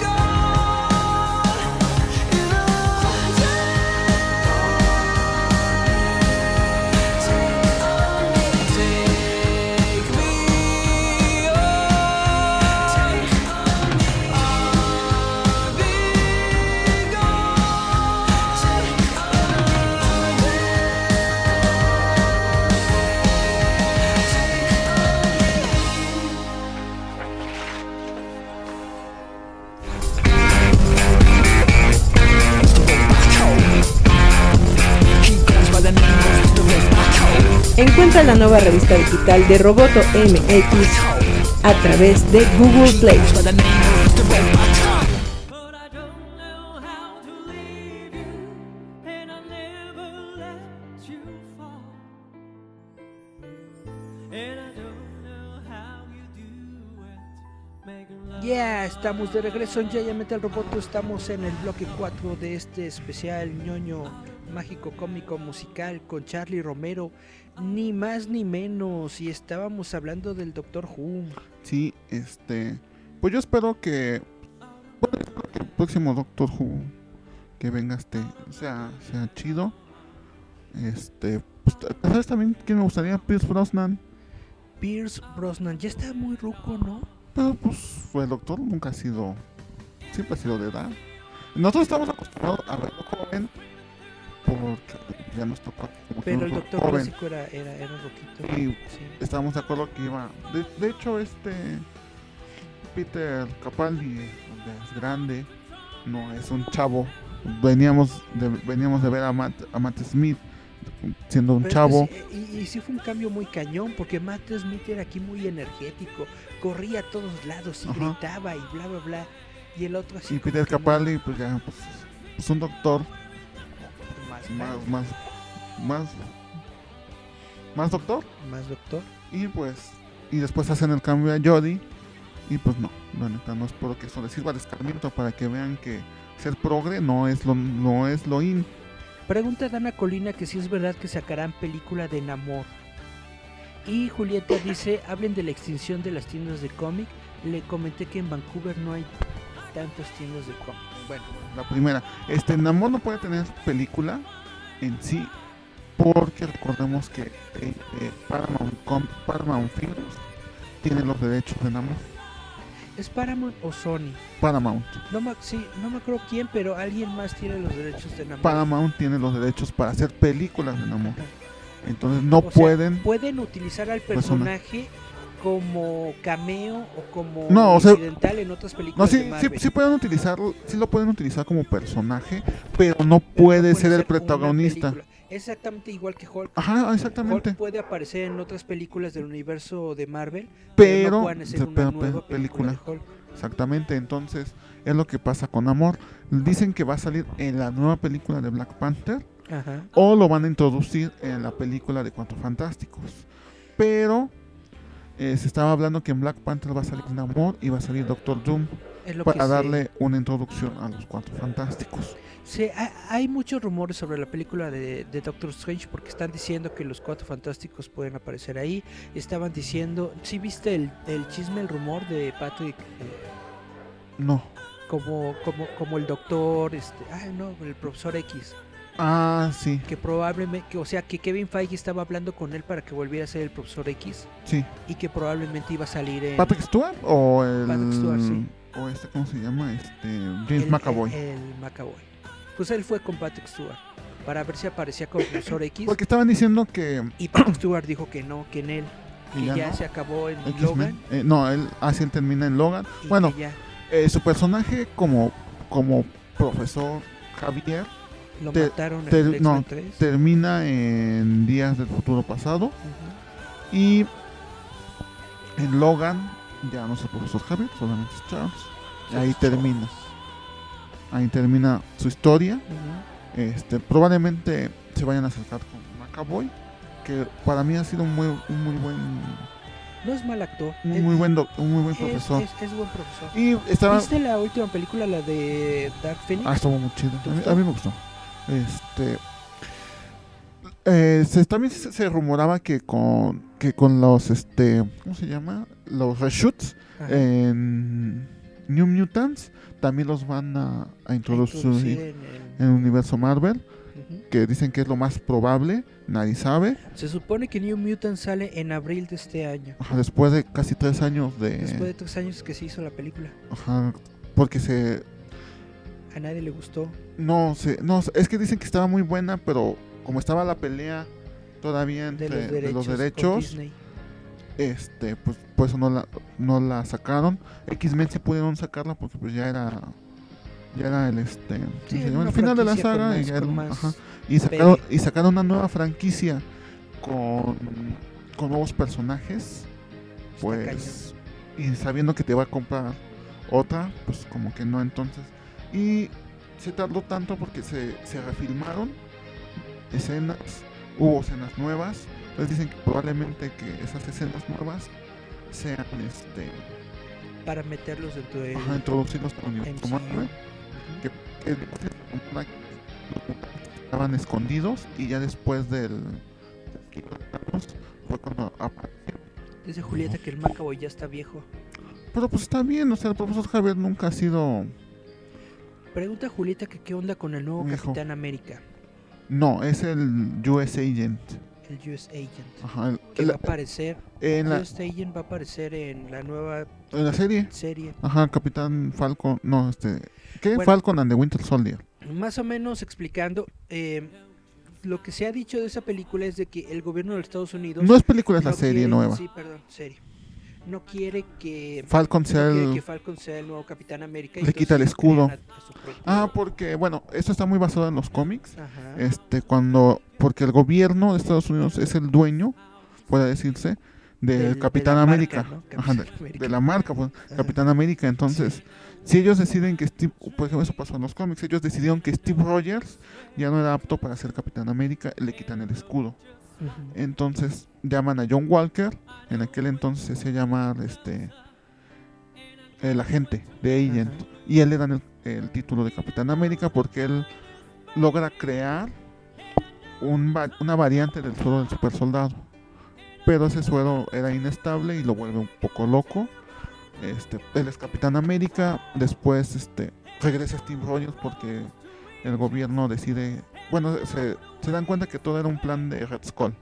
[SPEAKER 6] gone in a Take me on. I'll be
[SPEAKER 4] Encuentra la nueva revista digital de Roboto MX a través de Google Play.
[SPEAKER 6] But I don't know how to leave you, and I never let you fall. And I don't know how you do it, making love.
[SPEAKER 2] Ya, estamos de regreso en Yaya Metal Roboto. Estamos en el bloque 4 de este especial ñoño mágico cómico musical con Charlie Romero. Ni más ni menos. Y estábamos hablando del Doctor Who.
[SPEAKER 3] Sí, este. Pues yo espero que. bueno, espero que el próximo Doctor Who que venga este sea, sea chido. Este. Pues, t- ¿Sabes también que me gustaría? Pierce Brosnan.
[SPEAKER 2] Pierce Brosnan ya está muy ruco, ¿no?
[SPEAKER 3] Pero pues fue el doctor, nunca ha sido. Siempre ha sido de edad. Nosotros estamos acostumbrados a verlo joven. Porque ya nos tocó. como que
[SPEAKER 2] Pero el
[SPEAKER 3] verlo
[SPEAKER 2] Doctor
[SPEAKER 3] joven.
[SPEAKER 2] Clásico era, era, era ruquito.
[SPEAKER 3] Sí.
[SPEAKER 2] Sí.
[SPEAKER 3] Estábamos de acuerdo que iba. De, de hecho, este. Peter Capaldi ya es grande. No es un chavo. Veníamos de, veníamos de ver a Matt, a Matt Smith siendo un
[SPEAKER 2] Pero
[SPEAKER 3] chavo.
[SPEAKER 2] es que sí, y, y sí fue un cambio muy cañón, porque Matt Smith era aquí muy energético, corría a todos lados y
[SPEAKER 3] Ajá.
[SPEAKER 2] gritaba y bla, bla, bla. Y el otro así.
[SPEAKER 3] Y
[SPEAKER 2] como
[SPEAKER 3] Peter
[SPEAKER 2] que no,
[SPEAKER 3] Capaldi, pues ya, pues, pues un doctor.
[SPEAKER 2] Más,
[SPEAKER 3] Más,
[SPEAKER 2] más,
[SPEAKER 3] más, más. Más doctor.
[SPEAKER 2] más doctor.
[SPEAKER 3] Y pues, y después hacen el cambio a Jody. Y pues no, la neta, no es por que eso les sirva de escarmiento para que vean que ser progre no es lo, no es lo in.
[SPEAKER 2] Pregunta Dana Colina que si es verdad que sacarán película de Namor. Y Julieta dice, <laughs> hablen de la extinción de las tiendas de cómic. Le comenté que en Vancouver no hay tantas tiendas de cómic. Bueno,
[SPEAKER 3] La primera, este Namor no puede tener película en sí, porque recordemos que eh, eh, Paramount, Com- Paramount Films tiene los derechos de Namor.
[SPEAKER 2] ¿es Paramount o Sony?
[SPEAKER 3] Paramount.
[SPEAKER 2] No me, sí, no me acuerdo quién, pero alguien más tiene los derechos de Namor.
[SPEAKER 3] Paramount tiene los derechos para hacer películas de Namor.
[SPEAKER 2] Ajá.
[SPEAKER 3] Entonces no
[SPEAKER 2] O sea,
[SPEAKER 3] pueden.
[SPEAKER 2] pueden utilizar al
[SPEAKER 3] Persona.
[SPEAKER 2] personaje como cameo o como
[SPEAKER 3] No, o sea-
[SPEAKER 2] incidental en otras
[SPEAKER 3] No,
[SPEAKER 2] películas de
[SPEAKER 3] sí, sí,
[SPEAKER 2] Marvel.
[SPEAKER 3] sí pueden utilizarlo, sí lo pueden utilizar como personaje, pero no puede
[SPEAKER 2] No
[SPEAKER 3] ser el
[SPEAKER 2] una
[SPEAKER 3] protagonista.
[SPEAKER 2] película. Exactamente igual que Hulk.
[SPEAKER 3] Ajá,
[SPEAKER 2] Hulk
[SPEAKER 3] exactamente.
[SPEAKER 2] puede aparecer en otras películas del universo de Marvel, pero no
[SPEAKER 3] Pero,
[SPEAKER 2] pueden hacer
[SPEAKER 3] se-
[SPEAKER 2] una
[SPEAKER 3] pero-
[SPEAKER 2] nueva
[SPEAKER 3] pero-
[SPEAKER 2] película. de
[SPEAKER 3] película.
[SPEAKER 2] Hulk.
[SPEAKER 3] Exactamente, entonces es lo que pasa con Amor. Dicen que va a salir en la nueva película de Black Panther
[SPEAKER 2] Ajá.
[SPEAKER 3] o lo van a introducir en la película de Cuatro Fantásticos. Pero eh, se estaba hablando que en Black Panther va a salir Namor y va a salir Doctor Doom
[SPEAKER 2] Es lo que
[SPEAKER 3] para
[SPEAKER 2] sé.
[SPEAKER 3] darle una introducción a los Cuatro Fantásticos.
[SPEAKER 2] Sí, ha- hay muchos rumores sobre la película de, de Doctor Strange porque están diciendo que los cuatro fantásticos pueden aparecer ahí. Estaban diciendo, ¿sí viste el, el chisme, el rumor de Patrick eh,
[SPEAKER 3] No.
[SPEAKER 2] como, como, como el doctor, este, ay no, el profesor X,
[SPEAKER 3] Ah, sí,
[SPEAKER 2] que probablemente, que, o sea, que Kevin Feige estaba hablando con él para que volviera a ser el profesor X
[SPEAKER 3] sí.
[SPEAKER 2] y que probablemente iba a salir en
[SPEAKER 3] Patrick Stewart o el
[SPEAKER 2] Patrick Stewart, sí.
[SPEAKER 3] o este cómo se llama este James
[SPEAKER 2] el,
[SPEAKER 3] McAvoy
[SPEAKER 2] el, el McAvoy. Pues él fue con Patrick Stewart para ver si aparecía como profesor X.
[SPEAKER 3] porque estaban diciendo que,
[SPEAKER 2] Y Patrick Stewart dijo que no, que en él.
[SPEAKER 3] que
[SPEAKER 2] Y ya,
[SPEAKER 3] no,
[SPEAKER 2] se acabó en
[SPEAKER 3] X-Men,
[SPEAKER 2] Logan.
[SPEAKER 3] eh, no él así él termina en Logan
[SPEAKER 2] y
[SPEAKER 3] bueno
[SPEAKER 2] que ya
[SPEAKER 3] eh, su personaje como como profesor Javier
[SPEAKER 2] lo
[SPEAKER 3] te-
[SPEAKER 2] mataron
[SPEAKER 3] te-
[SPEAKER 2] en
[SPEAKER 3] no,
[SPEAKER 2] X-Men 3.
[SPEAKER 3] termina en Días del Futuro Pasado
[SPEAKER 2] Ujú.
[SPEAKER 3] y en Logan ya no es el profesor Javier solamente es Charles ahí termina ahí termina su historia
[SPEAKER 2] Ujú.
[SPEAKER 3] Este, probablemente se vayan a acercar con Macaboy, que para mí ha sido un muy, un muy buen,
[SPEAKER 2] No es mal actor.
[SPEAKER 3] un
[SPEAKER 2] es-
[SPEAKER 3] muy buen, doc- un muy buen
[SPEAKER 2] es-
[SPEAKER 3] profesor.
[SPEAKER 2] Es, es buen profesor.
[SPEAKER 3] Y estaba,
[SPEAKER 2] ¿Viste la última película, la de Dark Phoenix?
[SPEAKER 3] Ah, estuvo muy chido.
[SPEAKER 2] ¿Te
[SPEAKER 3] A mí,
[SPEAKER 2] gustó?
[SPEAKER 3] a mí me gustó. Este. eh, se, también se, se rumoraba que con que con los este ¿cómo se llama? los reshoots
[SPEAKER 2] Ajá.
[SPEAKER 3] en New Mutants también los van a, a
[SPEAKER 2] La
[SPEAKER 3] introducir
[SPEAKER 2] introducir en el-
[SPEAKER 3] en el universo Marvel
[SPEAKER 2] Ujú.
[SPEAKER 3] que dicen que es lo más probable nadie sabe
[SPEAKER 2] Se supone que New Mutant sale en abril de este año.
[SPEAKER 3] Ajá, después de casi tres años de,
[SPEAKER 2] Después de tres años que se hizo la película.
[SPEAKER 3] ajá, porque se
[SPEAKER 2] A nadie le gustó.
[SPEAKER 3] no se no es que dicen que estaba muy buena pero como estaba la pelea todavía
[SPEAKER 2] De
[SPEAKER 3] entre
[SPEAKER 2] los derechos.
[SPEAKER 3] Eh, de los
[SPEAKER 2] con
[SPEAKER 3] derechos
[SPEAKER 2] Disney.
[SPEAKER 3] este pues por eso no la no la sacaron X-Men sí pudieron sacarla porque pues ya era ya era el este ¿cómo
[SPEAKER 2] Sí,
[SPEAKER 3] se
[SPEAKER 2] era
[SPEAKER 3] llama?
[SPEAKER 2] una
[SPEAKER 3] el final de la
[SPEAKER 2] franquicia con
[SPEAKER 3] saga y,
[SPEAKER 2] más-
[SPEAKER 3] ya era
[SPEAKER 2] con
[SPEAKER 3] un-
[SPEAKER 2] más
[SPEAKER 3] ajá. y sacaron
[SPEAKER 2] pegue.
[SPEAKER 3] y sacaron una nueva franquicia con con nuevos personajes
[SPEAKER 2] Está
[SPEAKER 3] pues y sabiendo que te va a comprar otra pues como que no entonces y se tardó tanto porque se, se refilmaron escenas hubo escenas nuevas entonces dicen que probablemente que esas escenas nuevas sean este
[SPEAKER 2] cañón. Para meterlos dentro de.
[SPEAKER 3] ajá, ¿Eh? introducirlos al universo
[SPEAKER 2] MCU.
[SPEAKER 3] Marvel, que eh, estaban escondidos y ya después del fue cuando aparecieron.
[SPEAKER 2] Dice Julieta que el Macaboy ya está viejo.
[SPEAKER 3] pero pues está bien o sea el profesor Javier nunca ha sido
[SPEAKER 2] Pregunta Julieta que qué onda con el nuevo
[SPEAKER 3] Viejo.
[SPEAKER 2] Capitán América,
[SPEAKER 3] No, es el US Agent.
[SPEAKER 2] el US Agent.
[SPEAKER 3] Ajá, el-
[SPEAKER 2] Que
[SPEAKER 3] la-
[SPEAKER 2] va a aparecer.
[SPEAKER 3] en, la,
[SPEAKER 2] US Agent va a aparecer en la nueva
[SPEAKER 3] en la serie.
[SPEAKER 2] serie.
[SPEAKER 3] Ajá, Capitán Falcon. No, este. ¿Qué?
[SPEAKER 2] Bueno.
[SPEAKER 3] Falcon and the Winter Soldier.
[SPEAKER 2] más o menos explicando, eh, lo que se ha dicho de esa película es de que el gobierno de los Estados Unidos...
[SPEAKER 3] No es película, es la
[SPEAKER 2] no
[SPEAKER 3] serie
[SPEAKER 2] quiere-
[SPEAKER 3] nueva.
[SPEAKER 2] Sí, perdón, serie. No quiere que,
[SPEAKER 3] Falcon sea
[SPEAKER 2] no quiere
[SPEAKER 3] el.
[SPEAKER 2] que Falcon sea el nuevo Capitán América.
[SPEAKER 3] Le
[SPEAKER 2] entonces
[SPEAKER 3] quita el
[SPEAKER 2] lo
[SPEAKER 3] escudo.
[SPEAKER 2] crean a- a su propio-
[SPEAKER 3] Ah, porque, bueno, esto está muy basado en los cómics.
[SPEAKER 2] Ajá.
[SPEAKER 3] Este, cuando. Porque el gobierno de Estados Unidos es el dueño, puede decirse,
[SPEAKER 2] Del-
[SPEAKER 3] del
[SPEAKER 2] de
[SPEAKER 3] Capitán
[SPEAKER 2] la
[SPEAKER 3] América.
[SPEAKER 2] marca, ¿no? pues,
[SPEAKER 3] Ajá, de-
[SPEAKER 2] Capitán América.
[SPEAKER 3] de la marca, pues,
[SPEAKER 2] Ajá.
[SPEAKER 3] Capitán América. Entonces, si ellos deciden que Steve, por ejemplo, eso pasó en los cómics, ellos decidieron que Steve Rogers ya no era apto para ser Capitán América, le quitan el escudo.
[SPEAKER 2] Ujú.
[SPEAKER 3] Entonces, llaman a John Walker, en aquel entonces se llama este el agente de Agent,
[SPEAKER 2] Ajá.
[SPEAKER 3] y él le dan el, el título de Capitán América porque él logra crear un va- una variante del suero del super soldado. Pero ese suero era inestable y lo vuelve un poco loco. Este, él es Capitán América. Después este, regresa Steve Rogers porque el gobierno decide. Bueno, se, se dan cuenta que todo era un plan de Red Skull.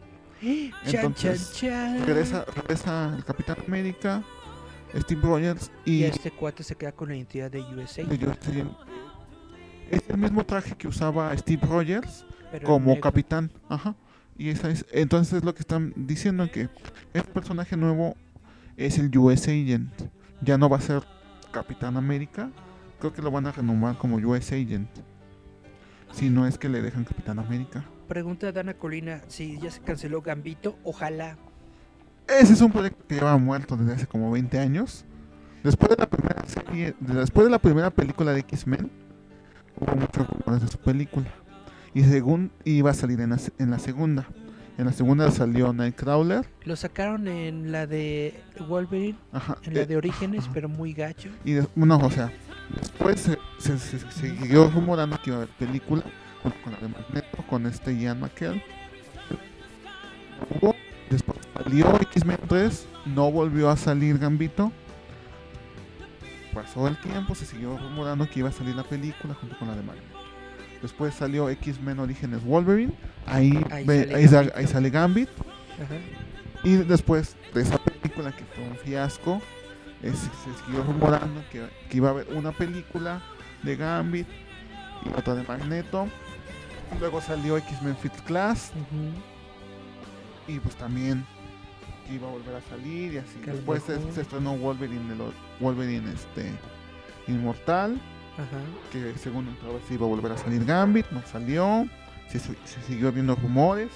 [SPEAKER 2] ¡Eh! Chan, chan,
[SPEAKER 3] entonces,
[SPEAKER 2] chan.
[SPEAKER 3] Regresa, regresa el Capitán América, Steve Rogers
[SPEAKER 2] Y
[SPEAKER 3] y.
[SPEAKER 2] este cuate se queda con la identidad de USA.
[SPEAKER 3] y yo- sí. Es el mismo traje que usaba Steve Rogers
[SPEAKER 2] pero
[SPEAKER 3] como
[SPEAKER 2] negro.
[SPEAKER 3] capitán. Ajá. Y esa es, entonces es lo que están diciendo que el personaje nuevo es el US Agent. Ya no va a ser Capitán América. Creo que lo van a renombrar como US Agent. Si no es que le dejan Capitán América.
[SPEAKER 2] Pregunta a Dana Colina si ya se canceló Gambito. Ojalá.
[SPEAKER 3] Ese es un proyecto que lleva muerto desde hace como 20 años. Después de la primera serie- de- después de la primera película de X-Men, hubo muchos rumores de su película. Y según iba a salir en la, se- en la segunda. En la segunda salió Nightcrawler.
[SPEAKER 2] Lo sacaron en la de Wolverine,
[SPEAKER 3] Ajá,
[SPEAKER 2] en la
[SPEAKER 3] eh,
[SPEAKER 2] de Orígenes,
[SPEAKER 3] ajá.
[SPEAKER 2] pero muy gacho.
[SPEAKER 3] Y des- no, o sea, después se, se- se- se siguió rumorando que iba a haber película con, con la de Magneto, con este Ian McKellen. Hubo, después salió X-Men 3, no volvió a salir Gambito. Pasó el tiempo, se siguió rumorando que iba a salir la película junto con la de Magneto. Después salió X-Men Orígenes Wolverine, ahí,
[SPEAKER 2] Ahí
[SPEAKER 3] ve-
[SPEAKER 2] sale
[SPEAKER 3] ahí sa-
[SPEAKER 2] Gambito.
[SPEAKER 3] ahí sale Gambit.
[SPEAKER 2] Ajá.
[SPEAKER 3] Y después de esa película que fue un fiasco, eh, se, se siguió rumorando que, que iba a haber una película de Gambit y otra de Magneto. Luego salió X-Men Fifth Class
[SPEAKER 2] ujú.
[SPEAKER 3] y pues también que iba a volver a salir y así.
[SPEAKER 2] Que a lo
[SPEAKER 3] después se,
[SPEAKER 2] mejor-
[SPEAKER 3] se estrenó Wolverine, el o- Wolverine este, Inmortal,
[SPEAKER 2] Ajá.
[SPEAKER 3] que según otra vez iba a volver a salir Gambit, no salió. Se, su- se siguió viendo rumores,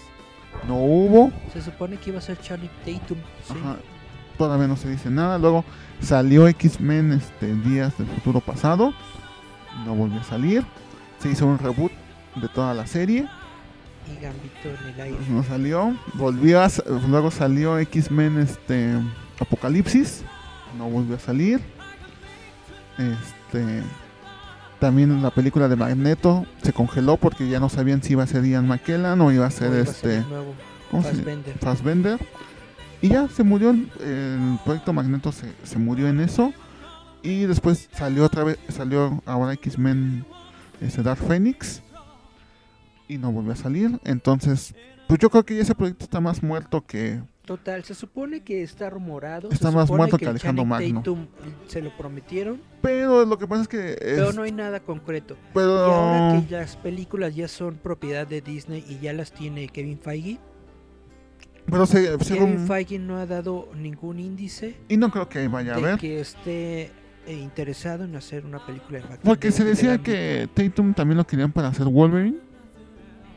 [SPEAKER 3] no hubo.
[SPEAKER 2] Se supone que iba a ser Channing Tatum. ¿sí?
[SPEAKER 3] Ajá. Todavía no se dice nada. Luego salió X-Men este, Días del Futuro Pasado. No volvió a salir. Se hizo un reboot de toda la serie.
[SPEAKER 2] Y Gambito en el aire.
[SPEAKER 3] No salió. Volvió a sa- luego salió X-Men este Apocalipsis. No volvió a salir. Este también la película de Magneto se congeló porque ya no sabían si iba a ser Ian McKellen o iba a ser
[SPEAKER 2] Hoy va a
[SPEAKER 3] este
[SPEAKER 2] salir nuevo,
[SPEAKER 3] ¿cómo se-
[SPEAKER 2] Fassbender.
[SPEAKER 3] Fassbender. Y ya se murió el, el proyecto Magneto se, se murió en eso. Y después salió otra vez, salió ahora X-Men este Dark Phoenix. Y no volvió a salir. Entonces, pues yo creo que ya ese proyecto está más muerto que.
[SPEAKER 2] Total, se supone que está rumorado.
[SPEAKER 3] Está
[SPEAKER 2] se
[SPEAKER 3] más
[SPEAKER 2] supone
[SPEAKER 3] muerto que
[SPEAKER 2] el
[SPEAKER 3] Alejandro
[SPEAKER 2] Channing
[SPEAKER 3] Magno.
[SPEAKER 2] Tatum mm, se lo prometieron,
[SPEAKER 3] Pero lo que pasa es que.
[SPEAKER 2] pero
[SPEAKER 3] es-
[SPEAKER 2] no hay nada concreto. Y
[SPEAKER 3] pero-
[SPEAKER 2] ahora que las películas ya son propiedad de Disney y ya las tiene Kevin Feige,
[SPEAKER 3] pero se, se
[SPEAKER 2] Kevin
[SPEAKER 3] rum-
[SPEAKER 2] Feige no ha dado ningún índice
[SPEAKER 3] Y no creo que vaya a
[SPEAKER 2] de
[SPEAKER 3] ver.
[SPEAKER 2] que esté eh, interesado en hacer una película de Magneto.
[SPEAKER 3] Porque se
[SPEAKER 2] de
[SPEAKER 3] decía
[SPEAKER 2] Gambito.
[SPEAKER 3] que Tatum también lo querían para hacer Wolverine.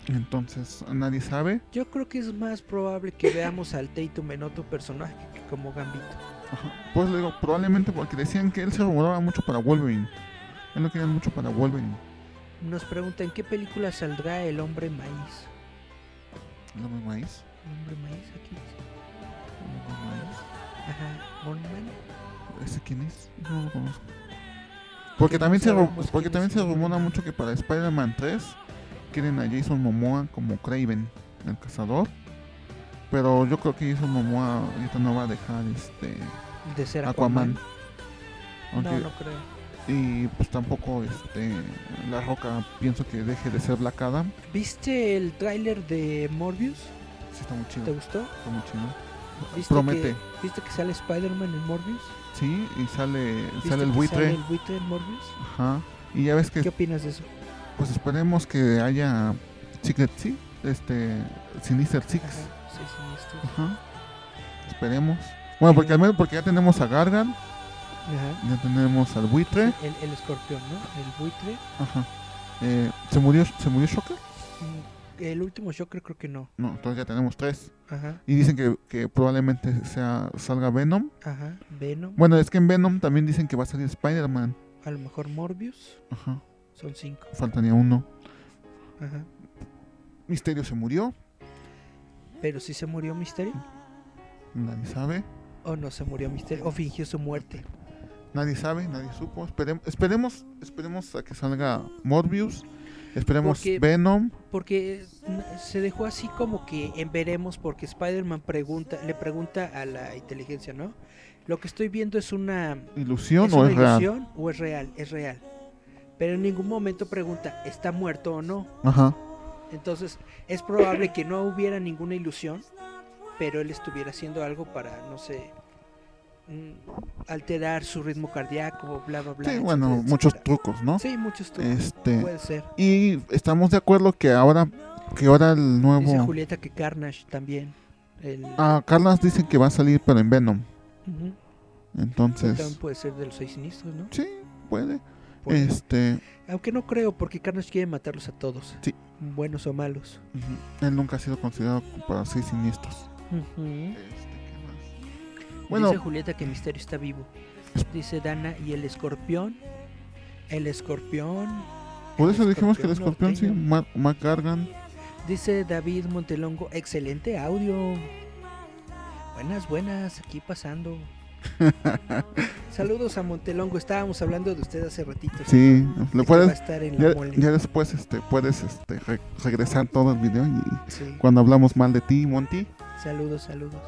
[SPEAKER 3] Entonces, nadie sabe.
[SPEAKER 2] Yo creo que es más probable que veamos al Tatum en otro personaje que como Gambito.
[SPEAKER 3] Ajá. Pues le digo, probablemente porque decían que él se rumoraba mucho para Wolverine. Él lo querían mucho para Wolverine.
[SPEAKER 2] Nos preguntan, ¿en qué película saldrá El Hombre Maíz?
[SPEAKER 3] ¿El hombre maíz?
[SPEAKER 2] ¿El Hombre Maíz aquí?
[SPEAKER 3] ¿El hombre maíz?
[SPEAKER 2] Ajá, Moonman.
[SPEAKER 3] ¿Ese quién es? No lo conozco. Porque también, se, ru-
[SPEAKER 2] Sabemos
[SPEAKER 3] porque
[SPEAKER 2] quién
[SPEAKER 3] también
[SPEAKER 2] es.
[SPEAKER 3] se rumora mucho que para Spider-Man 3 quieren a Jason Momoa como Craven, el cazador. Pero yo creo que Jason Momoa ahorita no va a dejar este
[SPEAKER 2] De ser
[SPEAKER 3] Aquaman.
[SPEAKER 2] Aquaman.
[SPEAKER 3] Aunque-
[SPEAKER 2] No, no creo.
[SPEAKER 3] Y pues tampoco este La Roca pienso que deje de ser Black Adam.
[SPEAKER 2] ¿Viste el tráiler de Morbius?
[SPEAKER 3] Sí, está muy chido.
[SPEAKER 2] ¿Te gustó?
[SPEAKER 3] Está muy chido.
[SPEAKER 2] ¿Viste
[SPEAKER 3] Promete.
[SPEAKER 2] Que, ¿Viste que sale Spider-Man en Morbius?
[SPEAKER 3] Sí, y sale,
[SPEAKER 2] ¿Viste
[SPEAKER 3] sale el
[SPEAKER 2] que
[SPEAKER 3] buitre.
[SPEAKER 2] Sale el buitre en Morbius.
[SPEAKER 3] Ajá. Y ya ves
[SPEAKER 2] ¿Qué
[SPEAKER 3] que,
[SPEAKER 2] opinas de eso?
[SPEAKER 3] pues esperemos que haya Secret Six, este, Sinister Six.
[SPEAKER 2] Ajá, sí, sí, esto.
[SPEAKER 3] Ajá. Esperemos. Bueno, porque al menos porque ya tenemos a Gargan,
[SPEAKER 2] Ajá.
[SPEAKER 3] ya tenemos al buitre.
[SPEAKER 2] El, el escorpión, ¿no? El buitre.
[SPEAKER 3] Ajá. Eh, ¿Se murió se murió Shocker?
[SPEAKER 2] Mm, El último Joker creo que no.
[SPEAKER 3] No, entonces ya tenemos tres.
[SPEAKER 2] Ajá,
[SPEAKER 3] Y dicen que, que probablemente sea, salga Venom.
[SPEAKER 2] ajá. Venom.
[SPEAKER 3] Bueno, es que en Venom también dicen que va a salir Spider-Man.
[SPEAKER 2] A lo mejor Morbius.
[SPEAKER 3] Ajá.
[SPEAKER 2] Son cinco.
[SPEAKER 3] Faltaría uno.
[SPEAKER 2] Ajá.
[SPEAKER 3] Misterio se murió.
[SPEAKER 2] Pero si se murió Misterio.
[SPEAKER 3] Nadie sabe.
[SPEAKER 2] O no se murió Misterio. O fingió su muerte.
[SPEAKER 3] Nadie sabe, nadie supo. Esperem- esperemos, esperemos a que salga Morbius. Esperemos
[SPEAKER 2] Porque-
[SPEAKER 3] Venom.
[SPEAKER 2] Porque eh, n- se dejó así como que en veremos porque Spider-Man pregunta, le pregunta a la inteligencia, ¿no? Lo que estoy viendo es una,
[SPEAKER 3] ¿Ilusión
[SPEAKER 2] ¿es
[SPEAKER 3] o
[SPEAKER 2] una
[SPEAKER 3] es real?
[SPEAKER 2] ilusión o es real, es real. Pero en ningún momento pregunta, ¿está muerto o no?
[SPEAKER 3] Ajá.
[SPEAKER 2] Entonces, es probable que no hubiera ninguna ilusión, pero él estuviera haciendo algo para, no sé, mm, alterar su ritmo cardíaco, bla, bla, bla.
[SPEAKER 3] Sí, bueno,
[SPEAKER 2] etcétera,
[SPEAKER 3] muchos
[SPEAKER 2] etcétera.
[SPEAKER 3] trucos, ¿no?
[SPEAKER 2] Sí, muchos trucos.
[SPEAKER 3] Este,
[SPEAKER 2] Puede ser.
[SPEAKER 3] y estamos de acuerdo que ahora, que ahora el
[SPEAKER 2] Dice
[SPEAKER 3] nuevo.
[SPEAKER 2] Julieta que Carnage también. El,
[SPEAKER 3] Ah, Carlas dice que va a salir, pero en Venom.
[SPEAKER 2] Ujú. También
[SPEAKER 3] Entonces,
[SPEAKER 2] puede ser de los seis siniestros, ¿no?
[SPEAKER 3] sí, puede.
[SPEAKER 2] Puede.
[SPEAKER 3] Este,
[SPEAKER 2] Aunque no creo, porque Carnage quiere matarlos a todos.
[SPEAKER 3] Sí.
[SPEAKER 2] Buenos o malos.
[SPEAKER 3] ujú, él nunca ha sido considerado para seis siniestros. Este, ¿qué más? Bueno,
[SPEAKER 2] Dice Julieta que Misterio está vivo. Dice Dana y el escorpión. El escorpión.
[SPEAKER 3] por eso dijimos que el
[SPEAKER 2] escorpión
[SPEAKER 3] escorpión, sí,
[SPEAKER 2] norteño.
[SPEAKER 3] Mark, Mark Gargan.
[SPEAKER 2] Dice David Montelongo, excelente audio. Buenas, buenas, aquí
[SPEAKER 3] <laughs>
[SPEAKER 2] pasando. Saludos a Montelongo, estábamos hablando de usted hace ratito.
[SPEAKER 3] Sí,
[SPEAKER 2] De
[SPEAKER 3] le
[SPEAKER 2] que va a
[SPEAKER 3] puedes
[SPEAKER 2] estar en la
[SPEAKER 3] Ya,
[SPEAKER 2] mole.
[SPEAKER 3] ya después este, puedes este, re- regresar todo el video y
[SPEAKER 2] Sí.
[SPEAKER 3] cuando hablamos mal de ti, Monty,
[SPEAKER 2] Saludos, saludos.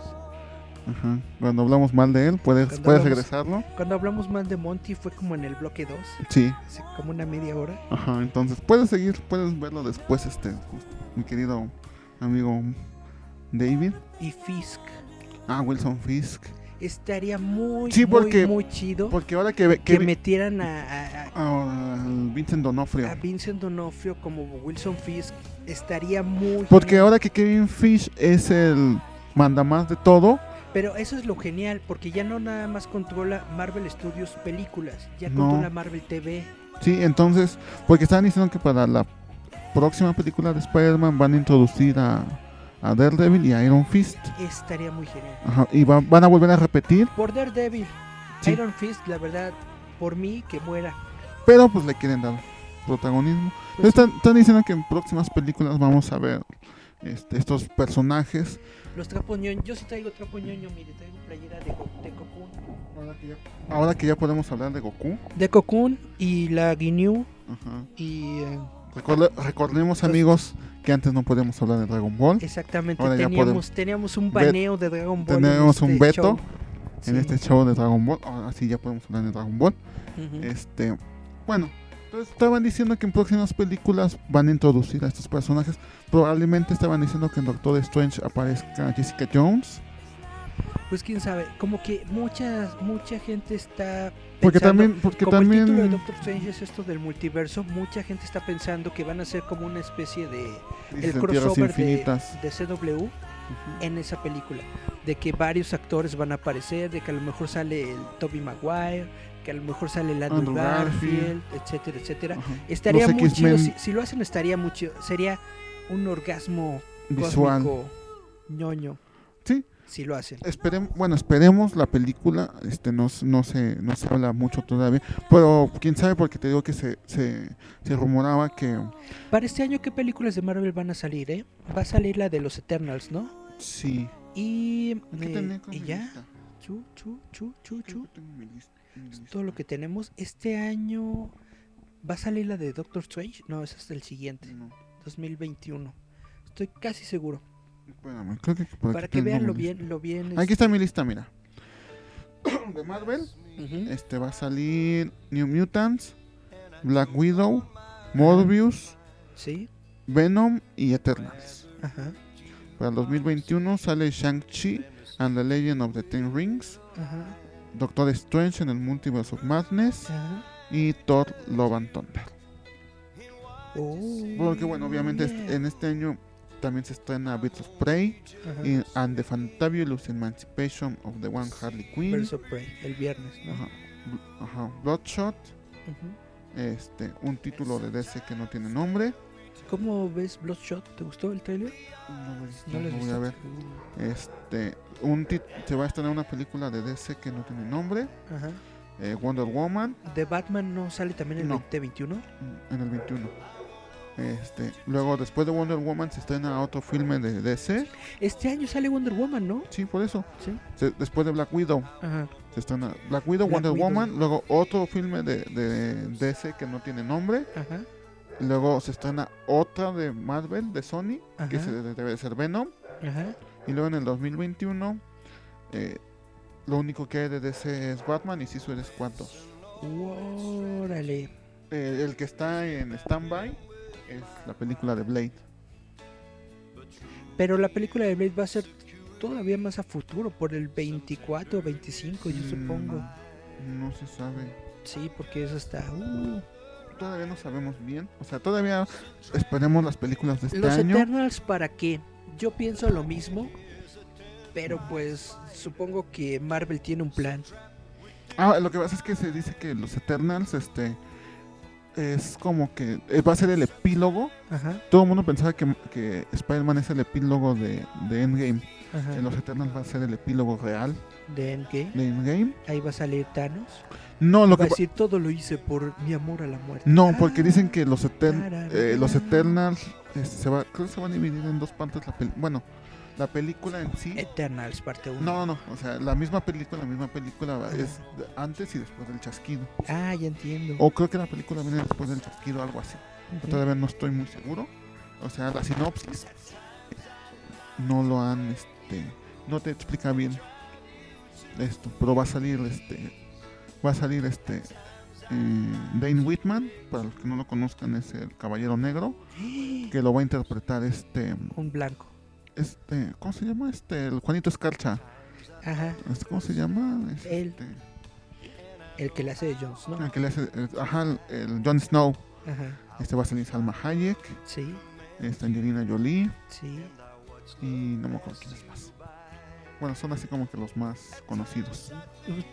[SPEAKER 3] ajá, cuando hablamos mal de él, puedes,
[SPEAKER 2] Cuando
[SPEAKER 3] puedes
[SPEAKER 2] hablamos-
[SPEAKER 3] regresarlo.
[SPEAKER 2] Cuando hablamos más de Monty fue como en el bloque 2,
[SPEAKER 3] Sí,
[SPEAKER 2] hace como una media hora.
[SPEAKER 3] ajá, entonces puedes seguir, puedes verlo después, este, mi querido amigo David.
[SPEAKER 2] Y Fisk.
[SPEAKER 3] Ah, Wilson Fisk.
[SPEAKER 2] Estaría muy,
[SPEAKER 3] Sí,
[SPEAKER 2] muy,
[SPEAKER 3] porque-
[SPEAKER 2] muy chido
[SPEAKER 3] Porque ahora que... ve-
[SPEAKER 2] que
[SPEAKER 3] que vi-
[SPEAKER 2] metieran a, a-
[SPEAKER 3] ah, al Vincent Donofrio.
[SPEAKER 2] a- a Vincent Donofrio como Wilson Fisk. Estaría muy...
[SPEAKER 3] Porque
[SPEAKER 2] muy-
[SPEAKER 3] ahora que Kevin Fish es el mandamás de todo,
[SPEAKER 2] Pero eso es lo genial, porque ya no nada más controla Marvel Studios películas, ya
[SPEAKER 3] No.
[SPEAKER 2] controla Marvel TV.
[SPEAKER 3] Sí, entonces, porque estaban diciendo que para la próxima película de Spider-Man van a introducir a, a Daredevil y a Iron Fist.
[SPEAKER 2] Estaría muy genial.
[SPEAKER 3] Ajá, y va- van a volver a repetir,
[SPEAKER 2] Por Daredevil,
[SPEAKER 3] Sí.
[SPEAKER 2] Iron Fist, la verdad, por mí que muera.
[SPEAKER 3] pero pues le quieren dar protagonismo. Pero están, están diciendo que en próximas películas vamos a ver este, estos personajes.
[SPEAKER 2] Los trapos ñoño, yo sí traigo trapo ñoño, mire, traigo playera de, Go- de Cocoon.
[SPEAKER 3] Ahora que ya podemos hablar de Goku.
[SPEAKER 2] De Cocoon y la Ginyu
[SPEAKER 3] Ajá.
[SPEAKER 2] y eh,
[SPEAKER 3] Recorda- recordemos amigos que antes no podíamos hablar de Dragon Ball.
[SPEAKER 2] exactamente
[SPEAKER 3] Ahora ya
[SPEAKER 2] teníamos,
[SPEAKER 3] podemos.
[SPEAKER 2] teníamos un
[SPEAKER 3] Ve-
[SPEAKER 2] baneo de Dragon Ball. en
[SPEAKER 3] Tenemos un
[SPEAKER 2] este
[SPEAKER 3] veto
[SPEAKER 2] show.
[SPEAKER 3] en
[SPEAKER 2] Sí.
[SPEAKER 3] este show de Dragon Ball. Ahora sí ya podemos hablar de Dragon Ball.
[SPEAKER 2] Ujú.
[SPEAKER 3] Este, bueno, entonces estaban diciendo que en próximas películas van a introducir a estos personajes. Probablemente estaban diciendo que en Doctor Strange aparezca Jessica Jones.
[SPEAKER 2] Pues quién sabe, como que muchas, mucha gente está pensando,
[SPEAKER 3] Porque también, porque
[SPEAKER 2] como el título de
[SPEAKER 3] también
[SPEAKER 2] Doctor Strange es esto del multiverso, mucha gente está pensando que van a ser como una especie de
[SPEAKER 3] dices
[SPEAKER 2] el
[SPEAKER 3] en Tierras
[SPEAKER 2] crossover de,
[SPEAKER 3] Infinitas.
[SPEAKER 2] de CW en esa película. De que varios actores van a aparecer, de que a lo mejor sale el Toby Maguire, que a lo mejor sale el Andrew,
[SPEAKER 3] Andrew
[SPEAKER 2] Garfield, etcétera, etcétera.
[SPEAKER 3] Ajá.
[SPEAKER 2] Estaría
[SPEAKER 3] Los
[SPEAKER 2] muy chido,
[SPEAKER 3] X-Men.
[SPEAKER 2] si, si lo hacen estaría muy chido. Sería un orgasmo
[SPEAKER 3] Visual.
[SPEAKER 2] cósmico ñoño.
[SPEAKER 3] Sí.
[SPEAKER 2] Si lo hacen.
[SPEAKER 3] Esperem- bueno, esperemos la película, este no, s- no se, no se habla mucho todavía, pero quién sabe porque te digo que se, se, se rumoraba que
[SPEAKER 2] Para este año, ¿qué películas de Marvel van a salir, eh? Va a salir la de los Eternals, ¿no?
[SPEAKER 3] sí.
[SPEAKER 2] Y,
[SPEAKER 3] Aquí
[SPEAKER 2] eh,
[SPEAKER 3] tenía como
[SPEAKER 2] y
[SPEAKER 3] mi
[SPEAKER 2] ya,
[SPEAKER 3] lista.
[SPEAKER 2] chu, chu, chu, chu,
[SPEAKER 3] Creo
[SPEAKER 2] chu.
[SPEAKER 3] que tengo mi lis- mi
[SPEAKER 2] Es
[SPEAKER 3] lista.
[SPEAKER 2] todo lo que tenemos. Este año va a salir la de Doctor Strange. No, esa es el siguiente,
[SPEAKER 3] No,
[SPEAKER 2] 2021. Estoy casi seguro.
[SPEAKER 3] espérame, creo que por aquí
[SPEAKER 2] Para que
[SPEAKER 3] tengo
[SPEAKER 2] vean
[SPEAKER 3] mi
[SPEAKER 2] lo
[SPEAKER 3] lista.
[SPEAKER 2] bien, lo bien.
[SPEAKER 3] Aquí
[SPEAKER 2] es-
[SPEAKER 3] está mi lista, mira. <coughs> De Marvel,
[SPEAKER 2] Ujú.
[SPEAKER 3] este va a salir New Mutants, Black Widow, Morbius,
[SPEAKER 2] Sí,
[SPEAKER 3] Venom y Eternals.
[SPEAKER 2] ajá,
[SPEAKER 3] Para el 2021 sale Shang-Chi and the Legend of the Ten Rings,
[SPEAKER 2] ajá,
[SPEAKER 3] Doctor Strange en el Multiverse of Madness
[SPEAKER 2] ajá.
[SPEAKER 3] y Thor Love and Thunder.
[SPEAKER 2] Oh,
[SPEAKER 3] Porque bueno, obviamente est-
[SPEAKER 2] yeah.
[SPEAKER 3] en este año también se estrena Birds of Prey
[SPEAKER 2] Ajá.
[SPEAKER 3] y- and the Fantabulous Emancipation of the One Harley Quinn.
[SPEAKER 2] Birds of Prey, el viernes, ¿no?
[SPEAKER 3] Ajá. Bl- ajá, Bloodshot,
[SPEAKER 2] Ujú.
[SPEAKER 3] este, un título de DC que no tiene nombre.
[SPEAKER 2] ¿Cómo ves Bloodshot? ¿Te gustó el trailer?
[SPEAKER 3] No, lo he visto,
[SPEAKER 2] ¿No lo has
[SPEAKER 3] no voy
[SPEAKER 2] visto?
[SPEAKER 3] a ver. Este, un tit- se va a estrenar una película de DC que no tiene nombre.
[SPEAKER 2] Ajá.
[SPEAKER 3] eh, Wonder Woman
[SPEAKER 2] ¿The Batman no sale también el
[SPEAKER 3] No.
[SPEAKER 2] 2021?
[SPEAKER 3] mm, en el 21. Este, luego después de Wonder Woman se estrena otro filme de DC.
[SPEAKER 2] Este año sale Wonder Woman, ¿no?
[SPEAKER 3] Sí, por eso.
[SPEAKER 2] Sí.
[SPEAKER 3] Se- después de Black Widow.
[SPEAKER 2] Ajá.
[SPEAKER 3] Se estrena Black Widow,
[SPEAKER 2] Black
[SPEAKER 3] Wonder
[SPEAKER 2] Widow.
[SPEAKER 3] Woman, luego otro filme de, de DC que no tiene nombre,
[SPEAKER 2] Ajá.
[SPEAKER 3] y luego se estrena otra de Marvel, de Sony, que
[SPEAKER 2] Ajá.
[SPEAKER 3] se de- debe de ser Venom,
[SPEAKER 2] Ajá.
[SPEAKER 3] y luego en el 2021 eh, lo único que hay de DC es Batman y Suicide Squad 2.
[SPEAKER 2] Órale.
[SPEAKER 3] Eh, el que está en stand-by es la película de Blade.
[SPEAKER 2] Pero la película de Blade va a ser todavía más a futuro, por el 24 o 25, Pues yo
[SPEAKER 3] Mm,
[SPEAKER 2] supongo.
[SPEAKER 3] No se sabe.
[SPEAKER 2] Sí, porque eso está. uh.
[SPEAKER 3] Todavía no sabemos bien. O sea, todavía esperemos las películas de este
[SPEAKER 2] Los
[SPEAKER 3] año.
[SPEAKER 2] Eternals, ¿para qué? Yo pienso lo mismo, pero pues supongo que Marvel tiene un plan.
[SPEAKER 3] Ah, lo que pasa es que se dice que los Eternals, este, es como que eh, va a ser el epílogo.
[SPEAKER 2] Ajá,
[SPEAKER 3] Todo el mundo pensaba que, que Spider-Man es el epílogo de, de Endgame.
[SPEAKER 2] ajá.
[SPEAKER 3] Que los Eternals va a ser el epílogo real
[SPEAKER 2] De Endgame.
[SPEAKER 3] de Endgame.
[SPEAKER 2] Ahí va a salir Thanos.
[SPEAKER 3] No, lo
[SPEAKER 2] Va
[SPEAKER 3] que
[SPEAKER 2] a
[SPEAKER 3] pa-
[SPEAKER 2] decir todo lo hice por mi amor a la muerte. Ah,
[SPEAKER 3] no, porque dicen que los, Etern-
[SPEAKER 2] tararara.
[SPEAKER 3] eh, los Eternals este, se va, creo que se van a dividir en dos partes la pel- bueno, la película en sí.
[SPEAKER 2] Eh. Eternals, parte 1.
[SPEAKER 3] No, no, no, o sea, la misma película, la misma película va- es antes y después del chasquido.
[SPEAKER 2] Ah, ya entiendo.
[SPEAKER 3] O creo que la película viene después del chasquido, algo así.
[SPEAKER 2] Ujú.
[SPEAKER 3] Todavía no estoy muy seguro. O sea, la sinopsis no lo han, este, no te explica bien esto, pero va a salir, este, va a salir, este, eh, Dane Whitman, para los que no lo conozcan es el
[SPEAKER 2] <gasps>
[SPEAKER 3] Caballero Negro, que lo va a interpretar, este,
[SPEAKER 2] Un blanco.
[SPEAKER 3] este, ¿cómo se llama? Este, el Juanito Escarcha,
[SPEAKER 2] Ajá.
[SPEAKER 3] Este, ¿cómo se llama? Este,
[SPEAKER 2] Él. El que le hace de Jones, ¿no?
[SPEAKER 3] el que le hace, eh, ajá, el, el Jon Snow,
[SPEAKER 2] Ajá.
[SPEAKER 3] este va a salir Salma Hayek,
[SPEAKER 2] Sí,
[SPEAKER 3] este, Angelina Jolie.
[SPEAKER 2] sí.
[SPEAKER 3] y no me acuerdo quiénes más. Bueno, son así como que los más conocidos.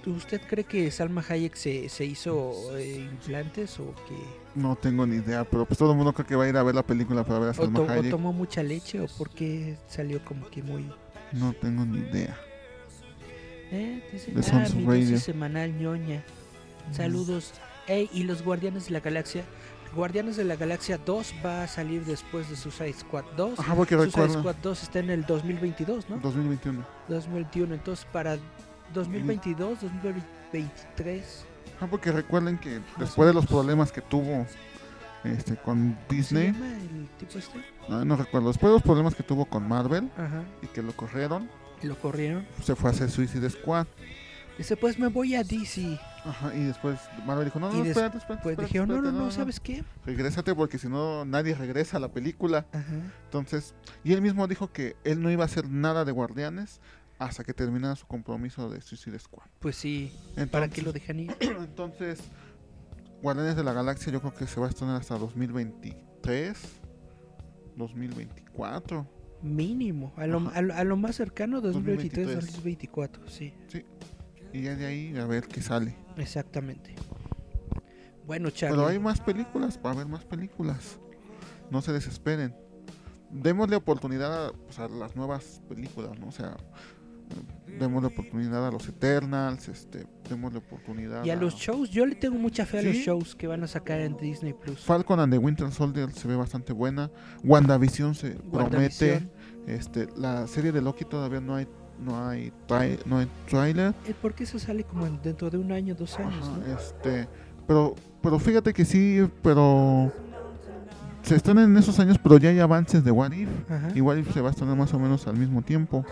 [SPEAKER 2] ¿U- ¿Usted cree que Salma Hayek se, se hizo eh, implantes o que
[SPEAKER 3] No tengo ni idea, pero pues todo el mundo creo que va a ir a ver la película para ver a
[SPEAKER 2] o,
[SPEAKER 3] Salma
[SPEAKER 2] to- o
[SPEAKER 3] Hayek.
[SPEAKER 2] tomó mucha leche o por qué salió como que muy
[SPEAKER 3] No tengo ni idea.
[SPEAKER 2] eh, dicen,
[SPEAKER 3] The
[SPEAKER 2] ah,
[SPEAKER 3] Sons of
[SPEAKER 2] mi
[SPEAKER 3] Radio".
[SPEAKER 2] Mm. dosis semanal ñoña. Saludos. Ey, y los Guardianes de la Galaxia Guardianes de la Galaxia 2 va a salir después de Suicide Squad 2.
[SPEAKER 3] Ajá, porque
[SPEAKER 2] Suicide
[SPEAKER 3] recuerdo.
[SPEAKER 2] Squad 2 está en el 2022, ¿no?
[SPEAKER 3] 2021.
[SPEAKER 2] 2021, entonces para 2022, 2023.
[SPEAKER 3] Ah, porque recuerden que después de los problemas que tuvo este con
[SPEAKER 2] ¿cómo se
[SPEAKER 3] Disney,
[SPEAKER 2] llama el tipo este?
[SPEAKER 3] no, no recuerdo, después de los problemas que tuvo con Marvel
[SPEAKER 2] Ajá,
[SPEAKER 3] y que lo corrieron,
[SPEAKER 2] lo corrieron.
[SPEAKER 3] se fue a hacer Suicide Squad.
[SPEAKER 2] Dice, pues me voy a DC.
[SPEAKER 3] Ajá, y después Marvel dijo, no,
[SPEAKER 2] Y
[SPEAKER 3] no,
[SPEAKER 2] des-
[SPEAKER 3] espérate, espérate.
[SPEAKER 2] Pues
[SPEAKER 3] espérate,
[SPEAKER 2] dijeron, no, no,
[SPEAKER 3] espérate,
[SPEAKER 2] no, ¿sabes qué?
[SPEAKER 3] Regrésate porque si no, nadie regresa a la película.
[SPEAKER 2] Ajá.
[SPEAKER 3] Entonces, y él mismo dijo que él no iba a hacer nada de Guardianes hasta que terminara su compromiso de Suicide Squad.
[SPEAKER 2] Pues sí,
[SPEAKER 3] Entonces,
[SPEAKER 2] ¿para qué lo dejan ir?
[SPEAKER 3] <clears throat> Entonces, Guardianes de la Galaxia yo creo que se va a estrenar hasta 2023, 2024.
[SPEAKER 2] Mínimo, a lo,
[SPEAKER 3] Ajá.
[SPEAKER 2] a lo, a lo más cercano 2023,
[SPEAKER 3] 2023.
[SPEAKER 2] 2024, sí,
[SPEAKER 3] Y ya de ahí a ver qué sale.
[SPEAKER 2] exactamente. Bueno,
[SPEAKER 3] Pero hay
[SPEAKER 2] Charlie,
[SPEAKER 3] más películas, va a haber más películas. No se desesperen. Démosle oportunidad a, pues, a las nuevas películas, ¿no? O sea, eh, démosle oportunidad a los Eternals, este, démosle oportunidad
[SPEAKER 2] y a los shows, yo le tengo mucha fe a los
[SPEAKER 3] Sí.
[SPEAKER 2] shows que van a sacar en Disney Plus.
[SPEAKER 3] Falcon and the Winter Soldier se ve bastante buena. WandaVision se promete.
[SPEAKER 2] WandaVision.
[SPEAKER 3] Este, la serie de Loki todavía no hay no hay trai- no hay trailer.
[SPEAKER 2] Eh, Porque eso sale como en- dentro de un año, dos años,
[SPEAKER 3] Ajá,
[SPEAKER 2] ¿no?
[SPEAKER 3] este, pero pero fíjate que sí, pero se están en esos años, pero ya hay avances de What If.
[SPEAKER 2] Ajá.
[SPEAKER 3] Y What If se va a estrenar más o menos al mismo tiempo.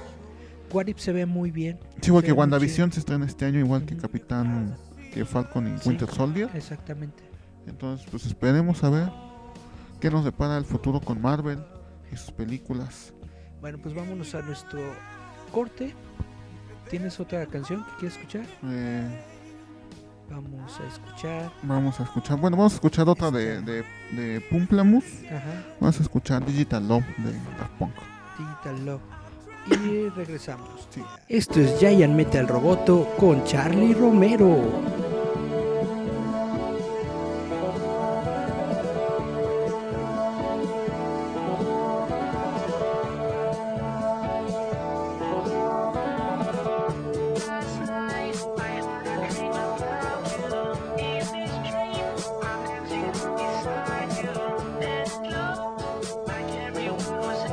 [SPEAKER 2] What If se ve muy bien,
[SPEAKER 3] Sí, igual
[SPEAKER 2] Se
[SPEAKER 3] que
[SPEAKER 2] ve muy
[SPEAKER 3] WandaVision se estrena este año, igual que
[SPEAKER 2] Ujú.
[SPEAKER 3] Capitán, que Falcon y
[SPEAKER 2] Sí.
[SPEAKER 3] Winter Soldier.
[SPEAKER 2] exactamente.
[SPEAKER 3] Entonces, pues esperemos a ver qué nos depara el futuro con Marvel y sus películas.
[SPEAKER 2] Bueno, pues vámonos a nuestro corte. ¿Tienes otra canción que quieres escuchar?
[SPEAKER 3] Eh,
[SPEAKER 2] Vamos a escuchar.
[SPEAKER 3] vamos a escuchar, bueno, vamos a escuchar otra de,
[SPEAKER 2] Este.
[SPEAKER 3] de, de Pumplamus.
[SPEAKER 2] Ajá,
[SPEAKER 3] Vamos a escuchar Digital Love de Daft Punk.
[SPEAKER 2] Digital Love. Y regresamos.
[SPEAKER 3] Sí.
[SPEAKER 2] Esto es Giant Metal Roboto con Charlie Romero.
[SPEAKER 8] Come a little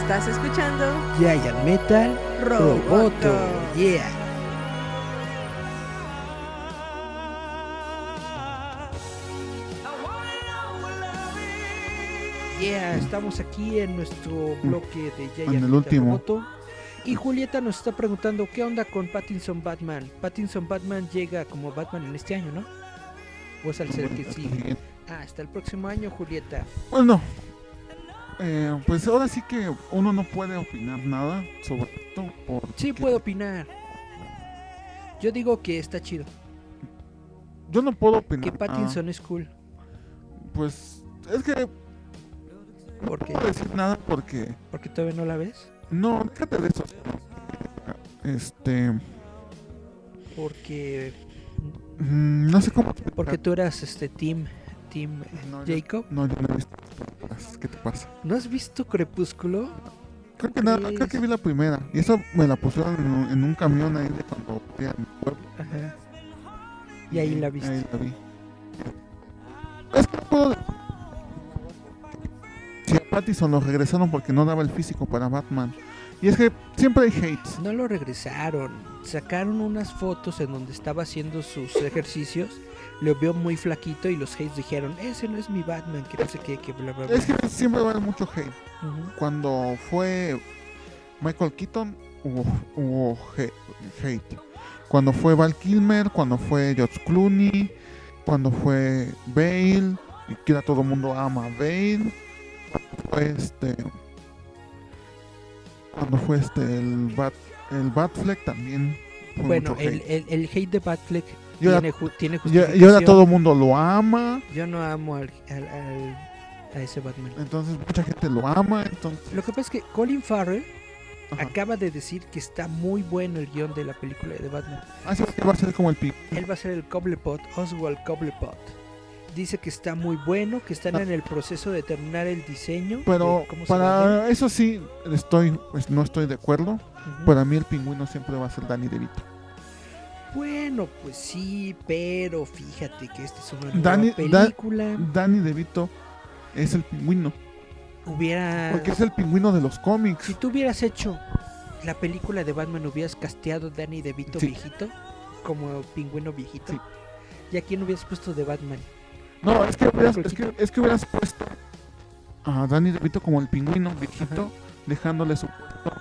[SPEAKER 1] Estás escuchando
[SPEAKER 2] Giant Metal
[SPEAKER 1] Roboto.
[SPEAKER 2] Roboto. Yeah. Yeah, estamos aquí en nuestro bloque de Giant
[SPEAKER 3] Mm. el
[SPEAKER 2] Metal
[SPEAKER 3] último.
[SPEAKER 2] Roboto. Y Julieta nos está preguntando qué onda con Pattinson Batman. Pattinson Batman llega como Batman en este año, ¿no? ¿O es al ser que
[SPEAKER 3] este
[SPEAKER 2] sigue? Ah, hasta el próximo año, Julieta.
[SPEAKER 3] Bueno, Ah, eh, pues ahora sí que uno no puede opinar nada sobre esto. Porque
[SPEAKER 2] Sí, pues, puedo opinar. Yo digo que está chido.
[SPEAKER 3] Yo no puedo opinar.
[SPEAKER 2] Que
[SPEAKER 3] ah,
[SPEAKER 2] Pattinson es cool.
[SPEAKER 3] pues es que
[SPEAKER 2] ¿Por
[SPEAKER 3] no
[SPEAKER 2] qué?
[SPEAKER 3] puedo decir nada porque.
[SPEAKER 2] Porque todavía no la ves.
[SPEAKER 3] No, déjate de eso. Este.
[SPEAKER 2] Porque
[SPEAKER 3] mm, No sé cómo. explicar.
[SPEAKER 2] porque tú eras este team team eh,
[SPEAKER 3] No, yo-
[SPEAKER 2] Jacob.
[SPEAKER 3] No, yo no he visto. ¿Qué te pasa?
[SPEAKER 2] ¿No has visto Crepúsculo?
[SPEAKER 3] Creo que, nada, creo que vi la primera. Y esa me la pusieron en un, en un camión ahí de cuando fui a mi pueblo.
[SPEAKER 2] Ajá. Y ahí la viste.
[SPEAKER 3] Ahí la vi. Es que no puedo. Si a Pattinson lo regresaron porque no daba el físico para Batman. Y es que siempre hay hates.
[SPEAKER 2] No lo regresaron. Sacaron unas fotos en donde estaba haciendo sus ejercicios. Lo vio muy flaquito y los hates dijeron, ese no es mi Batman, que no sé qué, que bla bla bla.
[SPEAKER 3] Es que siempre va a haber mucho hate.
[SPEAKER 2] Ujú.
[SPEAKER 3] Cuando fue Michael Keaton, hubo, hubo he- hate. Cuando fue Val Kilmer, cuando fue George Clooney, cuando fue Bale, y que ahora todo el mundo ama a Bale. Cuando fue este. Cuando fue este, el Bat, el Batfleck también. Fue
[SPEAKER 2] Bueno,
[SPEAKER 3] mucho
[SPEAKER 2] el,
[SPEAKER 3] hate.
[SPEAKER 2] el, el hate de Batfleck
[SPEAKER 3] Y ahora-
[SPEAKER 2] tiene, ju- tiene
[SPEAKER 3] Y-
[SPEAKER 2] justificación.
[SPEAKER 3] y ahora todo el mundo lo ama,
[SPEAKER 2] Yo no amo al, al- al- a ese Batman.
[SPEAKER 3] entonces mucha gente lo ama, entonces.
[SPEAKER 2] Lo que pasa es que Colin Farrell
[SPEAKER 3] ajá.
[SPEAKER 2] acaba de decir que está muy bueno el guión de la película de Batman.
[SPEAKER 3] Así que va a ser como el pi.
[SPEAKER 2] Él va a ser el Cobblepot, Oswald Cobblepot. Dice que está muy bueno, que están
[SPEAKER 3] Ah.
[SPEAKER 2] en el proceso de terminar el diseño. de
[SPEAKER 3] Pero
[SPEAKER 2] cómo se va a
[SPEAKER 3] para eso sí estoy pues, no estoy de acuerdo.
[SPEAKER 2] hacer. Ujú.
[SPEAKER 3] Para mí el pingüino siempre va a ser Danny DeVito.
[SPEAKER 2] Bueno, pues sí, pero fíjate que esta es una nueva
[SPEAKER 3] Dani- Dan-
[SPEAKER 2] película.
[SPEAKER 3] Danny DeVito es el pingüino,
[SPEAKER 2] Hubiera...
[SPEAKER 3] porque es el pingüino de los
[SPEAKER 2] Si
[SPEAKER 3] cómics.
[SPEAKER 2] tú hubieras hecho la película de Batman, hubieras casteado a Danny DeVito
[SPEAKER 3] Sí.
[SPEAKER 2] viejito, como pingüino viejito.
[SPEAKER 3] Sí.
[SPEAKER 2] ¿Y a quién hubieras puesto de Batman?
[SPEAKER 3] No, es que hubieras, es que, es que hubieras puesto a Danny DeVito como el pingüino viejito, dejándole su puesto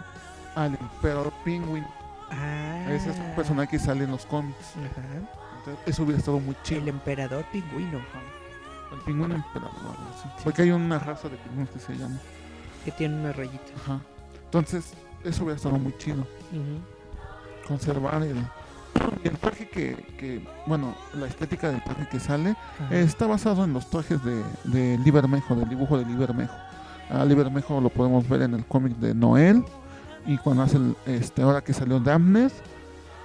[SPEAKER 3] al emperador pingüino.
[SPEAKER 2] Ah,
[SPEAKER 3] Ese es un personaje que sale en los cómics.
[SPEAKER 2] Ajá.
[SPEAKER 3] Entonces, eso hubiera estado muy
[SPEAKER 2] El
[SPEAKER 3] chido.
[SPEAKER 2] emperador pingüino,
[SPEAKER 3] El pingüino emperador. algo así. Porque hay una raza de pingüinos que se llama.
[SPEAKER 2] que tiene una rayita.
[SPEAKER 3] Ajá. Entonces, eso hubiera estado muy chido.
[SPEAKER 2] Ujú.
[SPEAKER 3] conservar el, el traje que, que, bueno, la estética del traje que sale
[SPEAKER 2] Ajá.
[SPEAKER 3] eh, está basado en los trajes de, de Libermejo, del dibujo de Libermejo. A Libermejo lo podemos ver en el cómic de Noel y cuando hace el- este, ahora que salió Damned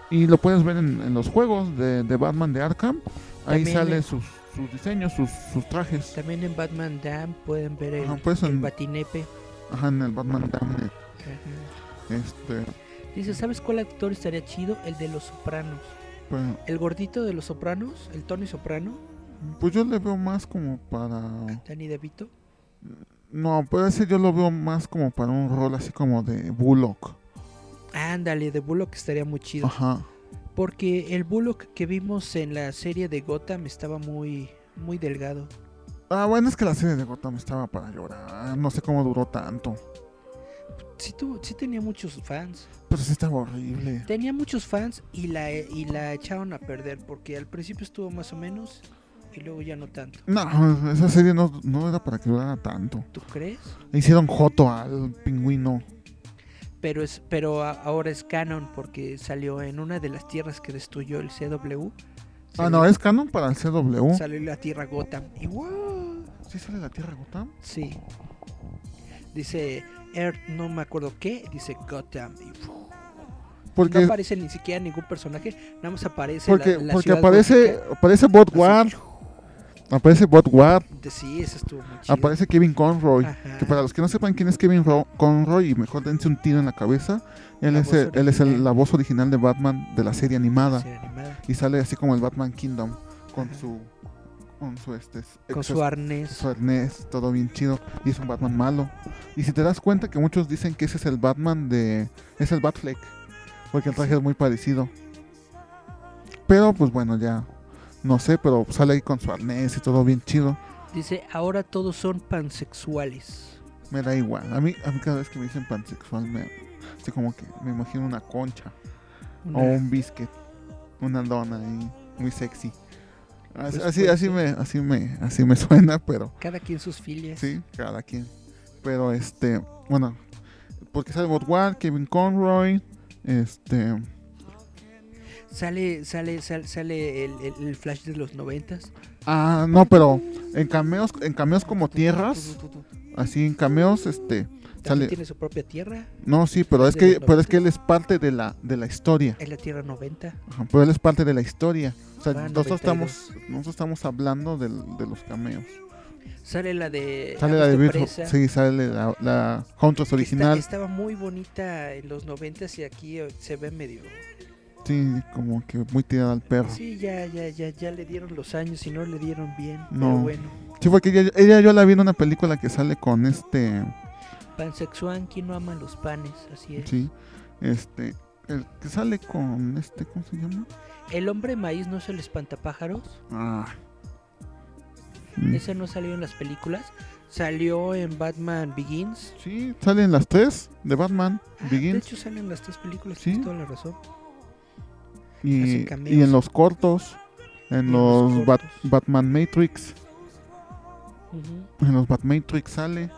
[SPEAKER 3] y lo puedes ver en, en los juegos de, de Batman de Arkham. Ahí
[SPEAKER 2] También
[SPEAKER 3] sale
[SPEAKER 2] en-
[SPEAKER 3] sus, sus diseños, sus, sus trajes.
[SPEAKER 2] También en Batman Dam pueden ver el,
[SPEAKER 3] Ajá, pues
[SPEAKER 2] el
[SPEAKER 3] en-
[SPEAKER 2] batinepe.
[SPEAKER 3] Ajá, en el Batman Damned.
[SPEAKER 2] Ajá.
[SPEAKER 3] Este,
[SPEAKER 2] Dice, ¿sabes cuál actor estaría chido? El de Los Sopranos.
[SPEAKER 3] pues,
[SPEAKER 2] El gordito de Los Sopranos, el Tony Soprano,
[SPEAKER 3] pues yo le veo más como para...
[SPEAKER 2] Danny DeVito.
[SPEAKER 3] No, pero ese yo lo veo más como para un rol así como de Bullock.
[SPEAKER 2] Ándale, de Bullock estaría muy chido.
[SPEAKER 3] Ajá.
[SPEAKER 2] Porque el Bullock que vimos en la serie de Gotham estaba muy, muy delgado.
[SPEAKER 3] Ah, bueno, es que la serie de Gotham estaba para llorar. No sé cómo duró tanto.
[SPEAKER 2] Sí, tuvo- sí tenía muchos fans.
[SPEAKER 3] Pero sí estaba horrible.
[SPEAKER 2] Tenía muchos fans y la, y la echaron a perder porque al principio estuvo más o menos y luego ya no tanto.
[SPEAKER 3] No, esa serie no, no era para que durara tanto.
[SPEAKER 2] ¿Tú crees?
[SPEAKER 3] Le hicieron Joto al pingüino.
[SPEAKER 2] Pero, es, pero a- ahora es canon porque salió en una de las tierras que destruyó el CW.
[SPEAKER 3] Ah, no, es canon para el CW.
[SPEAKER 2] Salió la tierra Gotham. Y ¡guau!
[SPEAKER 3] ¿Sí sale la Tierra Gotham?
[SPEAKER 2] Sí. Dice Earth, no me acuerdo qué, dice Gotham. Y ¡fu!
[SPEAKER 3] Porque,
[SPEAKER 2] No aparece ni siquiera ningún personaje, nada más aparece
[SPEAKER 3] porque,
[SPEAKER 2] la, la
[SPEAKER 3] porque
[SPEAKER 2] ciudad
[SPEAKER 3] aparece,
[SPEAKER 2] gótica.
[SPEAKER 3] aparece Bot Ward. Aparece Bot Ward.
[SPEAKER 2] De- sí, eso estuvo muy chido.
[SPEAKER 3] Aparece Kevin Conroy.
[SPEAKER 2] Ajá.
[SPEAKER 3] Que para los que no sepan quién es Kevin Ro- Conroy, y mejor dense un tiro en la cabeza. Él
[SPEAKER 2] La
[SPEAKER 3] es,
[SPEAKER 2] voz
[SPEAKER 3] el, él es el-
[SPEAKER 2] original.
[SPEAKER 3] la voz original de Batman de la serie animada.
[SPEAKER 2] Serie animada.
[SPEAKER 3] Y sale así como el Batman Kingdom. Con
[SPEAKER 2] Ajá.
[SPEAKER 3] su un su este es-
[SPEAKER 2] con
[SPEAKER 3] exos-
[SPEAKER 2] su arnés.
[SPEAKER 3] su arnés, todo bien chido, y es un Batman malo. Y si te das cuenta que muchos dicen que ese es el Batman de... es el Batfleck, porque el traje es muy parecido. Pero pues bueno, ya, no sé, pero sale ahí con su arnés y todo bien chido,
[SPEAKER 2] Dice, ahora todos son pansexuales.
[SPEAKER 3] me da igual. A mí, a mí cada vez que me dicen pansexual, me, así como que me imagino una concha,
[SPEAKER 2] Una-
[SPEAKER 3] o un biscuit, una lona ahí, muy sexy. Así,
[SPEAKER 2] Pues,
[SPEAKER 3] así,
[SPEAKER 2] puede
[SPEAKER 3] así
[SPEAKER 2] ser.
[SPEAKER 3] me, así me, así me <laughs> suena, pero...
[SPEAKER 2] Cada quien sus filias.
[SPEAKER 3] Sí, cada quien. Pero este, bueno, porque sale Ward, Kevin Conroy, este,
[SPEAKER 2] Sale, sale, sal- sale el, el- el flash de los noventas.
[SPEAKER 3] ah, no, pero en cameos, en cameos como tierras,
[SPEAKER 2] También
[SPEAKER 3] así en cameos, este, sale,
[SPEAKER 2] tiene su propia tierra,
[SPEAKER 3] no, sí, pero es
[SPEAKER 2] de
[SPEAKER 3] que,
[SPEAKER 2] los
[SPEAKER 3] pero es que él es parte de la, de la historia,
[SPEAKER 2] es la tierra 90.
[SPEAKER 3] Ajá, pero él es parte de la historia. O sea,
[SPEAKER 2] Ah, 92.
[SPEAKER 3] nosotros estamos, nosotros estamos hablando del- de los cameos.
[SPEAKER 2] Sale la de
[SPEAKER 3] Sale la de
[SPEAKER 2] Augusto
[SPEAKER 3] Beatriz,
[SPEAKER 2] Eh, Presa,
[SPEAKER 3] sí, sale la, la Huntress
[SPEAKER 2] que está-
[SPEAKER 3] original,
[SPEAKER 2] estaba muy bonita en los noventas y aquí eh, se ve medio.
[SPEAKER 3] sí, como que muy tirada al perro.
[SPEAKER 2] Sí, ya, ya, ya, ya le dieron los años y no le dieron bien.
[SPEAKER 3] No.
[SPEAKER 2] Pero bueno,
[SPEAKER 3] Sí, porque ella, ella yo la vi en una película que sale con este.
[SPEAKER 2] pansexual, ¿quién no ama los panes? Así es.
[SPEAKER 3] Sí. Este. El que sale con este. ¿Cómo se llama?
[SPEAKER 2] El hombre maíz no es el espantapájaros.
[SPEAKER 3] Ah. Mm.
[SPEAKER 2] Ese no salió en las películas. Salió en Batman Begins.
[SPEAKER 3] Sí, salen las tres de Batman
[SPEAKER 2] Ah, De
[SPEAKER 3] Begins
[SPEAKER 2] hecho, salen las tres películas.
[SPEAKER 3] Sí.
[SPEAKER 2] Tienes toda la razón.
[SPEAKER 3] y,
[SPEAKER 2] pues, hacen cameos.
[SPEAKER 3] y en los cortos, en
[SPEAKER 2] En
[SPEAKER 3] los,
[SPEAKER 2] los
[SPEAKER 3] Bat-
[SPEAKER 2] cortos.
[SPEAKER 3] Batman Matrix,
[SPEAKER 2] Ujú.
[SPEAKER 3] en los Batman Matrix sale. Este,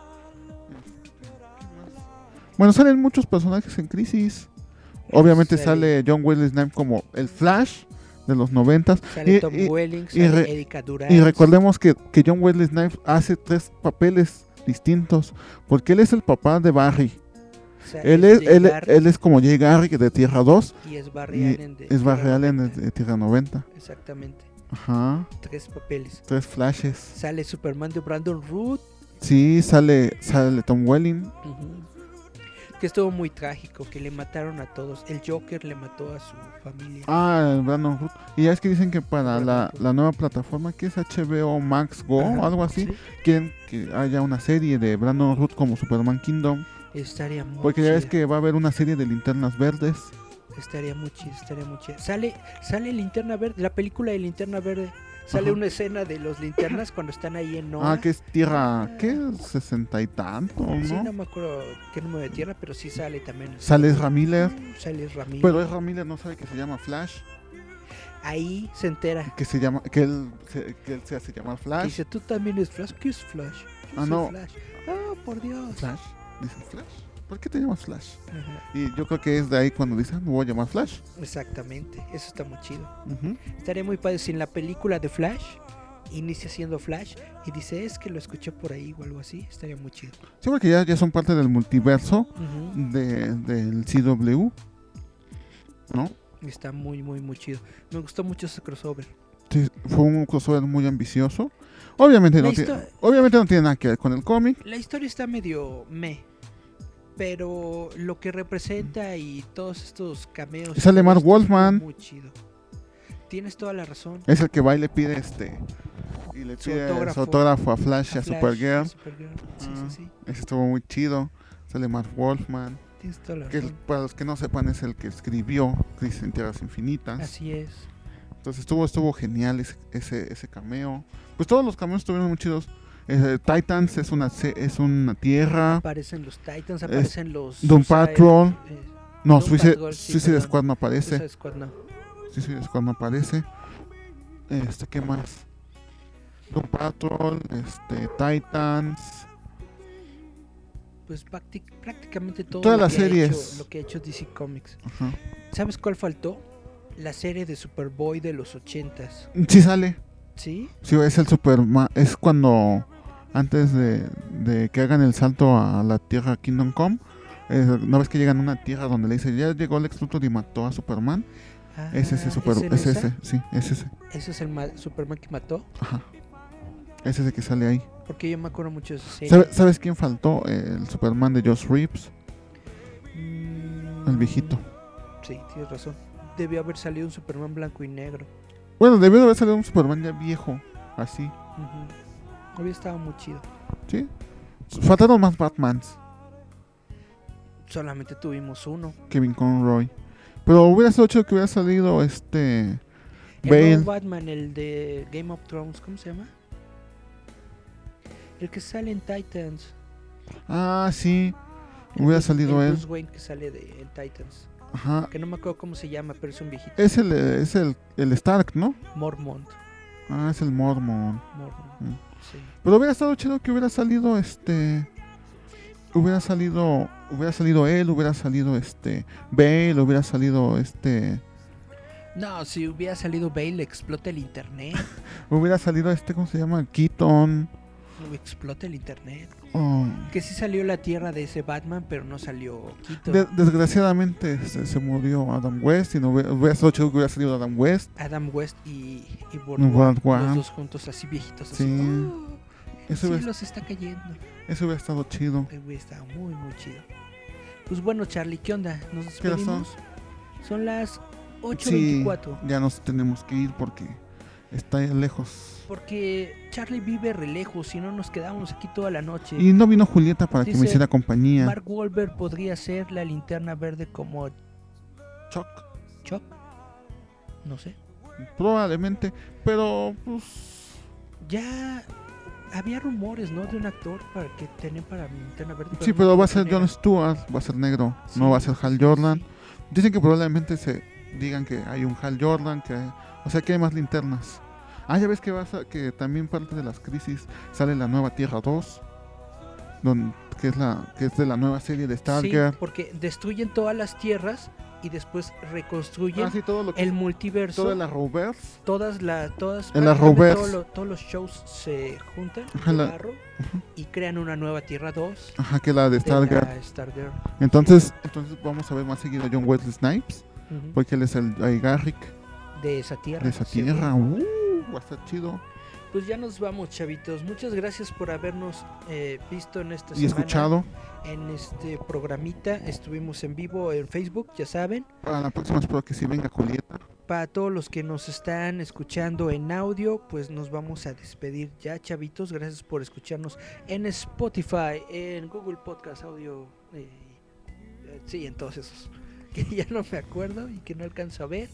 [SPEAKER 3] ¿qué más? Bueno, salen muchos personajes en crisis. Obviamente sale John Wesley Snipes como el Flash de los noventas.
[SPEAKER 2] Sale
[SPEAKER 3] Y-
[SPEAKER 2] Tom
[SPEAKER 3] y-
[SPEAKER 2] Welling,
[SPEAKER 3] Eh, y
[SPEAKER 2] sale
[SPEAKER 3] re-
[SPEAKER 2] Erika Durán.
[SPEAKER 3] Y recordemos que, que John Wesley Snipes hace tres papeles distintos, porque él es el papá de Barry.
[SPEAKER 2] sale
[SPEAKER 3] Él es,
[SPEAKER 2] Jay
[SPEAKER 3] él,
[SPEAKER 2] Garrick
[SPEAKER 3] él es como Jay Garrick de Tierra 2,
[SPEAKER 2] y es
[SPEAKER 3] y
[SPEAKER 2] Barry Allen. de-
[SPEAKER 3] es Barry
[SPEAKER 2] de-
[SPEAKER 3] Allen de, de Tierra 90.
[SPEAKER 2] Exactamente.
[SPEAKER 3] Ajá,
[SPEAKER 2] Tres papeles.
[SPEAKER 3] tres flashes.
[SPEAKER 2] Sale Superman de Brandon Root.
[SPEAKER 3] Sí, sale, sale Tom Welling.
[SPEAKER 2] ujú, Que estuvo muy trágico, que le mataron a todos. El Joker le mató a su familia.
[SPEAKER 3] Ah, el Brandon Root. Y ya es que dicen que para la, la nueva plataforma que es HBO Max Go,
[SPEAKER 2] Ajá,
[SPEAKER 3] algo así,
[SPEAKER 2] sí,
[SPEAKER 3] quieren que haya una serie de Brandon Root como Superman Kingdom.
[SPEAKER 2] Estaría muy
[SPEAKER 3] Porque ya ves
[SPEAKER 2] chida,
[SPEAKER 3] que va a haber una serie de linternas verdes.
[SPEAKER 2] Estaría muy chido, estaría muy chido. Sale, sale Linterna Verde, la película de Linterna Verde. Sale
[SPEAKER 3] Ajá.
[SPEAKER 2] una escena de los linternas cuando están ahí en Nova.
[SPEAKER 3] Ah, que es tierra, ¿qué? Sesenta y tanto,
[SPEAKER 2] Sí, no
[SPEAKER 3] ¿no?
[SPEAKER 2] me acuerdo qué número de tierra, pero sí sale también.
[SPEAKER 3] Sale Ezra Miller,
[SPEAKER 2] Sale Ramírez.
[SPEAKER 3] pero Ezra Miller no sabe que se llama Flash,
[SPEAKER 2] Ahí se entera.
[SPEAKER 3] que se llama, que él se, que él se hace llamar
[SPEAKER 2] Y
[SPEAKER 3] Flash.
[SPEAKER 2] Dice, tú también eres Flash. ¿Qué es Flash? Yo
[SPEAKER 3] Ah,
[SPEAKER 2] soy
[SPEAKER 3] no.
[SPEAKER 2] Flash. Oh, por Dios.
[SPEAKER 3] Flash, dice Flash. ¿Por qué te llamas Flash?
[SPEAKER 2] Ajá,
[SPEAKER 3] Y yo creo que es de ahí cuando dicen, me voy a llamar Flash.
[SPEAKER 2] Exactamente. Eso está muy chido.
[SPEAKER 3] Ujú.
[SPEAKER 2] Estaría muy padre si en la película de Flash inicia siendo Flash y dice, es que lo escuché por ahí o algo así. Estaría muy chido.
[SPEAKER 3] Sí, porque ya, ya son parte del multiverso
[SPEAKER 2] Ujú,
[SPEAKER 3] de, del CW, ¿no?
[SPEAKER 2] Está muy, muy, muy chido. Me gustó mucho ese crossover.
[SPEAKER 3] Sí, fue un crossover muy ambicioso. Obviamente no,
[SPEAKER 2] La
[SPEAKER 3] tiene,
[SPEAKER 2] histo-
[SPEAKER 3] obviamente no tiene nada que ver con el cómic.
[SPEAKER 2] La historia está medio me. Pero lo que representa y todos estos cameos.
[SPEAKER 3] Y sale
[SPEAKER 2] todo
[SPEAKER 3] Mark
[SPEAKER 2] esto estuvo
[SPEAKER 3] Wolfman.
[SPEAKER 2] Muy chido. Tienes toda la razón.
[SPEAKER 3] Es el que va y le pide este. Y le
[SPEAKER 2] Su
[SPEAKER 3] pide su autógrafo,
[SPEAKER 2] autógrafo.
[SPEAKER 3] a Flash, a,
[SPEAKER 2] A Flash,
[SPEAKER 3] Supergirl.
[SPEAKER 2] a Supergirl. Sí,
[SPEAKER 3] Ah.
[SPEAKER 2] sí, sí.
[SPEAKER 3] Ese estuvo muy chido. Sale Mark Wolfman.
[SPEAKER 2] Tienes toda la
[SPEAKER 3] Que
[SPEAKER 2] razón.
[SPEAKER 3] para los que no sepan, es el que escribió Crisis en Tierras Infinitas.
[SPEAKER 2] Así es.
[SPEAKER 3] Ah. Entonces estuvo, estuvo genial ese, ese, ese cameo. Pues todos los cameos estuvieron muy chidos. Eh, Titans es una, se- es una tierra.
[SPEAKER 2] Aparecen los Titans, aparecen los.
[SPEAKER 3] Doom
[SPEAKER 2] Suicide-
[SPEAKER 3] Patrol.
[SPEAKER 2] eh,
[SPEAKER 3] No,
[SPEAKER 2] Doom
[SPEAKER 3] Suicide,
[SPEAKER 2] Patrol, sí,
[SPEAKER 3] Suicide
[SPEAKER 2] perdón.
[SPEAKER 3] Squad no aparece.
[SPEAKER 2] Suicide Squad, no.
[SPEAKER 3] Suicide Squad no aparece. Este, ¿qué más? Doom Patrol, este, Titans.
[SPEAKER 2] Pues práctic- prácticamente todo
[SPEAKER 3] Todas
[SPEAKER 2] lo
[SPEAKER 3] las
[SPEAKER 2] que ha
[SPEAKER 3] series.
[SPEAKER 2] hecho- lo que ha hecho DC Comics.
[SPEAKER 3] Ajá.
[SPEAKER 2] ¿Sabes cuál faltó? La serie de Superboy de los 80s.
[SPEAKER 3] Sí sale.
[SPEAKER 2] ¿Sí?
[SPEAKER 3] Sí, es el Superman. Es cuando antes de, de que hagan el salto a la Tierra Kingdom Come, eh, una vez que llegan a una tierra donde le dicen ya llegó Lex Luthor y mató a Superman,
[SPEAKER 2] Ah,
[SPEAKER 3] es ese Super,
[SPEAKER 2] en
[SPEAKER 3] es
[SPEAKER 2] esa?
[SPEAKER 3] ese, sí, es ese,
[SPEAKER 2] Ese es el ma- Superman que mató.
[SPEAKER 3] ajá, es ese que sale ahí.
[SPEAKER 2] Porque yo me acuerdo mucho de esa serie.
[SPEAKER 3] ¿Sabe- ¿Sabes quién faltó? Eh, El Superman de Josh Reeves,
[SPEAKER 2] Mm,
[SPEAKER 3] el viejito.
[SPEAKER 2] Sí, tienes razón. Debió haber salido un Superman blanco y negro.
[SPEAKER 3] Bueno, debió de haber salido un Superman ya viejo, así.
[SPEAKER 2] Ujú. Había estado muy chido.
[SPEAKER 3] ¿Sí? Faltaron más Batmans.
[SPEAKER 2] Solamente tuvimos uno.
[SPEAKER 3] Kevin Conroy. Pero hubiera sido chido que hubiera salido este.
[SPEAKER 2] El
[SPEAKER 3] Bale.
[SPEAKER 2] nuevo Batman, el de Game of Thrones, ¿cómo se llama? El que sale en Titans.
[SPEAKER 3] Ah, sí. Hubiera
[SPEAKER 2] El-
[SPEAKER 3] salido
[SPEAKER 2] el
[SPEAKER 3] él.
[SPEAKER 2] Bruce Wayne que sale de, en Titans.
[SPEAKER 3] Ajá.
[SPEAKER 2] Que no me acuerdo cómo se llama, pero es un viejito.
[SPEAKER 3] Es el, eh, es el, el Stark, ¿no?
[SPEAKER 2] Mormont.
[SPEAKER 3] Ah, es el Mormon.
[SPEAKER 2] Mormont.
[SPEAKER 3] Mm.
[SPEAKER 2] Sí.
[SPEAKER 3] Pero hubiera estado chido que hubiera salido este. Hubiera salido. Hubiera salido él, hubiera salido este. Bale, hubiera salido este.
[SPEAKER 2] No, si hubiera salido Bale, explota el internet.
[SPEAKER 3] Hubiera salido este, ¿cómo se llama? Keaton.
[SPEAKER 2] explota el internet.
[SPEAKER 3] Oh,
[SPEAKER 2] Que sí salió la tierra de ese Batman, pero no salió Quito.
[SPEAKER 3] de- desgraciadamente este, se murió Adam West y no hubiera, hubiera estado chido que hubiera salido Adam West.
[SPEAKER 2] Adam West y, y
[SPEAKER 3] No,
[SPEAKER 2] Boardwalk,
[SPEAKER 3] World
[SPEAKER 2] Los
[SPEAKER 3] War.
[SPEAKER 2] dos juntos, así viejitos. así. "Uh,
[SPEAKER 3] Sí.
[SPEAKER 2] Sí,
[SPEAKER 3] Eso hubiera,
[SPEAKER 2] los está cayendo.
[SPEAKER 3] eso hubiera estado chido.
[SPEAKER 2] Ay, güey, Está muy, muy chido. Pues bueno, Charlie, ¿qué onda? ¿Nos
[SPEAKER 3] ¿Qué horas
[SPEAKER 2] despedimos? Son las
[SPEAKER 3] Sí,
[SPEAKER 2] 8.24.
[SPEAKER 3] ya nos tenemos que ir porque está lejos.
[SPEAKER 2] Porque Charlie vive re lejos, si no nos quedamos aquí toda la noche.
[SPEAKER 3] Y no vino Julieta para que me
[SPEAKER 2] Dice
[SPEAKER 3] hiciera compañía.
[SPEAKER 2] Mark Wahlberg podría ser la linterna verde como
[SPEAKER 3] Choc.
[SPEAKER 2] Chuck. No sé.
[SPEAKER 3] Probablemente, pero pues
[SPEAKER 2] Ya había rumores, ¿no? De un actor para que tenían para linterna verde.
[SPEAKER 3] sí,
[SPEAKER 2] no
[SPEAKER 3] pero va a
[SPEAKER 2] fue
[SPEAKER 3] ser
[SPEAKER 2] negro.
[SPEAKER 3] John Stewart, va a ser negro,
[SPEAKER 2] Sí,
[SPEAKER 3] no va a ser Hal
[SPEAKER 2] sí,
[SPEAKER 3] Jordan.
[SPEAKER 2] sí.
[SPEAKER 3] Dicen que probablemente se digan que hay un Hal Jordan, que o sea que hay más linternas. Ah, ya ves que vas a- que también parte de las crisis sale la nueva Tierra 2, don- que es la que es de la nueva serie de
[SPEAKER 2] Sí,
[SPEAKER 3] Stargirl.
[SPEAKER 2] porque destruyen todas las tierras y después reconstruyen
[SPEAKER 3] Ah, sí, todo lo que
[SPEAKER 2] el multiverso.
[SPEAKER 3] todo el Arrowverse.
[SPEAKER 2] todas las todas
[SPEAKER 3] El
[SPEAKER 2] prácticamente
[SPEAKER 3] Arrowverse.
[SPEAKER 2] todo lo- todos los shows se juntan
[SPEAKER 3] Ajá,
[SPEAKER 2] en
[SPEAKER 3] la-
[SPEAKER 2] Arrow, y crean una nueva Tierra 2
[SPEAKER 3] Ajá, que la
[SPEAKER 2] de
[SPEAKER 3] de
[SPEAKER 2] la
[SPEAKER 3] Stargirl.
[SPEAKER 2] Stargirl.
[SPEAKER 3] Entonces, entonces vamos a ver más seguido a John Wesley Snipes,
[SPEAKER 2] Ujú.
[SPEAKER 3] porque él es el Guy Garrick.
[SPEAKER 2] de esa tierra.
[SPEAKER 3] Pues, de esa
[SPEAKER 2] seguro.
[SPEAKER 3] tierra. Uh, va a estar chido.
[SPEAKER 2] Pues ya nos vamos, chavitos. Muchas gracias por habernos eh, visto en esta
[SPEAKER 3] Y
[SPEAKER 2] semana.
[SPEAKER 3] escuchado.
[SPEAKER 2] En este programita estuvimos en vivo en Facebook, ya saben.
[SPEAKER 3] Para la próxima espero que sí venga Julieta.
[SPEAKER 2] Para todos los que nos están escuchando en audio, pues nos vamos a despedir ya, chavitos. Gracias por escucharnos en Spotify, en Google Podcast Audio. eh, eh, sí, en todos esos. <laughs> Que ya no me acuerdo y que no alcanzo a ver.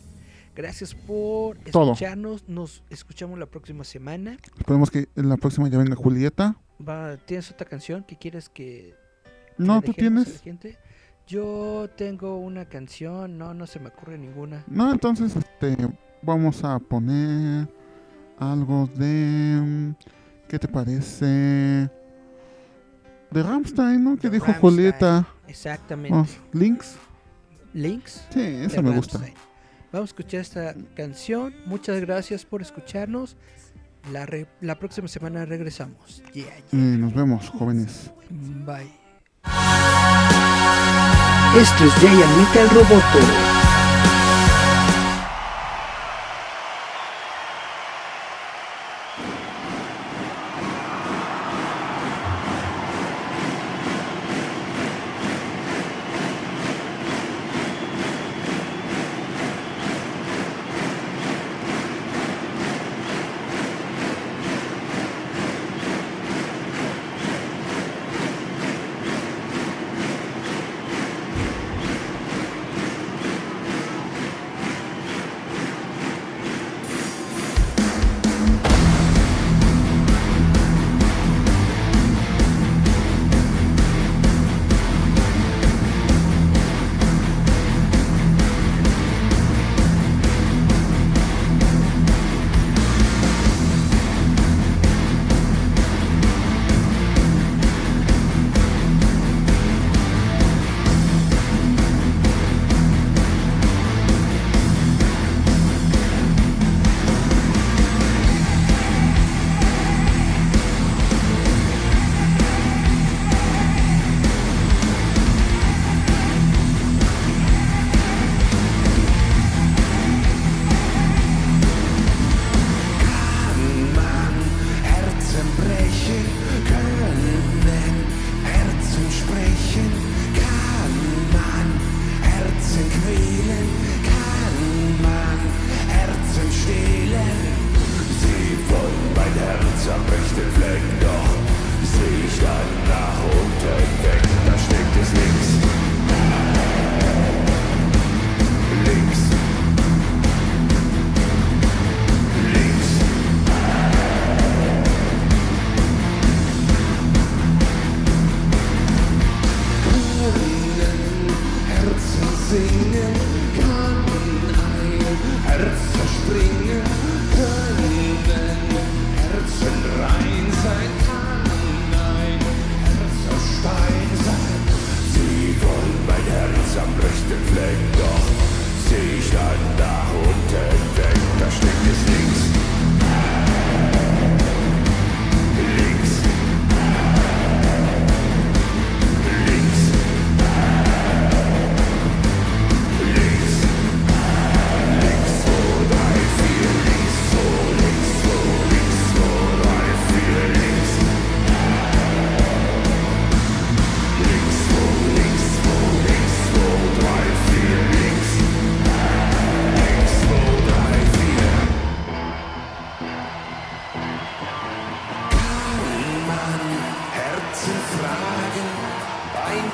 [SPEAKER 2] Gracias por
[SPEAKER 3] Todo.
[SPEAKER 2] escucharnos. Nos escuchamos la próxima semana.
[SPEAKER 3] Esperemos que en la próxima ya venga Julieta.
[SPEAKER 2] Va, ¿Tienes otra canción que quieres que le
[SPEAKER 3] No, tú
[SPEAKER 2] dejemos a la
[SPEAKER 3] tienes.
[SPEAKER 2] gente? Yo tengo una canción, no, no se me ocurre ninguna.
[SPEAKER 3] No, entonces este vamos a poner algo de mm, ¿qué te parece? De Rammstein, ¿no? Que
[SPEAKER 2] De
[SPEAKER 3] dijo
[SPEAKER 2] Rammstein.
[SPEAKER 3] Julieta.
[SPEAKER 2] Exactamente.
[SPEAKER 3] Vamos, links.
[SPEAKER 2] Links.
[SPEAKER 3] Oh. Sí,
[SPEAKER 2] de
[SPEAKER 3] esa me gusta.
[SPEAKER 2] Rammstein. Vamos a escuchar esta canción. Muchas gracias por escucharnos. La, re- la próxima semana regresamos. Yeah,
[SPEAKER 3] Y nos vemos, jóvenes.
[SPEAKER 2] Bye.
[SPEAKER 4] Esto es Jay and Metal Roboto.
[SPEAKER 5] Thank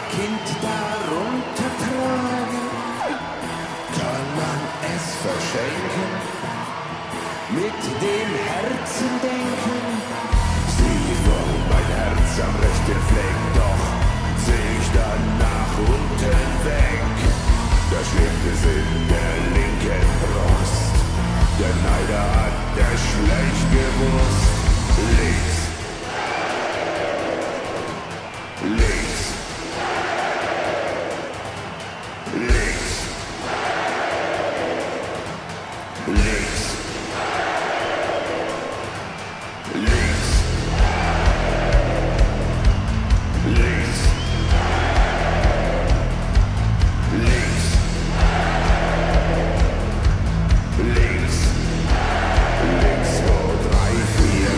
[SPEAKER 5] hinter runtertragen, kann man es verschenken, mit dem Herzen denken. Sieh vor, mein Herz am rechten Fleck, doch seh ich dann nach unten weg. Da schwebt es in der linken Brust, der Neider hat der schlecht gewusst. Links, links, links, links, links, links, links, links, links, zwei, drei, vier.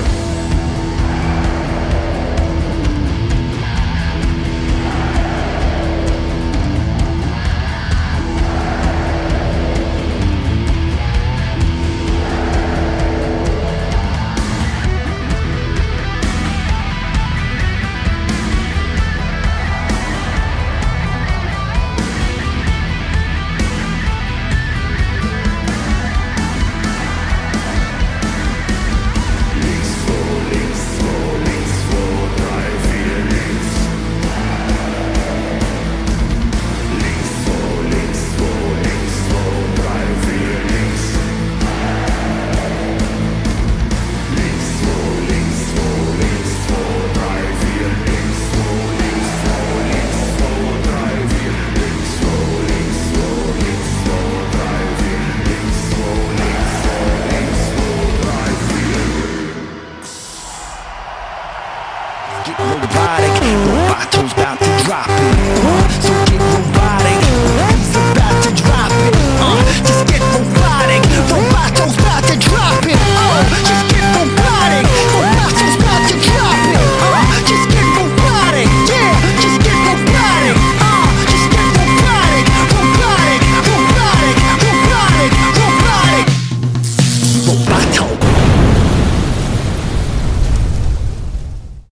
[SPEAKER 8] Get robotic, the bottle's bout to drop it. So get robotic.